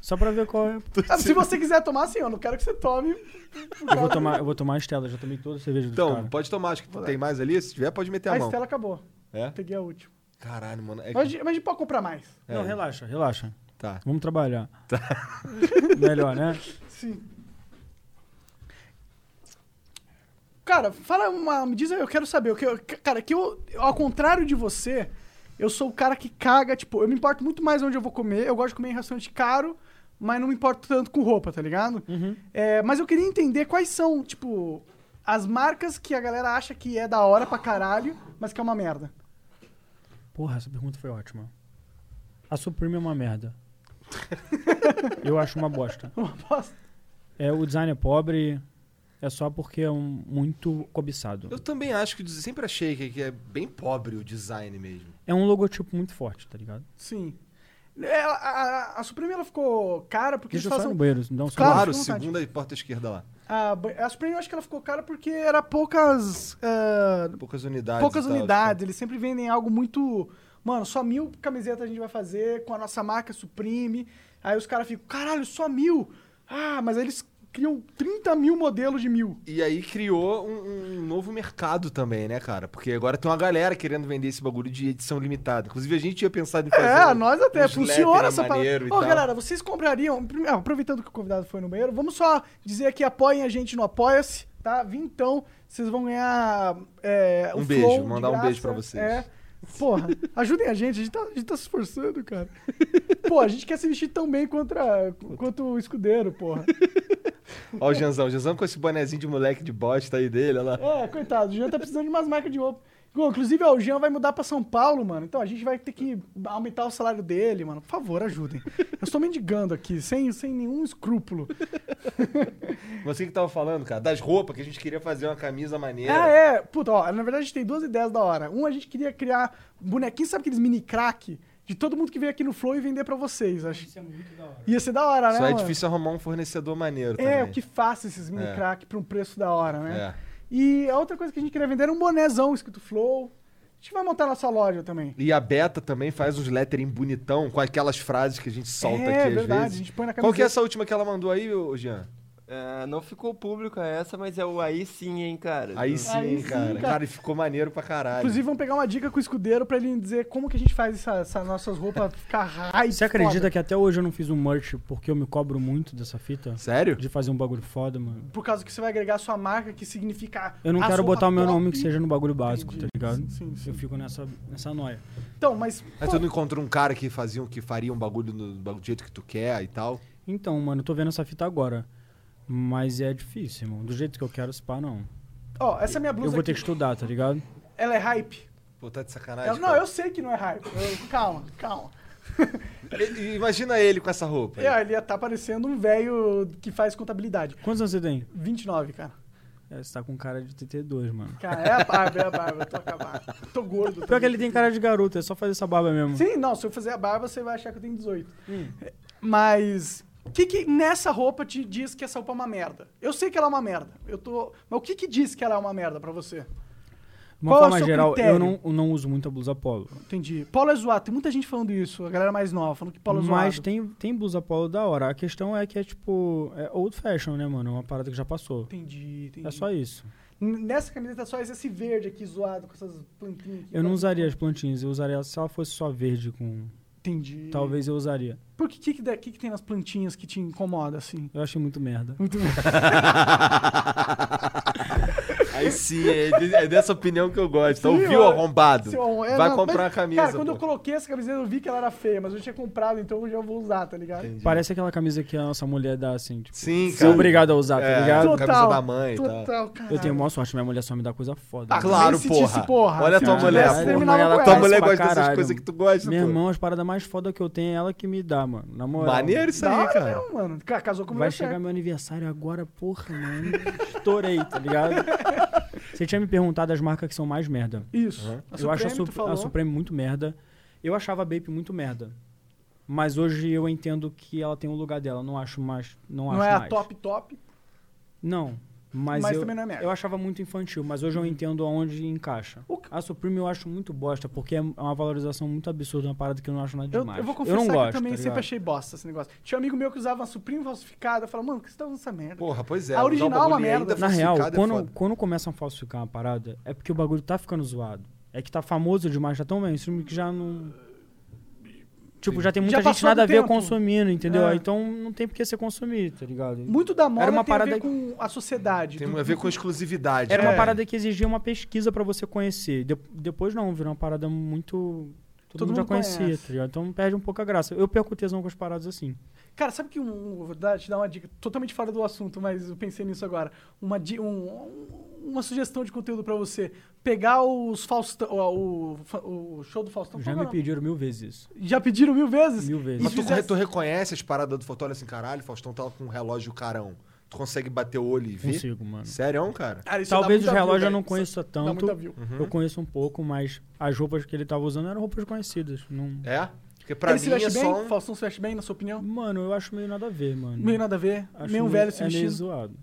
Speaker 3: Só pra ver qual é.
Speaker 2: Ah, Se você quiser tomar, sim, eu não quero que você tome.
Speaker 3: Eu vou tomar, eu vou tomar a Estela, já tomei toda a cerveja do
Speaker 1: Então,
Speaker 3: cara.
Speaker 1: pode tomar, acho que tem mais ali. Se tiver, pode meter a,
Speaker 2: A
Speaker 1: mão.
Speaker 2: Estela acabou.
Speaker 1: É?
Speaker 2: Peguei a última.
Speaker 1: Caralho, mano. É...
Speaker 2: Mas, a gente- mas a gente pode comprar mais.
Speaker 3: Não, relaxa, relaxa.
Speaker 1: Tá.
Speaker 3: Vamos trabalhar. Melhor, né?
Speaker 2: Sim. Cara, fala uma. Me diz, aí, eu quero saber. Eu quero, cara, que eu, eu, ao contrário de você, eu sou o cara que caga, tipo, eu me importo muito mais onde eu vou comer. Eu gosto de comer em restaurante caro, mas não me importo tanto com roupa, tá ligado?
Speaker 3: Uhum.
Speaker 2: É, mas eu queria entender quais são, tipo, as marcas que a galera acha que é da hora pra caralho, mas que é uma merda.
Speaker 3: Porra, essa pergunta foi ótima. A Supreme é uma merda. Eu acho uma bosta.
Speaker 2: Uma bosta.
Speaker 3: É, o design é pobre, é só porque é um- muito cobiçado.
Speaker 1: Eu também acho que o des- sempre achei que que é bem pobre o design mesmo.
Speaker 3: É um logotipo muito forte, tá ligado?
Speaker 2: Sim. É, a, a, a Supreme ela ficou cara porque
Speaker 3: Deixa eu
Speaker 2: eles
Speaker 3: só ir
Speaker 2: fazem
Speaker 3: no banheiro, me dá um
Speaker 2: Claro,
Speaker 3: segundo.
Speaker 1: Claro,
Speaker 2: fica à vontade.
Speaker 1: segunda e porta esquerda lá.
Speaker 2: A, ba- a Supreme eu acho que ela ficou cara porque era poucas. ah,
Speaker 1: Poucas unidades.
Speaker 2: poucas
Speaker 1: e tal, tipo.
Speaker 2: unidades. Eles sempre vendem algo muito. Mano, só mil camisetas a gente vai fazer com a nossa marca Supreme. Aí os caras ficam, caralho, só mil. Ah, mas aí eles criam 30 mil modelos de mil.
Speaker 1: E aí criou um, um novo mercado também, né, cara? Porque agora tem uma galera querendo vender esse bagulho de edição limitada. Inclusive, a gente tinha pensado em fazer.
Speaker 2: É,
Speaker 1: um-
Speaker 2: nós até.
Speaker 1: uns
Speaker 2: Funciona
Speaker 1: lettering
Speaker 2: essa
Speaker 1: maneiro
Speaker 2: palavra.
Speaker 1: e
Speaker 2: Ô,
Speaker 1: tal.
Speaker 2: galera, vocês comprariam. prime- ah, Aproveitando que o convidado foi no banheiro, vamos só dizer aqui: apoiem a gente no Apoia-se, tá? Vintão. Vocês vão ganhar. é, o
Speaker 1: Um beijo,
Speaker 2: Flow de
Speaker 1: mandar um
Speaker 2: graça,
Speaker 1: beijo pra vocês.
Speaker 2: É. Porra, ajudem a gente, a gente, tá, a gente tá se esforçando, cara. Pô, a gente quer se vestir tão bem contra, quanto o escudeiro, porra.
Speaker 1: Ó, o Janzão. O Janzão com esse bonezinho de moleque de bosta aí dele, olha lá.
Speaker 2: É, coitado, o Jean tá precisando de umas marcas de roupa. Bom, Inclusive, ó, o Jean vai mudar pra São Paulo, mano. Então a gente vai ter que aumentar o salário dele, mano. Por favor, ajudem. Eu estou mendigando aqui, sem, sem nenhum escrúpulo.
Speaker 1: Você que tava falando, cara, das roupas, que a gente queria fazer uma camisa maneira.
Speaker 2: Ah, é. Puta, ó, na verdade a gente tem duas ideias da hora. Um, a gente queria criar bonequinhos, sabe aqueles mini crack? De todo mundo que vem aqui no Flow e vender pra vocês. Acho.
Speaker 3: Isso é muito da hora.
Speaker 2: Ia ser da hora, né?
Speaker 1: Só é
Speaker 2: mano?
Speaker 1: difícil arrumar um fornecedor maneiro
Speaker 2: É,
Speaker 1: também.
Speaker 2: o que faça esses mini
Speaker 1: É.
Speaker 2: crack pra um preço da hora, né?
Speaker 1: É.
Speaker 2: E a outra coisa que a gente queria vender era um bonézão escrito Flow. A gente vai montar nossa loja também.
Speaker 1: E a Beta também faz uns lettering bonitão com aquelas frases que a gente solta
Speaker 2: é,
Speaker 1: aqui às
Speaker 2: verdade, a
Speaker 1: vezes.
Speaker 2: gente põe na
Speaker 1: Qual
Speaker 2: camiseta.
Speaker 1: que é essa última que ela mandou aí, ô Jean?
Speaker 4: É, não ficou pública essa, mas é o aí sim, hein, cara.
Speaker 1: Aí
Speaker 4: Do-
Speaker 1: sim,
Speaker 2: Aí sim,
Speaker 1: cara.
Speaker 2: cara.
Speaker 1: Cara, e ficou maneiro pra caralho.
Speaker 2: Inclusive, vamos pegar uma dica com o escudeiro pra ele dizer como que a gente faz essa, essa nossas roupas ficar hype.
Speaker 3: Você acredita
Speaker 2: foda.
Speaker 3: que até hoje eu não fiz um merch porque eu me cobro muito dessa fita?
Speaker 1: Sério?
Speaker 3: De fazer um bagulho foda, mano.
Speaker 2: Por causa que você vai agregar sua marca, que significa.
Speaker 3: Eu não
Speaker 2: a
Speaker 3: quero
Speaker 2: roupa
Speaker 3: botar o meu
Speaker 2: pop.
Speaker 3: nome que seja no bagulho básico,
Speaker 2: Entendi.
Speaker 3: tá ligado?
Speaker 2: Sim, sim.
Speaker 3: Eu fico nessa, nessa noia.
Speaker 2: Então, mas.
Speaker 1: Mas
Speaker 2: pô,
Speaker 1: tu não encontrou um cara que fazia um- que faria um bagulho no- do jeito que tu quer e tal?
Speaker 3: Então, mano, eu tô vendo essa fita agora. Mas é difícil, mano. Do jeito que eu quero, se pá, não.
Speaker 2: Ó, essa minha blusa
Speaker 3: Eu vou
Speaker 2: aqui,
Speaker 3: ter que estudar, tá ligado?
Speaker 2: ela é hype.
Speaker 1: Pô, tá de
Speaker 2: Ela-
Speaker 1: sacanagem.
Speaker 2: não,
Speaker 1: cara.
Speaker 2: eu sei que não é hype. Eu- calma, calma.
Speaker 1: E- e Imagina ele com essa roupa. aí.
Speaker 2: É, ele ia tá parecendo um velho que faz contabilidade.
Speaker 3: Quantos anos você tem?
Speaker 2: 29, cara.
Speaker 3: É, você tá com cara de 32, mano.
Speaker 2: Cara, é a barba, é a barba. Eu tô acabado. Tô gordo.
Speaker 3: Pior que
Speaker 2: também.
Speaker 3: ele tem cara de garoto, é só fazer essa barba mesmo.
Speaker 2: Sim, não, se eu fizer a barba, você vai achar que eu tenho 18. Mas. O que, que nessa roupa te diz que essa roupa é uma merda? Eu sei que ela é uma merda. Eu tô. Mas o que, que diz que ela é uma merda pra você?
Speaker 3: uma
Speaker 2: Qual é o
Speaker 3: forma
Speaker 2: seu
Speaker 3: geral,
Speaker 2: critério?
Speaker 3: eu não, eu não uso muito a blusa polo.
Speaker 2: Entendi. Polo é zoado. Tem muita gente falando isso. A galera mais nova falando que polo é zoado.
Speaker 3: Mas tem, tem blusa polo da hora. A questão é que é tipo. É old fashion, né, mano? É uma parada que já passou.
Speaker 2: Entendi, entendi.
Speaker 3: É só isso.
Speaker 2: N- Nessa camiseta é só esse verde aqui zoado com essas plantinhas aqui.
Speaker 3: Eu não usaria as plantinhas, eu usaria se ela fosse só verde com.
Speaker 2: Entendi.
Speaker 3: Talvez eu usaria.
Speaker 2: Por que que, que, dá- que que tem nas plantinhas que te incomoda, assim?
Speaker 3: Eu achei muito merda.
Speaker 2: Muito
Speaker 1: Aí sim, é, de- é dessa opinião que eu gosto.
Speaker 2: Sim,
Speaker 1: Ouviu,
Speaker 2: ó.
Speaker 1: arrombado?
Speaker 2: Seu- é,
Speaker 1: Vai
Speaker 2: não,
Speaker 1: comprar
Speaker 2: mas,
Speaker 1: a camisa.
Speaker 2: Cara, quando
Speaker 1: pô.
Speaker 2: eu coloquei essa camiseta, eu vi que ela era feia, mas eu tinha comprado, então eu já vou usar, tá ligado?
Speaker 1: Entendi.
Speaker 3: Parece aquela camisa que a nossa mulher dá assim, tipo.
Speaker 1: Sim,
Speaker 3: Você é
Speaker 1: cara.
Speaker 3: obrigado a usar, tá
Speaker 1: É,
Speaker 3: ligado?
Speaker 1: camisa da mãe e tal.
Speaker 2: Total, cara.
Speaker 3: Eu tenho maior sorte, minha mulher só me dá coisa foda.
Speaker 2: Ah,
Speaker 3: né?
Speaker 1: Claro,
Speaker 2: Nem sentisse,
Speaker 1: porra.
Speaker 2: porra. Tipo,
Speaker 1: Olha a
Speaker 2: Se
Speaker 1: tua
Speaker 2: eu
Speaker 1: mulher,
Speaker 2: tivesse
Speaker 1: porra.
Speaker 2: terminado
Speaker 3: Ela
Speaker 1: Tua
Speaker 2: com
Speaker 3: Parece
Speaker 1: mulher
Speaker 3: pra
Speaker 1: gosta dessas
Speaker 3: caralho,
Speaker 1: coisas
Speaker 3: mano.
Speaker 1: que tu gosta,
Speaker 3: Meu
Speaker 1: pô.
Speaker 3: irmão, as paradas mais foda que eu tenho é ela que me dá, mano. Na moral.
Speaker 1: Maneiro isso
Speaker 2: Da
Speaker 1: é aí,
Speaker 2: hora
Speaker 1: cara.
Speaker 2: mesmo, mano. Ca- Casou com o
Speaker 3: Vai
Speaker 2: meu
Speaker 3: chegar
Speaker 2: chefe.
Speaker 3: meu aniversário agora, porra, mano. Estourei, tá ligado? Você tinha me perguntado as marcas que são mais merda.
Speaker 2: Isso.
Speaker 1: Uhum.
Speaker 2: A
Speaker 3: eu acho a,
Speaker 2: Supreme, tu
Speaker 3: Sup- a
Speaker 2: falou.
Speaker 3: Supreme muito merda. Eu achava a Bape muito merda. Mas hoje eu entendo que ela tem o lugar dela. Não acho mais. Não,
Speaker 2: Não
Speaker 3: acho
Speaker 2: é a
Speaker 3: mais.
Speaker 2: top top,
Speaker 3: Não. Mas,
Speaker 2: mas
Speaker 3: eu,
Speaker 2: também não é merda.
Speaker 3: eu achava muito infantil, mas hoje eu entendo aonde encaixa.
Speaker 2: O que-
Speaker 3: A Supreme eu acho muito bosta, porque é uma valorização muito absurda, uma parada que eu não acho nada
Speaker 2: Eu,
Speaker 3: demais.
Speaker 2: eu vou confessar
Speaker 3: não
Speaker 2: que
Speaker 3: gosto,
Speaker 2: eu também
Speaker 3: tá
Speaker 2: sempre
Speaker 3: ligado?
Speaker 2: achei bosta esse negócio. Tinha um amigo meu que usava uma Supreme falsificada. Eu falava, mano, por que você tá usando essa merda?
Speaker 1: Porra, pois é.
Speaker 2: A
Speaker 1: usar um
Speaker 2: original é uma
Speaker 1: bagulho
Speaker 2: merda.
Speaker 1: ainda
Speaker 3: Na real,
Speaker 1: falsificado é
Speaker 3: quando,
Speaker 1: foda.
Speaker 3: quando começam a falsificar uma parada, é porque o bagulho tá ficando zoado. É que tá famoso demais, já tão mainstream que já não. Tipo, já tem
Speaker 2: Já
Speaker 3: muita gente
Speaker 2: passou do
Speaker 3: nada a ver
Speaker 2: tempo.
Speaker 3: consumindo, entendeu?
Speaker 2: É.
Speaker 3: Então não tem por que você consumir, tá ligado?
Speaker 2: Muito da moda
Speaker 3: Era uma
Speaker 2: tem a ver
Speaker 3: parada-
Speaker 2: com a sociedade.
Speaker 1: Tem
Speaker 2: do-
Speaker 1: a ver com exclusividade.
Speaker 3: Era É uma
Speaker 2: É.
Speaker 1: né?
Speaker 3: parada que exigia uma pesquisa pra você conhecer. De- depois não, virou uma parada muito. Todo,
Speaker 2: Todo
Speaker 3: mundo, já
Speaker 2: mundo
Speaker 3: conhecia,
Speaker 2: conhece.
Speaker 3: tá ligado? Então perde um pouco a graça. Eu perco tesão com as paradas assim.
Speaker 2: Cara, sabe que um, vou dar- te dar uma dica totalmente fora do assunto, mas eu pensei nisso agora. Uma, di- um- um- uma sugestão de conteúdo pra você. Pegar os Faustão, o, o fa- o show do Faustão.
Speaker 3: já
Speaker 2: Qual
Speaker 3: me
Speaker 2: que é o
Speaker 3: pediram mil vezes isso.
Speaker 2: nome? Já pediram mil vezes?
Speaker 3: Mil
Speaker 1: Mas
Speaker 3: vezes.
Speaker 1: tu,
Speaker 2: fizesse-
Speaker 1: tu reconhece as paradas do foto, olha assim, caralho, Faustão tá com um relógio carão. Tu consegue bater o olho e ver?
Speaker 3: Consigo, mano.
Speaker 1: Sério, cara?
Speaker 2: Cara, isso dá
Speaker 3: Talvez os
Speaker 2: muita view,
Speaker 3: relógios eu
Speaker 2: velho.
Speaker 3: não conheça
Speaker 2: Dá
Speaker 3: tanto.
Speaker 2: muita view.
Speaker 3: Eu conheço um pouco, mas as roupas que ele tava usando eram roupas conhecidas. Não...
Speaker 1: É? Porque pra
Speaker 2: Ele se
Speaker 1: mim é
Speaker 2: veste bem?
Speaker 1: só um...
Speaker 2: Faustão se veste bem, na sua opinião?
Speaker 3: Mano, eu acho meio nada a ver, mano.
Speaker 2: Meio nada a ver.
Speaker 3: Hum. Acho
Speaker 2: meio um velho se
Speaker 3: é meio
Speaker 2: vestindo.
Speaker 3: zoado.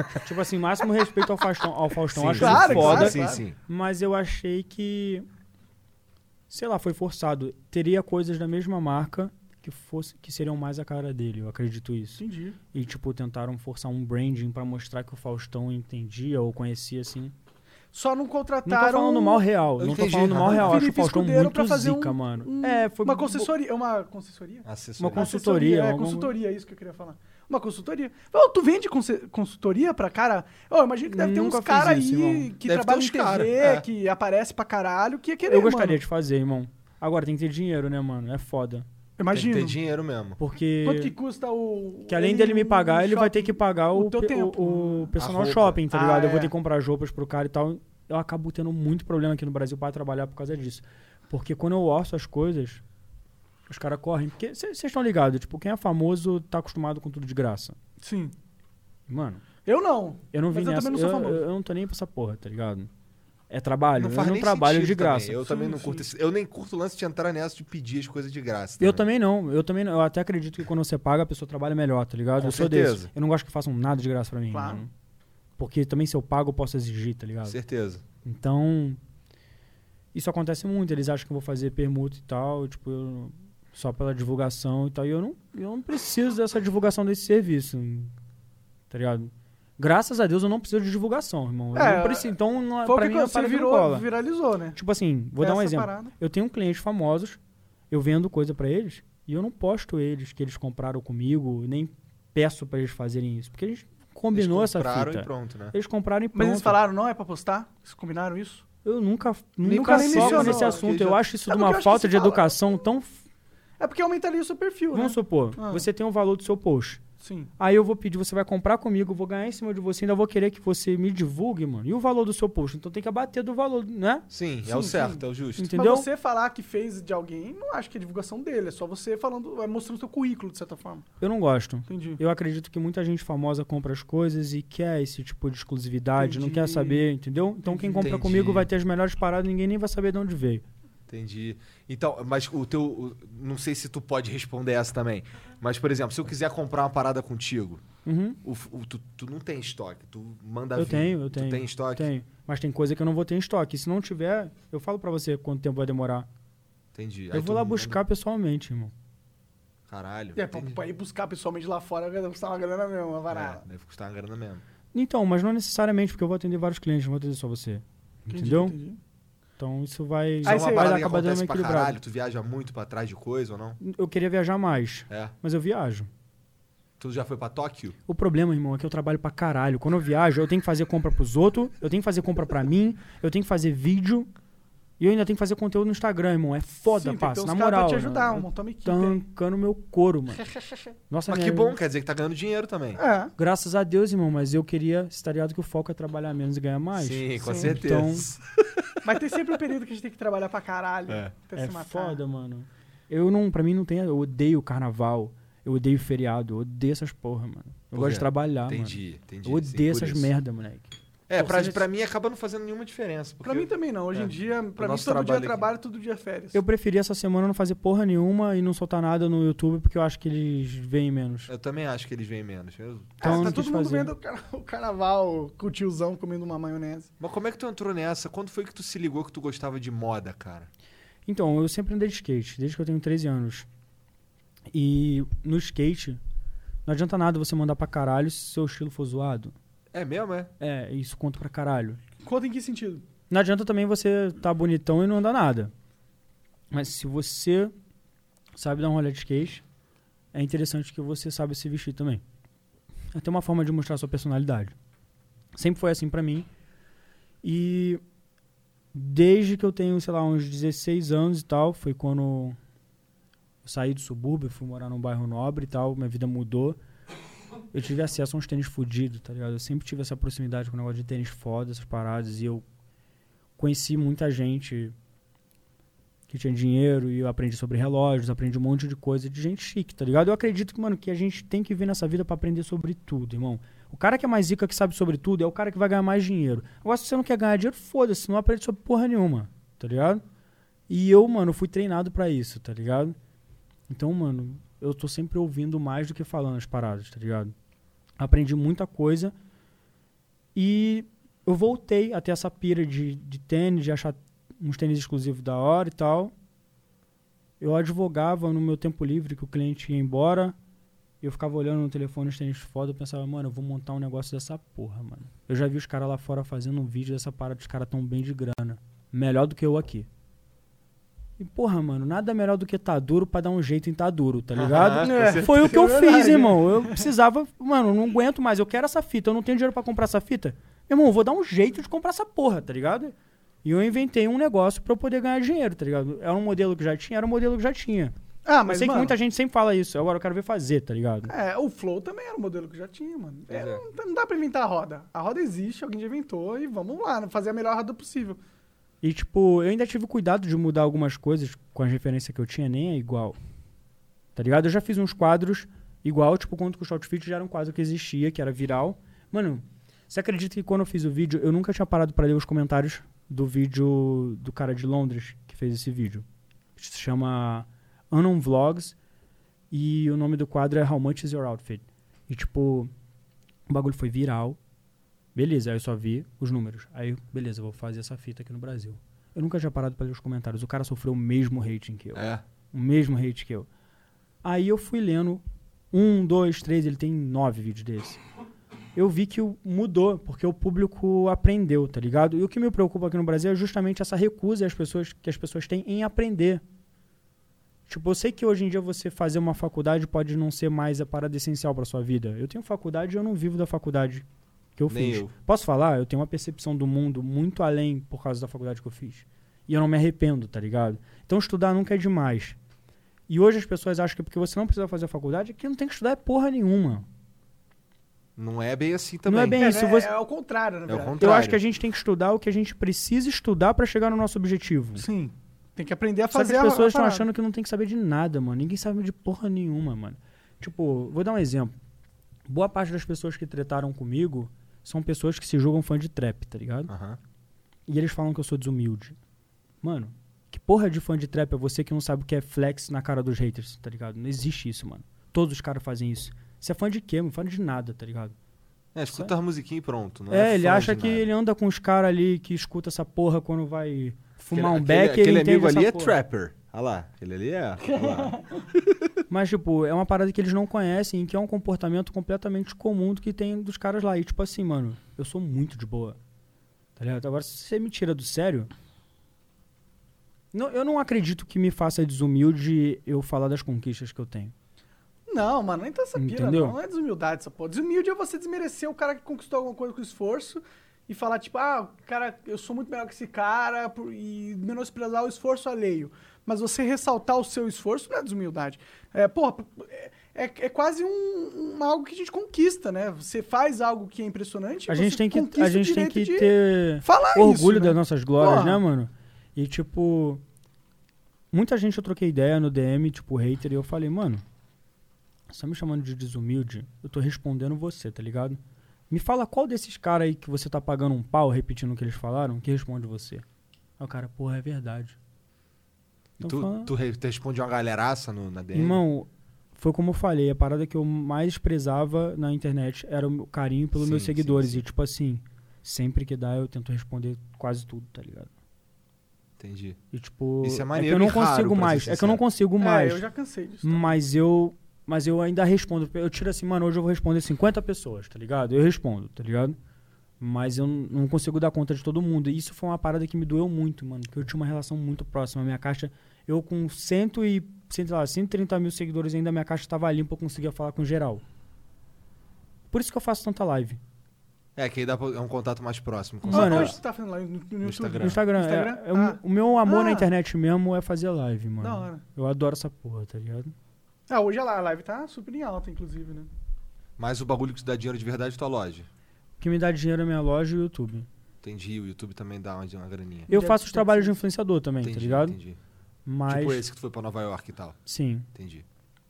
Speaker 3: tipo assim, máximo respeito ao Faustão, ao Faustão acho
Speaker 2: claro, que
Speaker 3: ele
Speaker 2: claro.
Speaker 3: foda,
Speaker 1: Sim, sim.
Speaker 3: mas eu achei que sei lá, foi forçado. Teria coisas da mesma marca que fosse que seriam mais a cara dele, eu acredito isso.
Speaker 2: Entendi.
Speaker 3: E tipo tentaram forçar um branding pra mostrar que o Faustão entendia ou conhecia assim.
Speaker 2: Só não
Speaker 3: Não
Speaker 2: contrataram.
Speaker 3: tô falando mal real,
Speaker 1: Eu
Speaker 3: não
Speaker 1: entendi,
Speaker 3: tô falando mal
Speaker 1: aham.
Speaker 3: real, eu acho o
Speaker 2: Felipe
Speaker 3: Faustão
Speaker 2: Escudeiro pra
Speaker 3: muito
Speaker 2: fazer um-
Speaker 3: zica, mano.
Speaker 2: um-
Speaker 3: é, foi
Speaker 2: uma
Speaker 3: bo-
Speaker 2: concessoria. Uma concessoria?
Speaker 1: Assessoria.
Speaker 3: Uma cons- Consultoria,
Speaker 2: É,
Speaker 3: alguma-
Speaker 2: consultoria, é isso que eu queria falar. Uma consultoria. Ô, tu vende conse- consultoria pra cara? Ô, eu imagino que deve ter
Speaker 3: Nunca
Speaker 2: uns caras aí
Speaker 3: fiz isso, irmão.
Speaker 2: que
Speaker 1: Deve
Speaker 2: trabalham
Speaker 1: ter
Speaker 2: em
Speaker 1: uns
Speaker 2: TV,
Speaker 1: cara, é.
Speaker 2: que aparece pra caralho, que ia querer,
Speaker 3: Eu gostaria
Speaker 2: mano.
Speaker 3: de fazer, irmão. Agora tem que ter dinheiro, né, mano? É foda.
Speaker 1: Tem que ter
Speaker 2: Imagino.
Speaker 1: dinheiro mesmo.
Speaker 3: Porque.
Speaker 2: Quanto que custa o... um
Speaker 3: Que além dele me pagar, ele vai ter que pagar
Speaker 2: o
Speaker 3: o,
Speaker 2: teu
Speaker 3: pe-
Speaker 2: tempo,
Speaker 3: o,
Speaker 2: né?
Speaker 3: o personal
Speaker 1: A roupa.
Speaker 3: shopping, tá
Speaker 2: Ah,
Speaker 3: ligado? Eu vou
Speaker 2: é.
Speaker 3: ter que comprar as roupas pro cara e tal. Eu acabo tendo muito problema aqui no Brasil pra trabalhar por causa disso. Porque quando eu orço as coisas, os caras correm. Porque vocês estão ligados, tipo, quem é famoso tá acostumado com tudo de graça.
Speaker 2: Sim.
Speaker 3: Mano,
Speaker 2: Eu não.
Speaker 3: eu não
Speaker 2: Mas
Speaker 3: vim
Speaker 2: eu
Speaker 3: nessa.
Speaker 2: também não sou
Speaker 3: eu,
Speaker 2: famoso.
Speaker 3: eu- eu não tô nem pra essa porra, tá ligado? É trabalho. eu
Speaker 1: faz
Speaker 3: não
Speaker 1: nem
Speaker 3: trabalho
Speaker 1: sentido
Speaker 3: de
Speaker 1: também.
Speaker 3: graça.
Speaker 1: Eu também não
Speaker 2: Sim,
Speaker 1: curto esse... Eu nem curto o lance de entrar nessa de pedir as coisas de graça.
Speaker 3: Eu também não, eu também não. Eu até acredito que quando você paga, a pessoa trabalha melhor, tá ligado?
Speaker 1: Com
Speaker 3: eu sou
Speaker 1: certeza.
Speaker 3: desse. Eu não gosto que façam nada de graça pra mim.
Speaker 2: Claro.
Speaker 3: mano. Porque também se eu pago, eu posso exigir, tá ligado?
Speaker 1: Certeza.
Speaker 3: Então, isso acontece muito. Eles acham que eu vou fazer permuta e tal, tipo, eu- só pela divulgação e tal. E eu não, eu não preciso dessa divulgação desse serviço, tá ligado? Graças a Deus eu não preciso de divulgação, irmão. Eu
Speaker 2: É,
Speaker 3: não preciso. Então, não,
Speaker 2: Foi o
Speaker 3: pra
Speaker 2: que
Speaker 3: mim, é uma
Speaker 2: você
Speaker 3: parada que não
Speaker 2: virou,
Speaker 3: cola.
Speaker 2: viralizou, né?
Speaker 3: Tipo assim, vou dar um
Speaker 2: Essa
Speaker 3: exemplo.
Speaker 2: parada.
Speaker 3: Eu tenho clientes famosos, eu vendo coisa pra eles e eu não posto eles que eles compraram comigo, nem peço pra eles fazerem isso, porque eles combinou
Speaker 1: Eles
Speaker 3: essa
Speaker 1: compraram
Speaker 3: fita.
Speaker 1: e pronto, né?
Speaker 3: Eles compraram e pronto.
Speaker 2: Mas eles falaram, não é pra postar? Eles combinaram isso?
Speaker 3: Eu nunca
Speaker 1: Nem
Speaker 3: nunca
Speaker 1: nem
Speaker 3: soco
Speaker 1: mencionou,
Speaker 3: nesse
Speaker 1: porque
Speaker 3: assunto.
Speaker 1: já-
Speaker 3: Eu acho isso
Speaker 2: É
Speaker 3: de
Speaker 2: porque eu
Speaker 3: uma
Speaker 2: acho
Speaker 3: falta
Speaker 2: que
Speaker 3: de
Speaker 2: se fala-
Speaker 3: educação tão. f-
Speaker 2: É porque aumentaria o seu perfil,
Speaker 3: Vamos
Speaker 2: né?
Speaker 3: supor,
Speaker 2: Ah.
Speaker 3: você tem o valor do seu post.
Speaker 2: Sim.
Speaker 3: Aí eu vou pedir, você vai comprar comigo, eu vou ganhar em cima de você, ainda vou querer que você me divulgue, mano. E o valor do seu post? Então tem que abater do valor, né?
Speaker 1: Sim,
Speaker 2: Sim,
Speaker 1: é o
Speaker 2: sim.
Speaker 1: certo, é o justo.
Speaker 3: Entendeu?
Speaker 2: Mas você falar que fez de alguém, não acho que é divulgação dele. É só você falando, é mostrando seu currículo, de certa forma.
Speaker 3: Eu não gosto.
Speaker 2: Entendi.
Speaker 3: Eu acredito que muita gente famosa compra as coisas e quer esse tipo de exclusividade, não
Speaker 2: Entendi.
Speaker 3: quer saber, entendeu? Então quem compra
Speaker 1: Entendi.
Speaker 3: comigo vai ter as melhores paradas, ninguém nem vai saber de onde veio.
Speaker 1: Entendi. Então, mas o teu. o- não sei se tu pode responder essa também. Mas, por exemplo, se eu quiser comprar uma parada contigo,
Speaker 3: Uhum.
Speaker 1: o f- o- tu, tu não tem estoque. Tu manda
Speaker 3: Eu
Speaker 1: vir.
Speaker 3: tenho, eu
Speaker 1: Tu
Speaker 3: tenho.
Speaker 1: tem estoque?
Speaker 3: Tem. Mas tem coisa que eu não vou ter em estoque. Se não tiver, eu falo pra você quanto tempo vai demorar.
Speaker 1: Entendi. Aí
Speaker 3: eu vou
Speaker 1: tu
Speaker 3: lá
Speaker 1: manda-
Speaker 3: buscar pessoalmente, irmão.
Speaker 1: Caralho.
Speaker 2: É, pra,
Speaker 1: entendi.
Speaker 2: pra ir buscar pessoalmente lá fora vai custar uma grana mesmo, uma varada.
Speaker 1: É, deve custar uma grana mesmo.
Speaker 3: Então, mas não necessariamente, porque eu vou atender vários clientes, não vou atender só você.
Speaker 2: Entendi,
Speaker 3: É. Entendeu?
Speaker 2: entendi.
Speaker 3: Então isso vai,
Speaker 1: Isso é
Speaker 3: vai
Speaker 1: uma
Speaker 2: você-
Speaker 1: parada que
Speaker 3: acabar dando
Speaker 1: acontece
Speaker 3: uma
Speaker 1: pra caralho.
Speaker 3: equilibrada.
Speaker 1: Tu viaja muito pra trás de coisa ou não?
Speaker 3: Eu queria viajar mais,
Speaker 1: É.
Speaker 3: mas eu viajo.
Speaker 1: Tu já foi pra Tóquio?
Speaker 3: O problema, irmão, é que eu trabalho pra caralho. Quando eu viajo, eu tenho que fazer compra pros outros, eu tenho que fazer compra pra mim, eu tenho que fazer vídeo e eu ainda tenho que fazer conteúdo no Instagram, irmão. É foda,
Speaker 2: Sim, tem que ter
Speaker 3: parça.
Speaker 2: uns
Speaker 3: Na
Speaker 2: caras
Speaker 3: moral. né?
Speaker 2: Pra te ajudar,
Speaker 3: mano.
Speaker 2: uma montar uma equipe. aí.
Speaker 3: Tancando meu couro, mano. Nossa,
Speaker 1: Mas
Speaker 3: minha-
Speaker 1: que bom, quer dizer que tá ganhando dinheiro também.
Speaker 2: É.
Speaker 3: Graças a Deus, irmão, mas eu queria, você tá ligado que o foco é trabalhar menos e ganhar mais. Então,
Speaker 1: Sim, com
Speaker 2: Sim.
Speaker 1: certeza.
Speaker 3: Tá,
Speaker 1: tá,
Speaker 2: Mas tem sempre um período que a gente tem que trabalhar pra caralho.
Speaker 1: É.
Speaker 2: Até
Speaker 3: É
Speaker 2: se matar.
Speaker 3: foda, mano. Eu não, pra mim não tem, eu odeio carnaval, eu odeio feriado, eu odeio essas porra, mano. Eu
Speaker 1: Por
Speaker 3: gosto
Speaker 1: quê?
Speaker 3: de trabalhar, mano.
Speaker 1: é, Entendi, entendi.
Speaker 3: Eu
Speaker 1: sim,
Speaker 3: odeio
Speaker 1: por
Speaker 3: essas
Speaker 1: isso.
Speaker 3: merda, moleque.
Speaker 1: É, pra,
Speaker 3: Torcendo-
Speaker 1: pra mim acaba não fazendo nenhuma diferença. Porque
Speaker 2: Pra mim também não. Hoje
Speaker 1: É.
Speaker 2: em dia, pra mim
Speaker 1: nosso
Speaker 2: todo dia
Speaker 1: trabalho
Speaker 2: é
Speaker 1: aqui.
Speaker 2: trabalho, todo dia é férias.
Speaker 3: Eu preferi essa semana não fazer porra nenhuma e não soltar nada no YouTube porque eu acho que eles veem menos.
Speaker 1: eu também acho que eles vêm menos. Eu-
Speaker 3: Então, eu
Speaker 2: tá
Speaker 3: não
Speaker 2: todo
Speaker 3: quis
Speaker 2: mundo
Speaker 3: fazer.
Speaker 2: vendo o, car- o carnaval com o tiozão comendo uma maionese.
Speaker 1: Mas como é que tu entrou nessa? Quando foi que tu se ligou que tu gostava de moda, cara?
Speaker 3: Então, eu sempre andei de skate, desde que eu tenho 13 anos. E no skate, não adianta nada você mandar pra caralho se seu estilo for zoado.
Speaker 1: É mesmo, é?
Speaker 3: É, isso conta pra caralho.
Speaker 2: Conta em que sentido?
Speaker 3: Não adianta também você tá bonitão e não andar nada. Mas se você sabe dar um rolê de skate, é interessante que você saiba se vestir também. É até uma forma de mostrar sua personalidade. Sempre foi assim pra mim. E desde que eu tenho, sei lá, uns 16 anos e tal, foi quando eu saí do subúrbio, fui morar num bairro nobre e tal, minha vida mudou. Eu tive acesso a uns tênis fudidos, tá ligado? Eu sempre tive essa proximidade com o negócio de tênis foda, essas paradas, e eu conheci muita gente que tinha dinheiro e eu aprendi sobre relógios, aprendi um monte de coisa de gente chique, tá ligado? Eu acredito que, mano, que a gente tem que vir nessa vida pra aprender sobre tudo, irmão. O cara que é mais zica, que sabe sobre tudo, é o cara que vai ganhar mais dinheiro. Agora, se você não quer ganhar dinheiro, foda-se, não aprende sobre porra nenhuma, tá ligado? E eu, mano, fui treinado pra isso, tá ligado? Então, mano, eu tô sempre ouvindo mais do que falando as paradas, tá ligado? Aprendi muita coisa e eu voltei a ter essa pira de, de tênis, de achar uns tênis exclusivos da hora e tal. Eu advogava no meu tempo livre que o cliente ia embora. E eu ficava olhando no telefone os tênis foda. Eu pensava, mano, eu vou montar um negócio dessa porra, mano. Eu já vi os caras lá fora fazendo um vídeo dessa parada. Os caras tão bem de grana. Melhor do que eu aqui. E porra, mano, nada melhor do que tá duro pra dar um jeito em tá duro, tá ligado?
Speaker 1: Aham, com
Speaker 2: É.
Speaker 1: certeza.
Speaker 3: Foi o que eu
Speaker 2: É verdade.
Speaker 3: fiz, irmão. Eu precisava. Mano, eu não aguento mais. Eu quero essa fita. Eu não tenho dinheiro pra comprar essa fita. Meu irmão, eu vou dar um jeito de comprar essa porra, tá ligado? E eu inventei um negócio pra eu poder ganhar dinheiro, tá ligado? Era um modelo que já tinha, era um modelo que já tinha.
Speaker 2: Ah,
Speaker 3: Mas
Speaker 2: mas
Speaker 3: eu sei que
Speaker 2: mano,
Speaker 3: muita gente sempre fala isso. Agora eu quero ver fazer, tá ligado?
Speaker 2: É, o Flow também era um modelo que já tinha, mano.
Speaker 1: Pois
Speaker 2: É,
Speaker 1: é.
Speaker 2: Não, não dá pra inventar a roda. A roda existe, alguém já inventou e vamos lá, fazer a melhor roda possível.
Speaker 3: E, tipo, eu ainda tive cuidado de mudar algumas coisas com as referências que eu tinha, nem é igual. Tá ligado? Eu já fiz uns quadros igual, tipo, quando com o Shoutfit já era um quadro que existia, que era viral. Mano, você acredita que quando eu fiz o vídeo, eu nunca tinha parado pra ler os comentários do vídeo do cara de Londres que fez esse vídeo. Se chama Anon Vlogs e o nome do quadro é How Much Is Your Outfit? E, tipo, o bagulho foi viral. Beleza, aí eu só vi os números. Aí, beleza, eu vou fazer essa fita aqui no Brasil. Eu nunca tinha parado pra ler os comentários. O cara sofreu o mesmo rating que eu.
Speaker 1: É.
Speaker 3: O mesmo hate que eu. Aí eu fui lendo. Um, dois, três, ele tem nove vídeos desse. Eu vi que o- mudou, porque o público aprendeu, tá ligado? E o que me preocupa aqui no Brasil é justamente essa recusa as pessoas, que as pessoas têm em aprender. Tipo, eu sei que hoje em dia você fazer uma faculdade pode não ser mais a parada essencial pra sua vida. Eu tenho faculdade e eu não vivo da faculdade que eu
Speaker 1: Nem
Speaker 3: fiz.
Speaker 1: eu.
Speaker 3: Posso falar? Eu tenho uma percepção do mundo muito além por causa da faculdade que eu fiz. E eu não me arrependo, tá ligado? Então estudar nunca é demais. E hoje as pessoas acham que porque você não precisa fazer a faculdade, é que não tem que estudar é porra nenhuma.
Speaker 1: Não é bem assim também.
Speaker 3: Não é bem
Speaker 2: é,
Speaker 3: isso.
Speaker 2: né?
Speaker 3: você-
Speaker 2: é ao contrário, na
Speaker 1: É o
Speaker 2: verdade.
Speaker 1: contrário.
Speaker 3: Eu acho que a gente tem que estudar o que a gente precisa estudar pra chegar no nosso objetivo.
Speaker 2: Sim. Tem que aprender a
Speaker 3: Só
Speaker 2: fazer
Speaker 3: que as pessoas
Speaker 2: a
Speaker 3: estão
Speaker 2: parada.
Speaker 3: achando que não tem que saber de nada, mano. Ninguém sabe de porra nenhuma, mano. Tipo, vou dar um exemplo. Boa parte das pessoas que tretaram comigo são pessoas que se julgam fã de trap, tá ligado?
Speaker 1: Aham.
Speaker 3: E eles falam que eu sou desumilde. Mano, que porra de fã de trap é você que não sabe o que é flex na cara dos haters, tá ligado? Não existe isso, mano. Todos os caras fazem isso. Você é fã de quê, mano? Fã de nada, tá ligado?
Speaker 1: É, escuta a musiquinha e pronto. não
Speaker 3: É, ele
Speaker 1: fã
Speaker 3: acha
Speaker 1: de
Speaker 3: que
Speaker 1: nada.
Speaker 3: ele anda com os caras ali que escuta essa porra quando vai fumar um
Speaker 1: Aquele-
Speaker 3: beck
Speaker 1: Aquele,
Speaker 3: ele
Speaker 1: aquele amigo
Speaker 3: entende
Speaker 1: ali
Speaker 3: essa
Speaker 1: é
Speaker 3: porra.
Speaker 1: trapper. Olha lá, aquele ali é. olha lá.
Speaker 3: Mas, tipo, é uma parada que eles não conhecem e que é um comportamento completamente comum do que tem dos caras lá. E, tipo assim, mano, eu sou muito de boa. Tá ligado? Agora, se você me tira do sério. Não, eu não acredito que me faça desumilde eu falar das conquistas que eu tenho.
Speaker 2: Não, mano, nem tá essa pira,
Speaker 3: Entendeu?
Speaker 2: não. Não é desumildade essa porra. Desumilde é você desmerecer o cara que conquistou alguma coisa com esforço e falar, tipo, ah, cara, eu sou muito melhor que esse cara por- e menosprezar o esforço alheio. Mas você ressaltar o seu esforço não é desumildade. É, porra, é, é- é quase um, um- algo que a gente conquista, né? Você faz algo que é impressionante.
Speaker 1: Tipo
Speaker 3: A
Speaker 2: você
Speaker 1: assim,
Speaker 3: gente tem que,
Speaker 2: conquista
Speaker 3: a
Speaker 2: o
Speaker 3: gente tem
Speaker 2: direito
Speaker 3: que
Speaker 2: de
Speaker 3: ter
Speaker 2: falar isso,
Speaker 3: orgulho
Speaker 2: né?
Speaker 3: das nossas glórias,
Speaker 2: Porra.
Speaker 3: né, mano? E, tipo. Muita gente eu troquei ideia no DM, tipo, hater, e eu falei, mano, você tá me chamando de desumilde? Eu tô respondendo você, tá ligado? Me fala qual desses caras aí que você tá pagando um pau repetindo o que eles falaram, que responde você. Aí o cara, porra, é verdade.
Speaker 1: E
Speaker 3: Então
Speaker 1: tu,
Speaker 3: fala-
Speaker 1: tu re- tu responde uma galeraça no, na DM.
Speaker 3: Irmão, foi como eu falei, a parada que eu mais prezava na internet era o meu carinho pelos
Speaker 1: Sim,
Speaker 3: meus
Speaker 1: sim,
Speaker 3: seguidores.
Speaker 1: sim.
Speaker 3: E tipo assim, sempre que dá eu tento responder quase tudo, tá ligado?
Speaker 1: Entendi.
Speaker 3: E tipo.
Speaker 1: Isso é
Speaker 3: que
Speaker 1: maneiro
Speaker 3: eu não
Speaker 1: e raro,
Speaker 3: consigo
Speaker 1: pra ser
Speaker 3: mais. É que eu não
Speaker 1: sincero.
Speaker 3: consigo mais.
Speaker 2: É, eu já cansei disso.
Speaker 3: Mas eu. Mas eu ainda respondo. Eu tiro assim, mano, hoje eu vou responder 50 pessoas, tá ligado? Eu respondo, tá ligado? Mas eu n- não consigo dar conta de todo mundo. E Isso foi uma parada que me doeu muito, mano. Porque eu tinha uma relação muito próxima. A minha caixa, eu com cento e, sei lá, 130 mil seguidores ainda, a minha caixa tava limpa, eu conseguia falar com geral. Por isso que eu faço tanta live.
Speaker 1: É, que aí dá pra, é um contato mais próximo. com
Speaker 3: Mano, é-
Speaker 2: Mano,
Speaker 1: certeza.
Speaker 2: hoje você tá fazendo lá no, no YouTube?
Speaker 1: Instagram.
Speaker 3: No Instagram, é-
Speaker 2: Instagram?
Speaker 3: é o meu-
Speaker 2: Ah.
Speaker 3: o meu amor na
Speaker 2: Ah.
Speaker 3: internet mesmo é fazer live, mano.
Speaker 2: Da hora.
Speaker 3: Eu adoro essa porra, tá ligado?
Speaker 2: Ah, hoje a live tá super em alta, inclusive, né?
Speaker 1: Mas o bagulho que te dá dinheiro de verdade é tua loja.
Speaker 3: O que me dá dinheiro é minha loja e o YouTube.
Speaker 1: Entendi. O YouTube também dá uma, uma graninha.
Speaker 3: Eu
Speaker 2: Deve
Speaker 3: faço os
Speaker 2: ter
Speaker 3: trabalhos de
Speaker 2: sido.
Speaker 3: influenciador também,
Speaker 1: entendi,
Speaker 3: tá ligado?
Speaker 1: entendi.
Speaker 3: Mas,
Speaker 1: Tipo esse que tu foi pra Nova York e tal.
Speaker 3: sim,
Speaker 1: Entendi.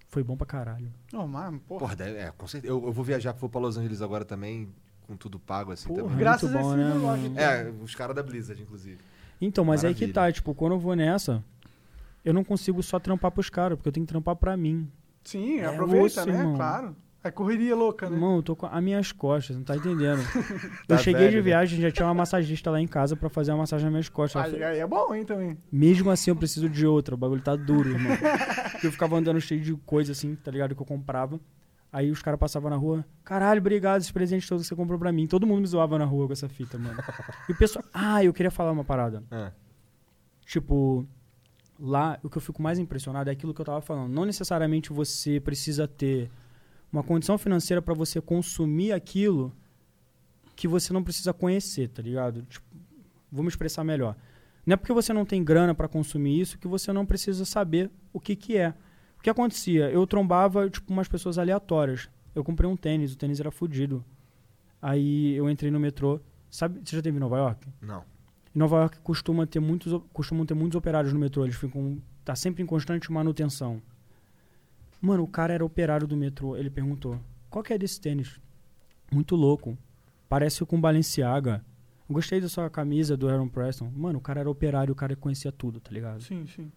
Speaker 3: foi bom pra caralho.
Speaker 2: Não, mas, porra.
Speaker 1: Porra, deve- é, com certeza. Eu, eu vou viajar, vou pra Los Angeles agora também, com tudo pago, assim,
Speaker 3: Porra.
Speaker 1: também.
Speaker 2: Graças
Speaker 3: muito
Speaker 2: a
Speaker 3: bom,
Speaker 2: esse
Speaker 3: né,
Speaker 2: negócio.
Speaker 3: mano?
Speaker 1: É, os caras da Blizzard, inclusive.
Speaker 3: Então, mas aí que
Speaker 1: Maravilha.
Speaker 3: tá, tipo, quando eu vou nessa, eu não consigo só trampar pros caras, porque eu tenho que trampar pra mim.
Speaker 2: Sim,
Speaker 3: É
Speaker 2: aproveita,
Speaker 3: osso,
Speaker 2: né?
Speaker 3: irmão.
Speaker 2: Claro. É correria louca, né?
Speaker 3: Irmão, eu tô com as minhas costas, não tá entendendo.
Speaker 1: Tá
Speaker 3: eu cheguei
Speaker 1: velho,
Speaker 3: de
Speaker 1: né?
Speaker 3: viagem, já tinha uma massagista lá em casa pra fazer uma massagem nas minhas costas. Ela
Speaker 2: Aí,
Speaker 3: falou,
Speaker 2: aí é bom, hein, também.
Speaker 3: Mesmo assim, eu preciso de outra, o bagulho tá duro, irmão. Porque eu ficava andando cheio de coisa assim, tá ligado? Que eu comprava. Aí os caras passavam na rua, caralho, obrigado, esses presentes todos que você comprou pra mim. Todo mundo me zoava na rua com essa fita, mano. E o pessoal, ah, eu queria falar uma parada.
Speaker 1: Ah.
Speaker 3: Tipo, lá o que eu fico mais impressionado é aquilo que eu tava falando. Não necessariamente você precisa ter uma condição financeira pra você consumir aquilo que você não precisa conhecer, tá ligado? Tipo, vou me expressar melhor. Não é porque você não tem grana pra consumir isso que você não precisa saber o que que é. O que acontecia? Eu trombava, tipo, umas pessoas aleatórias. Eu comprei um tênis, o tênis era fudido. Aí eu entrei no metrô. Sabe, você já teve em Nova York?
Speaker 1: Não.
Speaker 3: Em Nova York costuma ter muitos, costumam ter muitos operários no metrô. Eles ficam. Tá sempre em constante manutenção. Mano, o cara era operário do metrô. Ele perguntou: qual que é desse tênis? Muito louco. Parece com Balenciaga. Gostei da sua camisa do Aaron Preston. Mano, o cara era operário, o cara conhecia tudo, tá ligado?
Speaker 2: Sim, sim.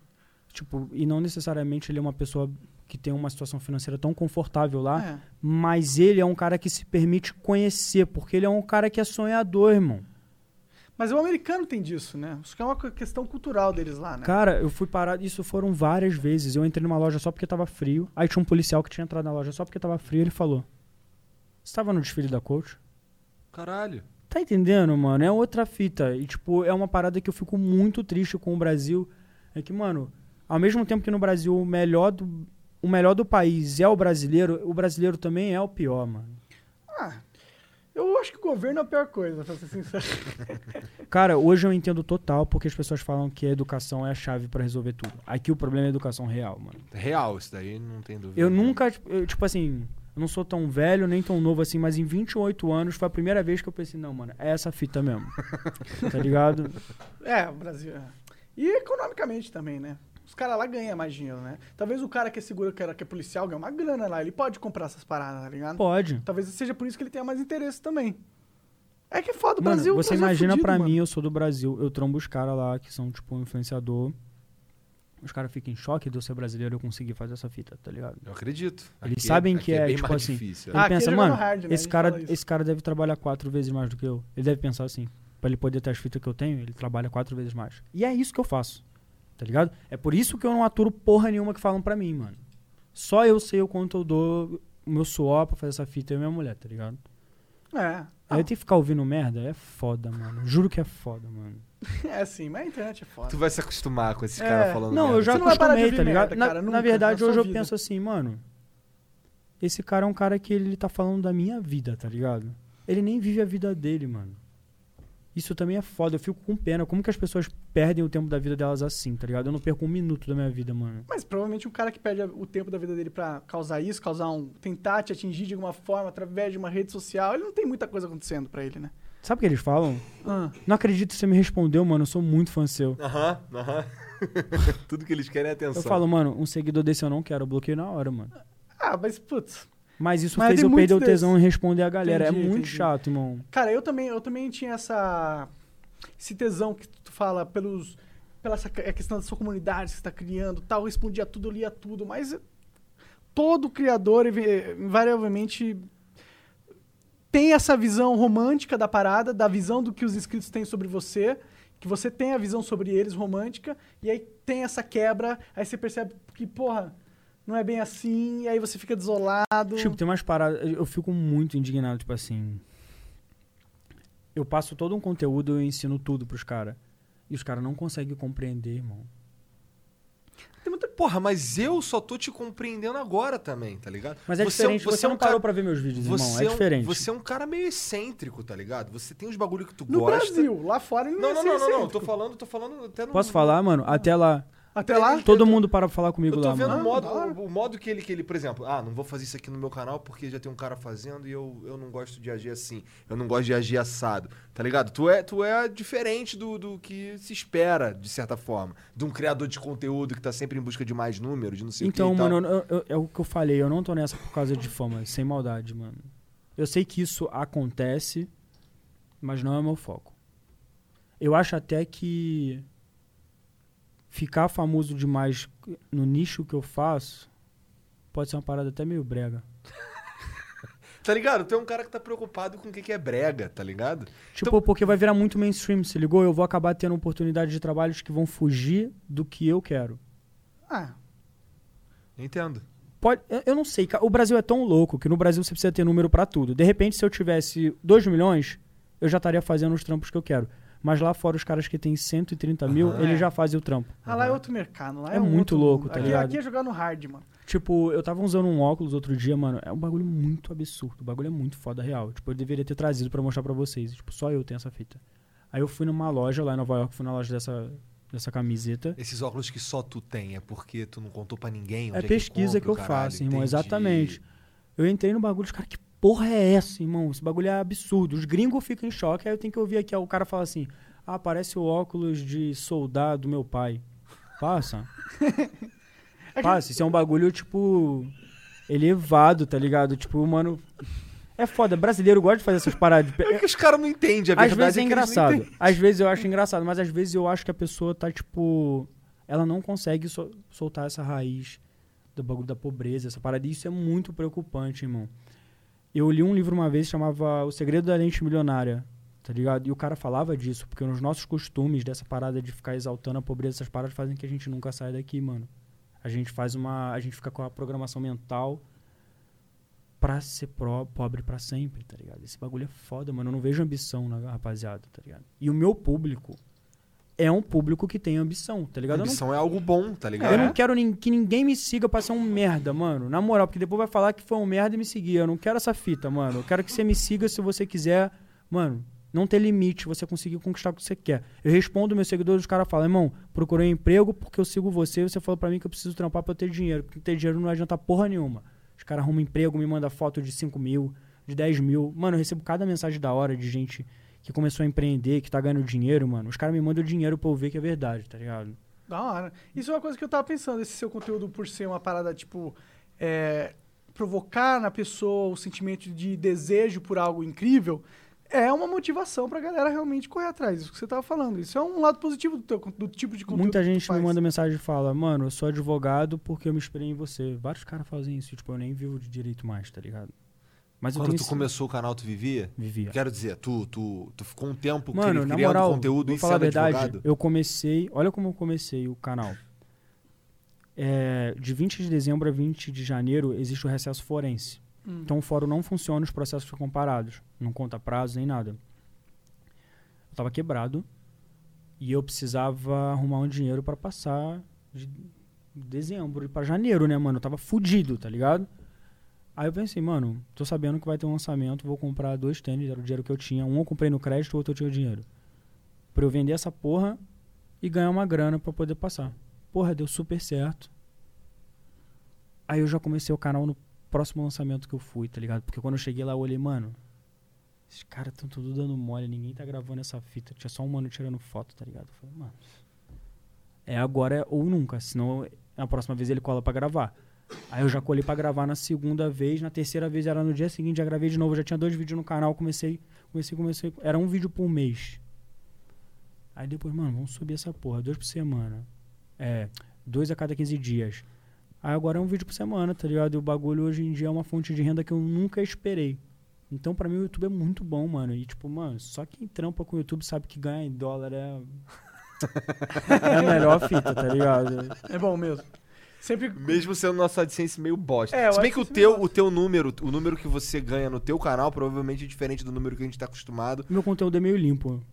Speaker 3: Tipo, e não necessariamente ele é uma pessoa que tem uma situação financeira tão confortável lá,
Speaker 2: É.
Speaker 3: mas ele é um cara que se permite conhecer, porque ele é um cara que é sonhador, irmão.
Speaker 2: Mas o americano tem disso, né? Isso que é uma co- questão cultural deles lá, né?
Speaker 3: Cara, eu fui parado, isso foram várias vezes. Eu entrei numa loja só porque tava frio. Aí tinha um policial que tinha entrado na loja só porque tava frio, ele falou: "Você tava no desfile da Coach?"
Speaker 1: Caralho.
Speaker 3: Tá entendendo, mano? É outra fita. E, tipo, é uma parada que eu fico muito triste com o Brasil. É que, mano, ao mesmo tempo que no Brasil o melhor do, o melhor do país é o brasileiro, o brasileiro também é o pior, mano.
Speaker 2: Ah, eu acho que o governo é a pior coisa, pra ser sincero.
Speaker 3: Cara, hoje eu entendo total porque as pessoas falam que a educação é a chave pra resolver tudo. Aqui o problema é a educação real, mano.
Speaker 1: É Real, isso daí não tem dúvida.
Speaker 3: Eu
Speaker 1: nenhuma.
Speaker 3: nunca, tipo, eu, tipo assim, eu não sou tão velho nem tão novo assim, mas em 28 anos foi a primeira vez que eu pensei, não, mano, é essa fita mesmo. tá ligado?
Speaker 2: É, o Brasil. é. E economicamente também, né? Os caras lá ganham mais dinheiro, né? Talvez o cara que é seguro, o cara que é policial, ganha uma grana lá. Ele pode comprar essas paradas, tá ligado?
Speaker 3: Pode.
Speaker 2: Talvez seja por isso que ele tenha mais interesse também. É que é foda o
Speaker 3: Mano,
Speaker 2: Brasil. o
Speaker 3: você
Speaker 2: Brasil é
Speaker 3: imagina
Speaker 2: fudido,
Speaker 3: pra
Speaker 2: mano.
Speaker 3: mim, eu sou do Brasil, eu trombo os caras lá que são, tipo, um influenciador. os caras ficam em choque de eu ser brasileiro e eu conseguir fazer essa fita, tá ligado?
Speaker 1: Eu acredito.
Speaker 3: Eles sabem que é,
Speaker 1: bem
Speaker 3: tipo
Speaker 1: mais
Speaker 3: assim,
Speaker 1: difícil,
Speaker 3: Ele
Speaker 1: né?
Speaker 2: Ah, aqui
Speaker 3: pensa,
Speaker 2: ele joga
Speaker 3: mano,
Speaker 2: no hard, né?
Speaker 3: esse,
Speaker 2: Ele
Speaker 3: cara,
Speaker 2: fala isso.
Speaker 3: esse cara deve trabalhar quatro vezes mais do que eu. Ele deve pensar assim, pra ele poder ter as fitas que eu tenho, ele trabalha quatro vezes mais. E é isso que eu faço, tá ligado? É por isso que eu não aturo porra nenhuma que falam pra mim, mano. Só eu sei o quanto eu dou o meu suor pra fazer essa fita e minha mulher, tá ligado?
Speaker 2: É.
Speaker 3: Aí eu tenho que ficar ouvindo merda, é foda, mano. Juro que é foda, mano.
Speaker 2: É assim, mas a internet é foda.
Speaker 1: Tu vai se acostumar com esses caras
Speaker 2: É.
Speaker 1: falando
Speaker 3: Não, eu
Speaker 1: merda.
Speaker 3: já
Speaker 2: Você não vai parar de
Speaker 3: acostumei,
Speaker 2: ouvir
Speaker 3: tá ligado?
Speaker 2: merda,
Speaker 3: Na-
Speaker 2: cara,
Speaker 3: na,
Speaker 2: nunca,
Speaker 3: verdade,
Speaker 2: na
Speaker 3: hoje
Speaker 2: sua
Speaker 3: eu
Speaker 2: vida.
Speaker 3: penso assim, mano. Esse cara é um cara que ele tá falando da minha vida, tá ligado? Ele nem vive a vida dele, mano. Isso também é foda, eu fico com pena. Como que as pessoas perdem o tempo da vida delas assim, tá ligado? Eu não perco um minuto da minha vida, mano.
Speaker 2: Mas provavelmente um cara que perde o tempo da vida dele pra causar isso, causar um. tentar te atingir de alguma forma através de uma rede social, ele não tem muita coisa acontecendo pra ele, né?
Speaker 3: Sabe o que eles falam?
Speaker 2: Ah,
Speaker 3: Não acredito que você me respondeu, mano. Eu sou muito fã seu.
Speaker 1: Aham, aham. Tudo que eles querem é atenção.
Speaker 3: Eu falo, mano, um seguidor desse eu não quero, eu bloqueio na hora, mano.
Speaker 2: Ah, mas putz.
Speaker 3: Mas isso
Speaker 2: Mas
Speaker 3: fez
Speaker 2: tem
Speaker 3: eu perder o
Speaker 2: muitos
Speaker 3: tesão em responder a galera. é
Speaker 2: Entendi,
Speaker 3: muito
Speaker 2: entendi.
Speaker 3: chato, irmão.
Speaker 2: Cara, eu também, eu também tinha essa. Esse tesão que tu fala pelos. pela essa, a questão da sua comunidade que você tá criando e tal. Eu respondia tudo, eu lia tudo, mas todo criador, inve- invariavelmente, tem essa visão romântica da parada, da visão do que os inscritos têm sobre você, que você tem a visão sobre eles romântica, e aí tem essa quebra, aí você percebe que, porra, não é bem assim, e aí você fica desolado.
Speaker 3: Tipo, tem umas paradas. eu- Eu fico muito indignado, tipo assim. Eu passo todo um conteúdo, eu ensino tudo pros caras. E os caras não conseguem compreender, irmão.
Speaker 2: tem muita...
Speaker 1: Porra, mas eu só tô te compreendendo agora também, tá ligado?
Speaker 3: Mas é
Speaker 1: um-
Speaker 3: diferente, você,
Speaker 1: é um
Speaker 3: não parou
Speaker 1: cara-
Speaker 3: pra ver meus vídeos, irmão.
Speaker 1: você
Speaker 3: É
Speaker 1: um-
Speaker 3: diferente.
Speaker 1: Você é um cara meio excêntrico, tá ligado? Você tem os bagulho que tu
Speaker 2: No
Speaker 1: gosta.
Speaker 2: Brasil, lá fora ele não,
Speaker 1: Não, não,
Speaker 2: é
Speaker 1: não, não, não. Tô
Speaker 2: excêntrico.
Speaker 1: falando, tô falando até no.
Speaker 3: Posso falar, mano? Até lá.
Speaker 2: Até lá?
Speaker 3: Todo mundo para pra falar
Speaker 1: um Ah, Eu
Speaker 3: comigo
Speaker 1: tô
Speaker 3: lá,
Speaker 1: vendo
Speaker 3: mano.
Speaker 1: o
Speaker 2: mano.
Speaker 1: modo,
Speaker 2: Ah, da hora.
Speaker 1: o modo que ele, que ele, por exemplo, ah, não vou fazer isso aqui no meu canal porque já tem um cara fazendo e eu, eu não gosto de agir assim, eu não gosto de agir assado, tá ligado? Tu é, tu é diferente do, do que se espera, de certa forma, de um criador de conteúdo que tá sempre em busca de mais números, de não sei o
Speaker 3: Então,
Speaker 1: que
Speaker 3: mano, eu- eu- é o que eu falei, eu não tô nessa por causa de fama, é sem maldade, mano. Eu sei que isso acontece, mas não é meu foco. Eu acho até que ficar famoso demais no nicho que eu faço pode ser uma parada até meio brega.
Speaker 1: Tá ligado? Tu é um cara que tá preocupado com o que, que é brega, tá ligado?
Speaker 3: Tipo, porque vai virar muito mainstream, se ligou? Eu vou acabar tendo oportunidade de trabalhos que vão fugir do que eu quero.
Speaker 2: Ah,
Speaker 1: Entendo.
Speaker 3: Pode, eu- eu não sei, cara. O Brasil é tão louco que no Brasil você precisa ter número pra tudo. De repente, se eu tivesse 2 milhões, eu já estaria fazendo os trampos que eu quero. Mas lá fora, os caras que têm 130 mil,
Speaker 1: Aham.
Speaker 3: eles
Speaker 2: É.
Speaker 3: já fazem o trampo.
Speaker 2: ah, lá é outro mercado. Lá
Speaker 3: É
Speaker 2: é, um
Speaker 3: muito
Speaker 2: outro
Speaker 3: louco,
Speaker 2: mundo.
Speaker 3: tá
Speaker 2: aqui,
Speaker 3: ligado?
Speaker 2: Aqui é jogar no hard, mano.
Speaker 3: Tipo, eu tava usando um óculos outro dia, mano. É um bagulho muito absurdo. O bagulho é muito foda, real. Tipo, eu deveria ter trazido pra mostrar pra vocês. Tipo, só eu tenho essa fita. Aí eu fui numa loja lá em Nova York, fui na loja dessa, dessa camiseta.
Speaker 1: Esses óculos que só tu tem é porque tu não contou pra ninguém. onde
Speaker 3: É
Speaker 1: que
Speaker 3: pesquisa que,
Speaker 1: compra,
Speaker 3: eu
Speaker 1: caralho,
Speaker 3: faço, irmão.
Speaker 1: entendi.
Speaker 3: Exatamente. Eu entrei no bagulho, os caras, que porra é essa, irmão? Esse bagulho é absurdo. Os gringos ficam em choque, aí eu tenho que ouvir aqui. ó, O cara fala assim: ah, parece o óculos de soldado do meu pai. Passa. Passa, isso é um bagulho, tipo, elevado, tá ligado? Tipo, mano. É foda, brasileiro gosta de fazer essas paradas. de pe-
Speaker 1: É que os caras não entendem, a
Speaker 3: Às
Speaker 1: verdade é
Speaker 3: vezes é
Speaker 1: que eles não
Speaker 3: engraçado.
Speaker 1: entendem.
Speaker 3: Às vezes eu acho engraçado, mas às vezes eu acho que a pessoa tá, tipo. Ela não consegue sol- soltar essa raiz do bagulho da pobreza, essa parada. E isso é muito preocupante, irmão. Eu li um livro uma vez que chamava O Segredo da Lente Milionária, tá ligado? E o cara falava disso, porque nos nossos costumes dessa parada de ficar exaltando a pobreza, essas paradas fazem que a gente nunca saia daqui, mano. A gente faz uma. A gente fica com a programação mental pra ser pró, pobre pra sempre, tá ligado? Esse bagulho é foda, mano. Eu não vejo ambição na rapaziada, tá ligado? E o meu público é um público que tem ambição, tá ligado? Eu não
Speaker 1: Ambição é algo bom, tá ligado?
Speaker 3: eu não quero nin- que ninguém me siga pra ser um merda, mano. Na moral, porque depois vai falar que foi um merda e me seguir. Eu não quero essa fita, mano. Eu quero que você me siga se você quiser. Mano, não ter limite, você conseguir conquistar o que você quer. Eu respondo meus seguidores, os caras falam, irmão, procurei um emprego porque eu sigo você e você falou pra mim que eu preciso trampar pra eu ter dinheiro. Porque ter dinheiro não adianta porra nenhuma. Os caras arrumam emprego, me mandam foto de 5 mil, de 10 mil. Mano, eu recebo cada mensagem da hora de gente que começou a empreender, que tá ganhando dinheiro, mano. Os caras me mandam dinheiro pra eu ver que é verdade, tá ligado?
Speaker 2: Da hora. Isso é uma coisa que eu tava pensando, esse seu conteúdo por ser uma parada, tipo, é, provocar na pessoa o sentimento de desejo por algo incrível. é uma motivação pra galera realmente correr atrás. Isso que você tava falando. Isso é um lado positivo do, teu, do tipo de conteúdo.
Speaker 3: Muita
Speaker 2: que tu
Speaker 3: gente me
Speaker 2: faz.
Speaker 3: manda mensagem e fala, mano, eu sou advogado porque eu me inspirei em você. Vários caras fazem isso, tipo, eu nem vivo de direito mais, tá ligado? Mas eu
Speaker 1: Quando
Speaker 3: tenho
Speaker 1: tu
Speaker 3: esse-
Speaker 1: começou o canal, tu vivia?
Speaker 3: Vivia.
Speaker 1: Quero dizer, tu, tu, tu ficou um tempo cri-
Speaker 3: Mano,
Speaker 1: criando
Speaker 3: na moral,
Speaker 1: conteúdo
Speaker 3: vou
Speaker 1: e
Speaker 3: falar a
Speaker 1: sendo
Speaker 3: verdade,
Speaker 1: advogado?
Speaker 3: eu comecei, olha como eu comecei o canal. É, de 20 de dezembro a 20 de janeiro existe o recesso forense.
Speaker 2: Hum.
Speaker 3: Então o fórum não funciona, os processos ficam parados, não conta prazo nem nada. Eu tava quebrado e eu precisava arrumar um dinheiro pra passar de dezembro pra janeiro, né, mano? Eu tava fudido, tá ligado? Aí eu pensei, mano, tô sabendo que vai ter um lançamento, vou comprar dois tênis, era o dinheiro que eu tinha. Um eu comprei no crédito, o outro eu tinha o dinheiro. Pra eu vender essa porra e ganhar uma grana pra poder passar. Porra, deu super certo. Aí eu já comecei o canal no próximo lançamento que eu fui, tá ligado? Porque quando eu cheguei lá, eu olhei, mano, esses caras tão tudo dando mole, ninguém tá gravando essa fita. Tinha só um mano tirando foto, tá ligado? Eu falei, mano, é agora ou nunca, senão na próxima vez ele cola pra gravar. Aí eu já colei pra gravar na segunda vez, na terceira vez era no dia seguinte, já gravei de novo, já tinha dois vídeos no canal, comecei, comecei, comecei. Era um vídeo por mês. Aí depois, mano, vamos subir essa porra, dois por semana. É, dois a cada 15 dias. Aí agora é um vídeo por semana, tá ligado? E o bagulho hoje em dia é uma fonte de renda que eu nunca esperei. Então, pra mim, o YouTube é muito bom, mano. E, tipo, mano, só quem trampa com o YouTube sabe que ganhar em dólar é. é a melhor fita, tá ligado?
Speaker 2: É bom mesmo. Sempre.
Speaker 1: Mesmo sendo nossa AdSense meio bosta.
Speaker 2: É, eu
Speaker 1: Se bem
Speaker 2: acho
Speaker 1: que o
Speaker 2: que
Speaker 1: teu,
Speaker 2: esse
Speaker 1: o teu número, o número que você ganha no teu canal, provavelmente é diferente do número que a gente tá acostumado.
Speaker 3: Meu conteúdo é meio limpo.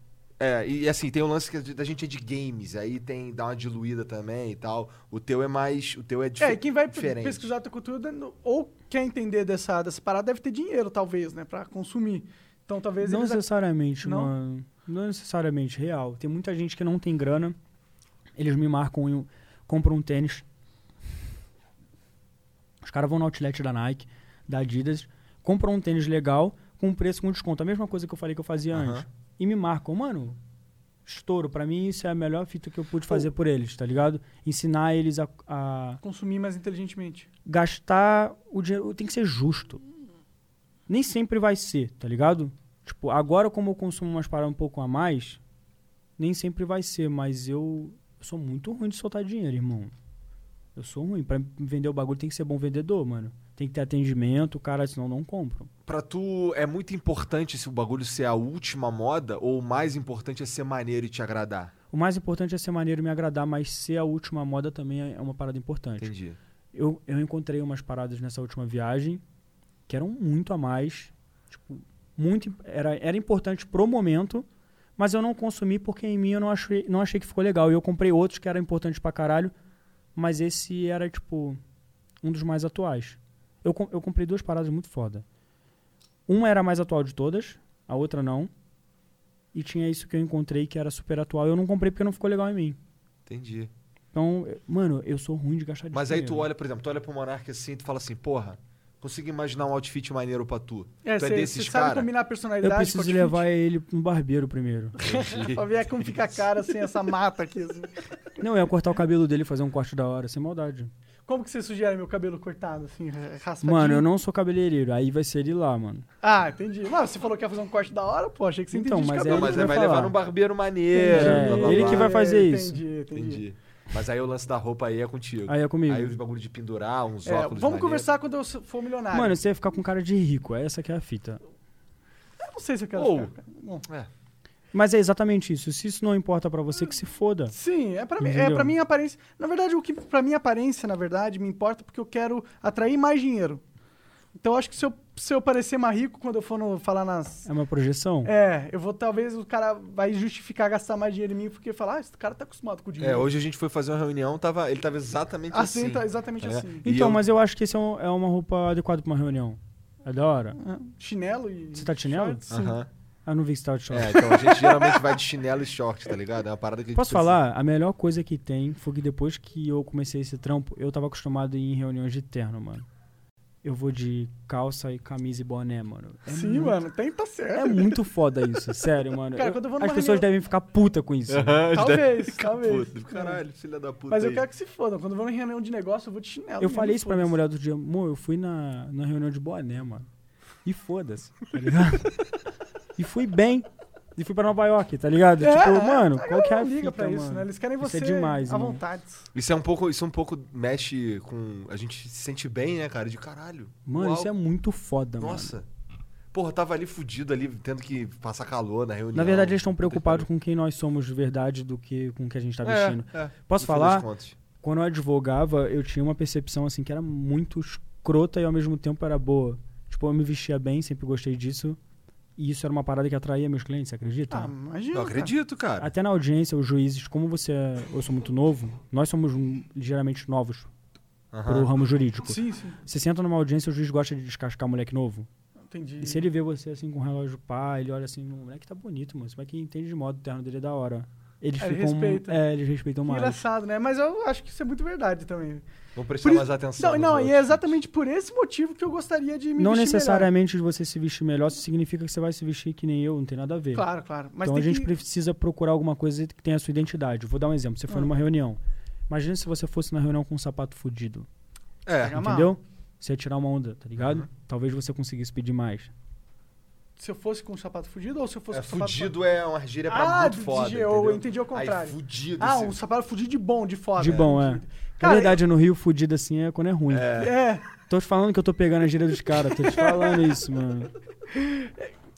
Speaker 1: É, e assim, tem o lance que a- da gente é de games, aí tem, dá uma diluída também e tal. O teu é mais, o teu é
Speaker 2: É, e
Speaker 1: diferente.
Speaker 2: quem vai
Speaker 1: diferente.
Speaker 2: pesquisar teu conteúdo é no- ou quer entender dessa, dessa parada deve ter dinheiro, talvez, né? Pra consumir. Então talvez
Speaker 3: Não
Speaker 2: eles
Speaker 3: necessariamente,
Speaker 2: Não?
Speaker 3: mano. Não necessariamente real. Tem muita gente que não tem grana. Eles me marcam e compram um tênis. Os caras vão no outlet da Nike, da Adidas, compram um tênis legal, com preço com desconto. A mesma coisa que eu falei que eu fazia
Speaker 1: Aham.
Speaker 3: antes. E me marcam, mano. Estouro, pra mim isso é a melhor fita que eu pude fazer por eles, tá ligado? Ensinar eles a- a
Speaker 2: consumir mais inteligentemente.
Speaker 3: gastar o dinheiro tem que ser justo. Nem sempre vai ser, tá ligado? Tipo, agora como eu consumo umas paradas um pouco a mais, nem sempre vai ser, mas eu sou muito ruim de soltar dinheiro, irmão. Eu sou ruim. Pra vender o bagulho tem que ser bom vendedor, mano. Tem que ter atendimento, cara, senão não compram.
Speaker 1: Pra tu é muito importante se o bagulho ser a última moda ou o mais importante é ser maneiro e te agradar.
Speaker 3: O mais importante é ser maneiro e me agradar, mas ser a última moda também é uma parada importante.
Speaker 1: Entendi.
Speaker 3: eu, eu encontrei umas paradas nessa última viagem que eram muito a mais. Tipo, muito, im- era, era importante pro momento, mas eu não consumi porque em mim eu não achei, não achei que ficou legal. E eu comprei outros que eram importantes pra caralho, mas esse era, tipo, um dos mais atuais. Eu, com- eu comprei duas paradas muito foda. Uma era a mais atual de todas, a outra não. E tinha isso que eu encontrei que era super atual. Eu não comprei porque não ficou legal em mim.
Speaker 1: Entendi.
Speaker 3: Então, eu- mano, eu sou ruim de gastar dinheiro.
Speaker 1: Mas aí tu olha, por exemplo, tu olha pro Monark assim e tu fala assim, porra, consigo imaginar um outfit maneiro pra tu.
Speaker 2: É,
Speaker 1: tu é
Speaker 2: cê-
Speaker 1: desses
Speaker 2: cê sabe
Speaker 1: cara?
Speaker 2: combinar a personalidade
Speaker 3: Eu
Speaker 2: com
Speaker 3: preciso
Speaker 2: outfit?
Speaker 3: levar ele no barbeiro primeiro.
Speaker 1: Entendi.
Speaker 2: Pra ver como fica a cara sem essa mata aqui. assim.
Speaker 3: Não, eu ia cortar o cabelo dele e fazer um corte da hora, sem maldade.
Speaker 2: Como que você sugere meu cabelo cortado, assim, ra- raspadinho?
Speaker 3: Mano, eu não sou cabeleireiro, aí vai ser ele lá, mano.
Speaker 2: Ah, entendi. Mas você falou que ia fazer um corte da hora, pô. Achei que você
Speaker 3: Então,
Speaker 2: entendia de
Speaker 3: mas é-
Speaker 1: Não,
Speaker 2: cabelo.
Speaker 1: mas
Speaker 3: Ele
Speaker 1: aí
Speaker 3: vai
Speaker 1: vai levar
Speaker 3: falar.
Speaker 1: num barbeiro maneiro.
Speaker 3: Entendi.
Speaker 1: blá, blá,
Speaker 3: ele
Speaker 1: blá.
Speaker 3: que vai fazer isso.
Speaker 2: É, Entendi, entendi.
Speaker 1: Entendi. Mas aí o lance da roupa aí é contigo.
Speaker 3: Aí é comigo.
Speaker 1: Aí os bagulho de pendurar, uns
Speaker 2: É,
Speaker 1: óculos.
Speaker 2: vamos
Speaker 1: maneiros.
Speaker 2: conversar quando eu for milionário.
Speaker 3: Mano, você ia ficar com cara de rico, essa que é a fita.
Speaker 2: eu não sei se eu quero
Speaker 1: Ou-
Speaker 2: ficar. Bom,
Speaker 3: Mas é exatamente isso. Se isso não importa pra você, que se foda.
Speaker 2: Sim, é pra mim, é
Speaker 3: Entendeu?
Speaker 2: pra minha aparência. Na verdade, o que pra minha aparência, na verdade, me importa porque eu quero atrair mais dinheiro. Então, eu acho que se eu, se eu parecer mais rico quando eu for no- falar nas,
Speaker 3: É uma projeção.
Speaker 2: É, eu vou, talvez o cara vai justificar gastar mais dinheiro em mim, porque falar, ah, esse cara tá acostumado com dinheiro.
Speaker 1: É, hoje a gente foi fazer uma reunião, tava, ele tava exatamente assim.
Speaker 2: assim, tá exatamente
Speaker 1: É.
Speaker 2: assim.
Speaker 1: E
Speaker 3: Então,
Speaker 1: eu-
Speaker 3: mas eu acho que isso é, um- é uma roupa adequada pra uma reunião. É da hora.
Speaker 2: Chinelo e.
Speaker 3: Você tá de chinelo?
Speaker 2: shorts, sim.
Speaker 1: Aham.
Speaker 3: Ah, não vi que você tava de short.
Speaker 1: É, então a gente geralmente vai de chinelo e short, tá ligado? É uma parada que a gente
Speaker 3: Posso
Speaker 1: precisa.
Speaker 3: falar? A melhor coisa que tem foi que depois que eu comecei esse trampo, eu tava acostumado a ir em reuniões de terno, mano. Eu vou de calça e camisa e boné, mano. É
Speaker 2: Sim,
Speaker 3: muito-
Speaker 2: mano, tem, tá certo.
Speaker 3: É muito foda isso, sério, mano.
Speaker 2: Cara,
Speaker 3: Eu-
Speaker 2: quando eu vou
Speaker 3: as
Speaker 2: numa
Speaker 3: pessoas
Speaker 2: reunião-
Speaker 3: devem ficar puta com isso.
Speaker 2: Talvez, talvez.
Speaker 1: assim, Puta, caralho, filha da puta. é
Speaker 2: Mas eu
Speaker 1: aí.
Speaker 2: quero que se fodam. Quando eu vou em reunião de negócio, eu vou de chinelo.
Speaker 3: Eu
Speaker 2: mesmo,
Speaker 3: falei isso pra minha
Speaker 2: Tá foda-se.
Speaker 3: mulher outro dia, amor, eu fui na, na reunião de boné, mano. E foda-se, tá ligado? E fui bem. E fui pra Nova York, tá ligado?
Speaker 2: É,
Speaker 3: tipo,
Speaker 2: é,
Speaker 3: mano,
Speaker 2: a
Speaker 3: qual que é a
Speaker 2: galera não liga
Speaker 3: fita,
Speaker 2: pra isso,
Speaker 3: mano?
Speaker 2: né? Eles querem
Speaker 3: Isso
Speaker 2: você
Speaker 3: é demais,
Speaker 2: à
Speaker 3: mano.
Speaker 2: vontade.
Speaker 1: Isso é um pouco, isso um pouco mexe com. A gente se sente bem, né, cara? De caralho.
Speaker 3: Mano,
Speaker 1: Uau.
Speaker 3: isso é muito foda, mano.
Speaker 1: Nossa. Porra, tava ali fudido ali, tendo que passar calor na reunião.
Speaker 3: Na verdade, eles estão
Speaker 1: Puta que
Speaker 3: preocupados
Speaker 1: pariu.
Speaker 3: com quem nós somos de verdade do que com o que a gente tá
Speaker 1: É,
Speaker 3: vestindo.
Speaker 1: é.
Speaker 3: Posso
Speaker 1: No fim das
Speaker 3: falar?
Speaker 1: contas.
Speaker 3: Quando eu advogava, eu tinha uma percepção assim que era muito escrota e ao mesmo tempo era boa. Tipo, eu me vestia bem, sempre gostei disso. E isso era uma parada que atraía meus clientes, você acredita?
Speaker 2: Ah, imagina.
Speaker 1: Eu acredito, cara.
Speaker 3: Até na audiência, os juízes, como você é, eu sou muito novo, nós somos hum, ligeiramente novos pro
Speaker 1: Aham.
Speaker 3: ramo jurídico.
Speaker 2: cara. Sim, sim.
Speaker 3: Você senta numa audiência, o juiz gosta de descascar moleque novo.
Speaker 2: Entendi.
Speaker 3: E se ele vê você assim com um relógio pá, ele olha assim, "Hum, o moleque tá bonito, mano. Esse moleque entende de moda, o terno dele é da hora. Eles
Speaker 2: É, ele
Speaker 3: ficam.
Speaker 2: respeita.
Speaker 3: É, eles respeitam
Speaker 2: Que
Speaker 3: mais.
Speaker 2: Engraçado, né? Mas eu acho que isso é muito verdade também.
Speaker 1: Vou prestar
Speaker 2: Por
Speaker 1: mais
Speaker 2: isso-
Speaker 1: atenção.
Speaker 2: não,
Speaker 1: nos
Speaker 2: não, e é
Speaker 1: outros.
Speaker 2: exatamente por esse motivo que eu gostaria de me
Speaker 3: Não
Speaker 2: vestir
Speaker 3: necessariamente você se vestir melhor, isso significa que você vai se vestir que nem eu, não tem nada a ver.
Speaker 2: melhor. Claro, claro. Mas
Speaker 3: então a
Speaker 2: tem
Speaker 3: gente
Speaker 2: que...
Speaker 3: precisa procurar alguma coisa que tenha a sua identidade. Vou dar um exemplo. Você foi
Speaker 2: Ah.
Speaker 3: numa reunião. Imagina se você fosse na reunião com um sapato fudido.
Speaker 1: É,
Speaker 2: Pega mal.
Speaker 3: Entendeu? Você ia tirar uma onda, tá
Speaker 2: Uhum.
Speaker 3: ligado? Talvez você conseguisse pedir mais.
Speaker 2: Se eu fosse com um sapato fudido ou se eu fosse
Speaker 1: é
Speaker 2: com um sapato...
Speaker 1: fudido é uma gíria pra
Speaker 2: Ah,
Speaker 1: muito
Speaker 2: de- de-
Speaker 1: foda.
Speaker 2: eu
Speaker 1: entendeu?
Speaker 2: entendi ao
Speaker 1: Ai,
Speaker 2: contrário.
Speaker 1: fudido. assim.
Speaker 2: Ah,
Speaker 1: esse-
Speaker 2: um sapato fudido de bom, de foda.
Speaker 3: De bom, é.
Speaker 2: Cara,
Speaker 3: Na verdade, no Rio, fudido assim é quando é ruim.
Speaker 2: É,
Speaker 3: Tô te falando que eu tô pegando a gíria dos caras, tô te falando isso, mano.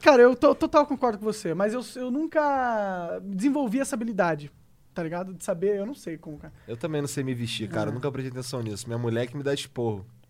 Speaker 2: cara, eu to- total concordo com você, mas eu, eu nunca desenvolvi essa habilidade, tá ligado? De saber, eu não sei como, cara.
Speaker 1: Eu também não sei me vestir, cara.
Speaker 3: É.
Speaker 1: Eu nunca prestei atenção nisso. Minha mulher que me dá esporro.
Speaker 3: Hum.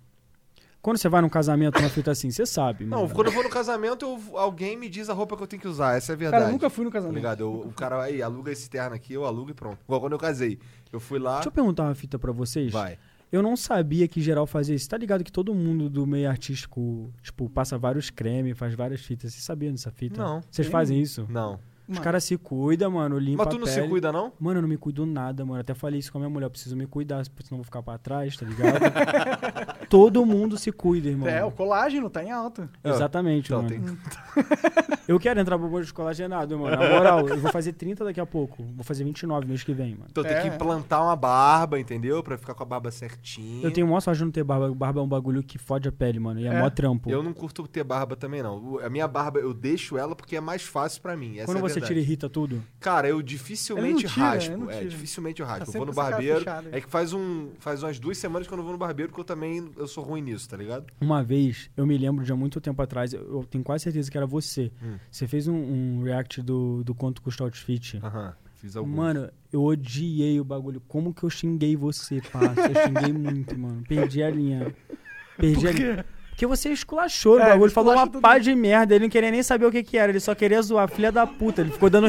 Speaker 3: Quando você vai num casamento, uma fita assim, você sabe, mano.
Speaker 1: Não, quando eu vou no casamento, eu- alguém me diz a roupa que eu tenho que usar. Essa é a verdade.
Speaker 2: Cara, eu nunca fui no
Speaker 1: Tá
Speaker 2: casamento.
Speaker 1: ligado? Eu- o cara, aí, aluga esse terno aqui, eu alugo e pronto. Igual quando eu casei. Eu fui lá.
Speaker 3: Deixa eu perguntar uma fita pra vocês.
Speaker 1: Vai.
Speaker 3: Eu não sabia que geral fazia isso. Tá ligado que todo mundo do meio artístico, tipo, passa vários cremes, faz várias fitas. Vocês sabiam dessa fita?
Speaker 1: Não.
Speaker 3: Vocês
Speaker 2: Sim.
Speaker 3: fazem isso?
Speaker 1: Não.
Speaker 3: Os
Speaker 2: Mano.
Speaker 3: caras se cuidam, mano, limpa
Speaker 1: Mas tu
Speaker 3: a
Speaker 1: não se
Speaker 3: pele.
Speaker 1: cuida, não?
Speaker 3: Mano, eu não me cuido nada, mano. Até falei isso com a minha mulher. Eu preciso me cuidar, senão eu vou ficar pra trás, tá ligado? Todo mundo se cuida, irmão.
Speaker 2: É, o colágeno tá em alta.
Speaker 3: Exatamente,
Speaker 1: Então,
Speaker 3: mano.
Speaker 1: tem...
Speaker 3: Eu quero entrar pro bolso de colagenado, mano. Na moral, eu vou fazer 30 daqui a pouco. Vou fazer 29 mês que vem, mano.
Speaker 1: então tem que
Speaker 2: É.
Speaker 1: implantar uma barba, entendeu? Pra ficar com a barba certinha.
Speaker 3: Eu tenho mó sorte de não ter barba. Barba é um bagulho que fode a pele, mano. E é,
Speaker 2: É.
Speaker 3: mó trampo.
Speaker 1: Eu não curto ter barba também, não. O- A minha barba, eu deixo ela porque é mais fácil pra mim. Essa é
Speaker 3: Quando
Speaker 1: a
Speaker 3: você
Speaker 1: verdade.
Speaker 3: tira e irrita tudo.
Speaker 1: Cara, eu dificilmente
Speaker 2: Ele não tira,
Speaker 1: raspo.
Speaker 2: ele não
Speaker 1: É,
Speaker 2: tira.
Speaker 1: dificilmente eu
Speaker 2: Tá
Speaker 1: raspo. eu vou
Speaker 2: sempre
Speaker 1: no
Speaker 2: com essa cara
Speaker 1: barbeiro.
Speaker 2: fechada aí.
Speaker 1: É que faz, um, faz umas duas semanas que eu não vou no barbeiro, porque eu também eu sou ruim nisso, tá ligado?
Speaker 3: Uma vez, eu me lembro de há muito tempo atrás, eu eu tenho quase certeza que era você.
Speaker 1: Hum.
Speaker 3: Você fez um, um react do, do quanto custa o outfit.
Speaker 1: Aham. Fiz Ah, algum.
Speaker 3: Mano, eu odiei o bagulho. Como que eu xinguei você, parça? Eu xinguei muito, mano. Perdi a linha. Perdi a linha. Porque você esculachou
Speaker 2: É,
Speaker 3: o bagulho,
Speaker 2: ele
Speaker 3: falou uma
Speaker 2: esculacha
Speaker 3: pá de merda. Ele não queria nem saber o que que era, ele só queria zoar. Filha da puta, ele ficou dando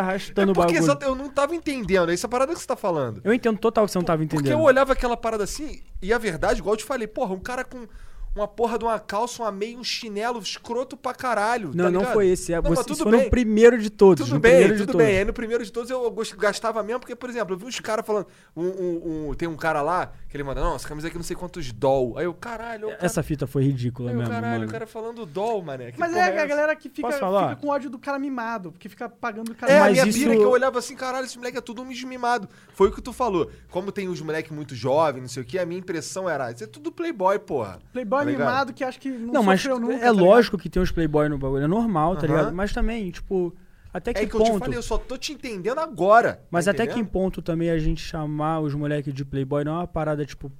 Speaker 2: tá
Speaker 3: arrastando
Speaker 1: é
Speaker 3: o
Speaker 1: porque
Speaker 3: bagulho.
Speaker 1: exato- eu não tava entendendo. É essa parada que você tá falando.
Speaker 3: Eu entendo total que você não tava
Speaker 1: Porque eu
Speaker 3: entendendo.
Speaker 1: olhava aquela parada assim, e a verdade, igual eu te falei, porra, um cara com uma porra de uma calça, uma meia, um chinelo escroto pra caralho.
Speaker 3: Não,
Speaker 1: tá
Speaker 3: não
Speaker 1: ligado?
Speaker 3: foi esse. É,
Speaker 1: Não, mas
Speaker 3: você, isso
Speaker 1: tudo
Speaker 3: foi no
Speaker 1: bem.
Speaker 3: primeiro de todos.
Speaker 1: Tudo
Speaker 3: no
Speaker 1: bem,
Speaker 3: primeiro de
Speaker 1: tudo
Speaker 3: todos.
Speaker 1: bem. Aí no primeiro de todos eu gost- gastava mesmo, porque, por exemplo, eu vi uns caras falando. Um, um- um- tem um cara lá que ele manda, não, essa camisa aqui não sei quantos doll. Aí eu, caralho, ô, cara-
Speaker 3: Essa fita foi ridícula
Speaker 1: aí eu,
Speaker 3: mesmo,
Speaker 1: caralho,
Speaker 3: mano.
Speaker 1: o cara falando doll, mané. que
Speaker 2: Mas
Speaker 1: porra
Speaker 2: é a
Speaker 1: essa?
Speaker 2: galera que fica,
Speaker 3: Posso falar?
Speaker 2: fica com ódio do cara mimado, porque fica pagando o cara
Speaker 1: É, a
Speaker 3: Mas
Speaker 1: minha
Speaker 3: isso-
Speaker 1: pira é que eu olhava assim, caralho, esse moleque é tudo um desmimado. Foi o que tu falou. Como tem uns moleque muito jovem, não sei o que, a minha impressão era, isso é tudo playboy, porra.
Speaker 2: Playboy
Speaker 1: Tá ligado?
Speaker 2: mimado que acha que não,
Speaker 3: Não, mas
Speaker 2: sofreu nunca.
Speaker 3: é
Speaker 2: tá ligado?
Speaker 3: lógico que tem os playboy no bagulho. É normal, tá
Speaker 1: Aham.
Speaker 3: ligado? Mas também, tipo, até que,
Speaker 1: É que eu
Speaker 3: ponto...
Speaker 1: te falei, eu só tô te entendendo agora.
Speaker 3: Mas
Speaker 1: tá
Speaker 3: até que em
Speaker 1: entendendo?
Speaker 3: ponto também a gente chamar os moleques de playboy não é uma parada, tipo.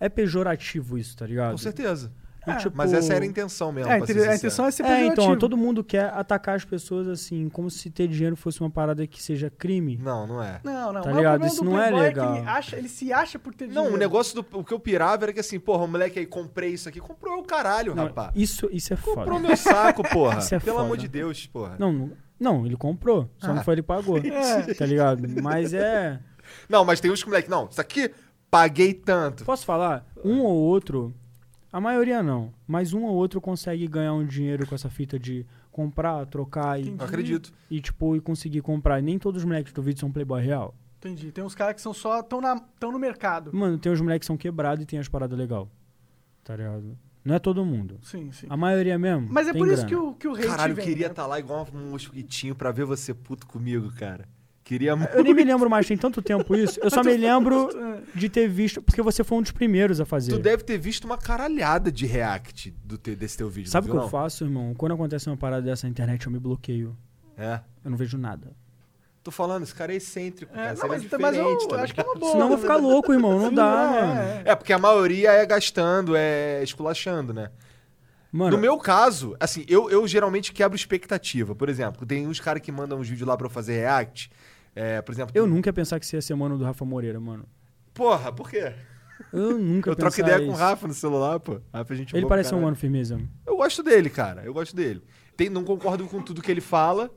Speaker 3: É pejorativo isso, tá ligado?
Speaker 1: Com certeza. É,
Speaker 3: E, tipo,
Speaker 1: Mas essa era a intenção mesmo.
Speaker 2: É, a
Speaker 1: pra ser
Speaker 2: inte- a
Speaker 1: sincero.
Speaker 2: intenção é ser
Speaker 3: É, então,
Speaker 2: pejorativo.
Speaker 3: todo mundo quer atacar as pessoas assim, como se ter dinheiro fosse uma parada que seja crime.
Speaker 1: Não, não é.
Speaker 2: Não, não.
Speaker 3: Tá
Speaker 2: mas o
Speaker 3: ligado?
Speaker 2: problema
Speaker 3: Isso
Speaker 2: do
Speaker 3: não é
Speaker 2: Playboy
Speaker 3: legal.
Speaker 2: que ele, acha, ele se acha por ter
Speaker 1: Não,
Speaker 2: dinheiro.
Speaker 1: o negócio do o que eu pirava era que assim, porra, o moleque aí comprei isso aqui, comprou o caralho,
Speaker 3: Não,
Speaker 1: rapaz.
Speaker 3: Isso, isso é
Speaker 1: Comprou
Speaker 3: foda.
Speaker 1: meu saco, porra.
Speaker 3: Isso é
Speaker 1: Pelo
Speaker 3: foda.
Speaker 1: amor de Deus, porra. Não,
Speaker 3: Não, não, não, ele comprou. Só
Speaker 2: Ah.
Speaker 3: não foi ele que pagou.
Speaker 2: É.
Speaker 3: Tá ligado? Mas é.
Speaker 1: mas tem uns que moleque, não, isso aqui paguei tanto.
Speaker 3: Posso falar? Um ou outro, a maioria não, mas um ou outro consegue ganhar um dinheiro com essa fita de comprar, trocar e,
Speaker 1: Não acredito.
Speaker 3: e tipo, e conseguir comprar. Nem todos os moleques do vídeo são playboy real.
Speaker 2: Entendi. Tem uns caras que são só... Tão, na, tão no mercado.
Speaker 3: Mano, tem os moleques que são quebrados e tem as paradas legal. Tá ligado? Não é todo mundo.
Speaker 2: Sim, sim.
Speaker 3: A maioria mesmo.
Speaker 2: Mas é
Speaker 3: tem
Speaker 2: por isso
Speaker 3: grana.
Speaker 2: que o, que o hate
Speaker 1: Caralho, eu tá
Speaker 2: vem,
Speaker 1: queria
Speaker 2: né?
Speaker 1: estar lá igual um mosquitinho pra ver você puto comigo, cara. Queria muito.
Speaker 3: Eu nem me lembro mais, tem tanto tempo isso. Eu só me lembro de ter visto, porque você foi um dos primeiros a fazer.
Speaker 1: Tu deve ter visto uma caralhada de react do te- desse teu vídeo.
Speaker 3: Sabe o
Speaker 1: não
Speaker 3: que
Speaker 1: viu,
Speaker 3: eu faço, irmão? Quando acontece uma parada dessa na internet, eu me bloqueio.
Speaker 1: não? É.
Speaker 3: Eu não vejo nada.
Speaker 1: Tô falando, esse cara é excêntrico.
Speaker 2: É,
Speaker 1: cara.
Speaker 2: não,
Speaker 1: Não,
Speaker 2: mas,
Speaker 1: é
Speaker 2: mas eu
Speaker 1: diferente, tá
Speaker 2: acho que é uma boa.
Speaker 3: Senão eu vou ficar louco, irmão. Não dá,
Speaker 2: é,
Speaker 3: mano.
Speaker 2: é.
Speaker 1: É, porque a maioria é gastando, é esculachando, né?
Speaker 3: Mano,
Speaker 1: No meu caso, assim, eu, eu geralmente quebro expectativa. Por exemplo, tem uns caras que mandam uns vídeos lá pra eu fazer react. É, por exemplo.
Speaker 3: eu
Speaker 1: tem-
Speaker 3: nunca ia pensar que isso ia ser mano do Rafa Moreira, mano.
Speaker 1: Porra, por quê?
Speaker 3: Eu nunca
Speaker 1: Eu
Speaker 3: ia
Speaker 1: troco
Speaker 3: pensar
Speaker 1: ideia com o
Speaker 3: isso.
Speaker 1: Rafa tipo, no celular, pô. Rafa, a gente
Speaker 3: Ele
Speaker 1: boa pra
Speaker 3: parece um
Speaker 1: caralho.
Speaker 3: mano firmeza.
Speaker 1: Eu gosto dele, cara. Eu gosto dele. Tem, não concordo com tudo que ele fala,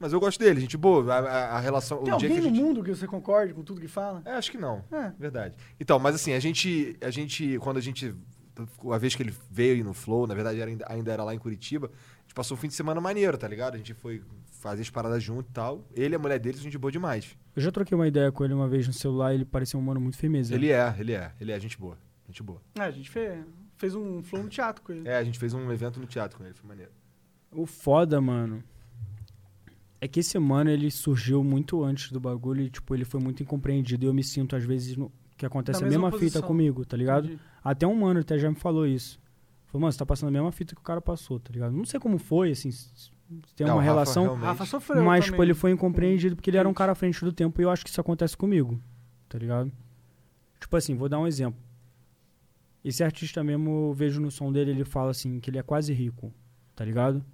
Speaker 1: mas eu gosto dele. Gente boa. A, a- a relação.
Speaker 2: Tem
Speaker 1: o dia que
Speaker 2: alguém
Speaker 1: a
Speaker 2: no
Speaker 1: gente...
Speaker 2: mundo que você concorde com tudo que fala?
Speaker 1: É, acho que não.
Speaker 2: É.
Speaker 1: Verdade. Então, mas assim, a gente, a gente, quando a gente, a vez que ele veio aí no Flow, na verdade era ainda, ainda era lá em Curitiba, a gente passou um fim de semana maneiro, tá ligado? A gente foi fazer as paradas junto e tal. Ele, a mulher dele, a gente boa demais.
Speaker 3: Eu já troquei uma ideia com ele uma vez no celular e ele parecia um mano muito firmeza.
Speaker 1: Ele é, ele é, ele é gente boa. Gente boa.
Speaker 2: É, a gente fez, fez um flow no teatro com ele.
Speaker 1: É, a gente fez um evento no teatro com ele, foi maneiro.
Speaker 3: O foda, mano, é que esse mano ele surgiu muito antes do bagulho e, tipo, ele foi muito incompreendido. E eu me sinto, às vezes, no- que acontece
Speaker 2: Na
Speaker 3: a
Speaker 2: mesma
Speaker 3: mesma fita
Speaker 2: posição.
Speaker 3: comigo, tá ligado?
Speaker 2: Entendi.
Speaker 3: Até um mano até já me falou isso. Falou, mano, você tá passando a mesma fita que o cara passou, tá ligado? Não sei como foi, assim, se se tem
Speaker 1: É,
Speaker 3: uma
Speaker 1: o Rafa
Speaker 3: relação.
Speaker 1: realmente-
Speaker 2: Rafa sofreu.
Speaker 3: mas,
Speaker 2: também.
Speaker 3: tipo, ele foi incompreendido porque ele era um cara à frente do tempo e eu acho que isso acontece comigo, tá ligado? Tipo assim, vou dar um exemplo. Esse artista mesmo, eu vejo no som dele, ele fala assim, que ele é quase rico, tá ligado?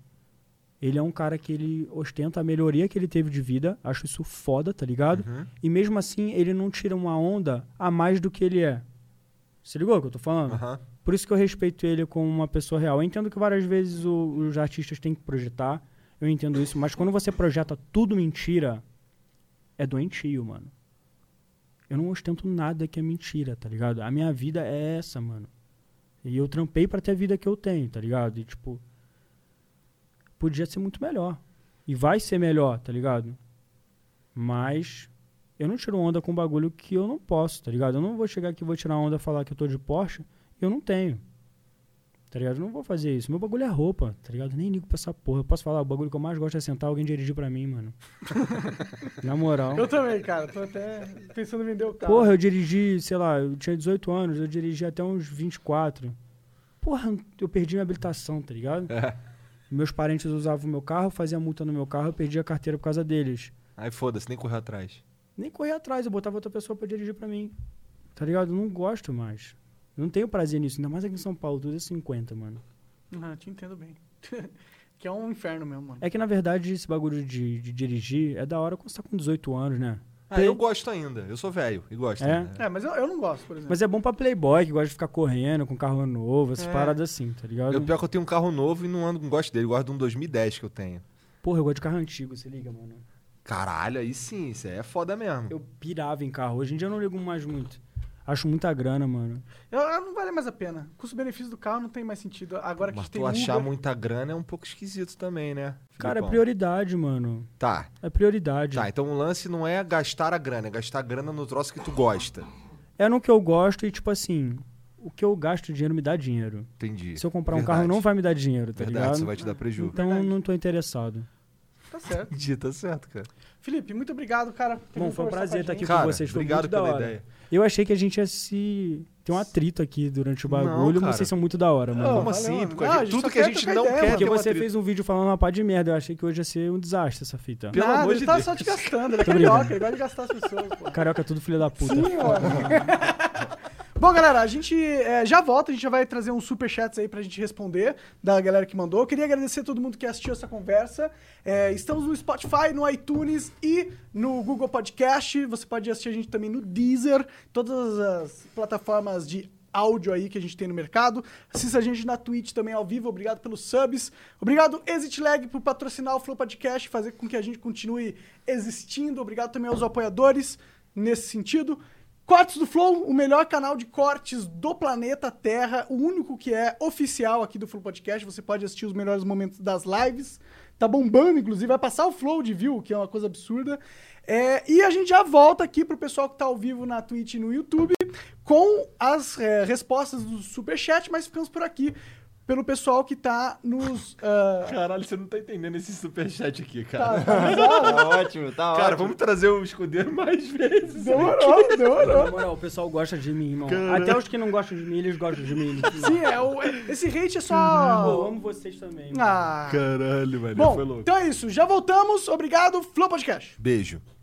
Speaker 3: Ele é um cara que ele ostenta a melhoria que ele teve de vida, acho isso foda, tá ligado?
Speaker 1: Uhum.
Speaker 3: E mesmo assim, ele não tira uma onda a mais do que ele é. Se ligou o que eu tô falando?
Speaker 1: Aham.
Speaker 3: Por isso que eu respeito ele como uma pessoa real. Eu entendo que várias vezes o- os artistas têm que projetar, eu entendo isso, mas quando você projeta tudo mentira, é doentio, mano. Eu não ostento nada que é mentira, tá ligado? A minha vida é essa, mano. E eu trampei pra ter a vida que eu tenho, tá ligado? E tipo, podia ser muito melhor. E vai ser melhor, tá ligado? Mas eu não tiro onda com um bagulho que eu não posso, tá ligado? Eu não vou chegar aqui e vou tirar onda e falar que eu tô de Porsche eu não tenho. Tá ligado? Eu não vou fazer isso. Meu bagulho é roupa, tá ligado? Nem ligo pra essa porra. Eu posso falar, o bagulho que eu mais gosto é sentar alguém dirigir pra mim, mano. Na moral.
Speaker 2: Eu também, cara. Tô até pensando em vender o carro.
Speaker 3: Porra, eu dirigi, sei lá, eu tinha 18 anos, eu dirigi até uns 24. Porra, eu perdi minha habilitação, tá ligado?
Speaker 1: É.
Speaker 3: Meus parentes usavam o meu carro, faziam multa no meu carro, eu perdi a carteira por causa deles.
Speaker 1: Aí foda-se, nem correu atrás.
Speaker 3: Nem corria atrás, eu botava outra pessoa pra dirigir pra mim. Tá ligado? Eu não gosto mais. Eu não tenho prazer nisso, ainda mais aqui em São Paulo, tudo é 50, mano.
Speaker 2: Ah, te entendo bem. que é um inferno mesmo, mano.
Speaker 3: É que, na verdade, esse bagulho de, de dirigir é da hora quando você tá com 18 anos, né?
Speaker 1: Ah,
Speaker 3: Tem-
Speaker 1: eu gosto ainda. Eu sou velho e gosto.
Speaker 3: É?
Speaker 1: ainda.
Speaker 2: É, mas eu, eu não gosto, por exemplo.
Speaker 3: Mas é bom pra playboy, que gosta de ficar correndo com carro novo, essas
Speaker 2: É.
Speaker 3: paradas assim, tá ligado?
Speaker 1: Eu, pior que eu tenho um carro novo e não ando, não gosto dele. Gosto de um 2010 que eu tenho.
Speaker 3: Porra, eu gosto de carro antigo, se liga, mano.
Speaker 1: Caralho, aí sim, isso aí é foda mesmo.
Speaker 3: Eu pirava em carro. Hoje em dia eu não ligo mais muito. Acho muita grana, mano.
Speaker 2: Eu- eu não vale mais a pena. Custo-benefício do carro não tem mais sentido. Agora que
Speaker 1: Mas
Speaker 2: tem
Speaker 1: tu
Speaker 2: Uber...
Speaker 1: achar muita grana é um pouco esquisito também, né?
Speaker 3: Cara, é
Speaker 1: Filipão?
Speaker 3: prioridade, mano.
Speaker 1: Tá,
Speaker 3: É prioridade.
Speaker 1: tá. Então o lance não é gastar a grana, é gastar a grana no troço que tu gosta.
Speaker 3: É no que eu gosto e, tipo assim, o que eu gasto dinheiro me dá dinheiro.
Speaker 1: Entendi.
Speaker 3: Se eu comprar um
Speaker 1: Verdade.
Speaker 3: carro, não vai me dar dinheiro, tá
Speaker 1: Verdade,
Speaker 3: ligado?
Speaker 1: isso vai te dar prejuízo.
Speaker 3: Então
Speaker 2: Verdade.
Speaker 3: não tô interessado.
Speaker 2: Tá certo.
Speaker 1: Entendi, tá certo, cara.
Speaker 2: Felipe, muito obrigado, cara. por ter
Speaker 3: Bom,
Speaker 2: vindo
Speaker 3: foi um
Speaker 2: conversar
Speaker 3: prazer
Speaker 2: com a
Speaker 3: estar aqui
Speaker 2: gente.
Speaker 3: com
Speaker 1: Cara,
Speaker 3: vocês. Foi
Speaker 1: obrigado
Speaker 3: muito da
Speaker 1: pela
Speaker 3: hora.
Speaker 1: ideia.
Speaker 3: Eu achei que a gente ia se. ter um atrito aqui durante o
Speaker 1: Não,
Speaker 3: bagulho,
Speaker 1: cara.
Speaker 3: mas vocês são é muito da hora,
Speaker 1: Como
Speaker 3: mano.
Speaker 2: valeu,
Speaker 1: assim?
Speaker 2: mano.
Speaker 1: Porque a
Speaker 2: Não,
Speaker 1: gente-
Speaker 2: a gente só
Speaker 1: tudo que
Speaker 2: quer
Speaker 1: a gente
Speaker 2: trocar
Speaker 1: não
Speaker 2: ideia,
Speaker 1: quer
Speaker 2: mano.
Speaker 1: ter
Speaker 3: Porque
Speaker 1: um
Speaker 3: você
Speaker 1: atrito.
Speaker 3: fez um vídeo falando uma pá de merda. Eu achei que hoje ia ser um desastre essa fita.
Speaker 1: Pelo
Speaker 2: Nada,
Speaker 1: amor
Speaker 2: ele
Speaker 1: de
Speaker 2: tá
Speaker 1: Deus.
Speaker 2: só te gastando. Ele é
Speaker 3: Tô brincando.
Speaker 2: carioca, ele gosta de gastar as pessoas, pô.
Speaker 3: Carioca é tudo filho da puta.
Speaker 2: Sim, mano. Bom, galera, a gente é, já volta, a gente já vai trazer uns superchats aí pra gente responder da galera que mandou. Eu queria agradecer a todo mundo que assistiu essa conversa. É, estamos no Spotify, no iTunes e no Google Podcast. Você pode assistir a gente também no Deezer, todas as plataformas de áudio aí que a gente tem no mercado. Assista a gente na Twitch também ao vivo. Obrigado pelos subs. Obrigado, Exit Lag, por patrocinar o Flow Podcast, fazer com que a gente continue existindo. Obrigado também aos apoiadores nesse sentido. Cortes do Flow, o melhor canal de cortes do planeta Terra, o único que é oficial aqui do Flow Podcast. Você pode assistir os melhores momentos das lives. Tá bombando, inclusive, vai passar o Flow de view, que é uma coisa absurda. É, e a gente já volta aqui pro pessoal que tá ao vivo na Twitch e no YouTube com as é, respostas do Superchat, mas ficamos por aqui. pelo pessoal que tá nos. ah,
Speaker 1: Caralho, você não tá entendendo esse superchat aqui, cara.
Speaker 2: tá, tá,
Speaker 4: Tá ótimo, tá
Speaker 1: Cara,
Speaker 4: ótimo.
Speaker 1: vamos trazer o escudeiro mais vezes.
Speaker 2: demorou, demorou.
Speaker 3: Na moral, o pessoal gosta de mim, irmão. Até os que não gostam de mim, eles gostam de mim.
Speaker 2: Sim, é, o- esse hate é
Speaker 3: Eu
Speaker 2: só.
Speaker 3: amo vocês também. mano.
Speaker 2: Ah.
Speaker 1: Caralho, velho.
Speaker 2: Bom, então é isso. Já voltamos. Obrigado. Flow Podcast.
Speaker 1: Beijo.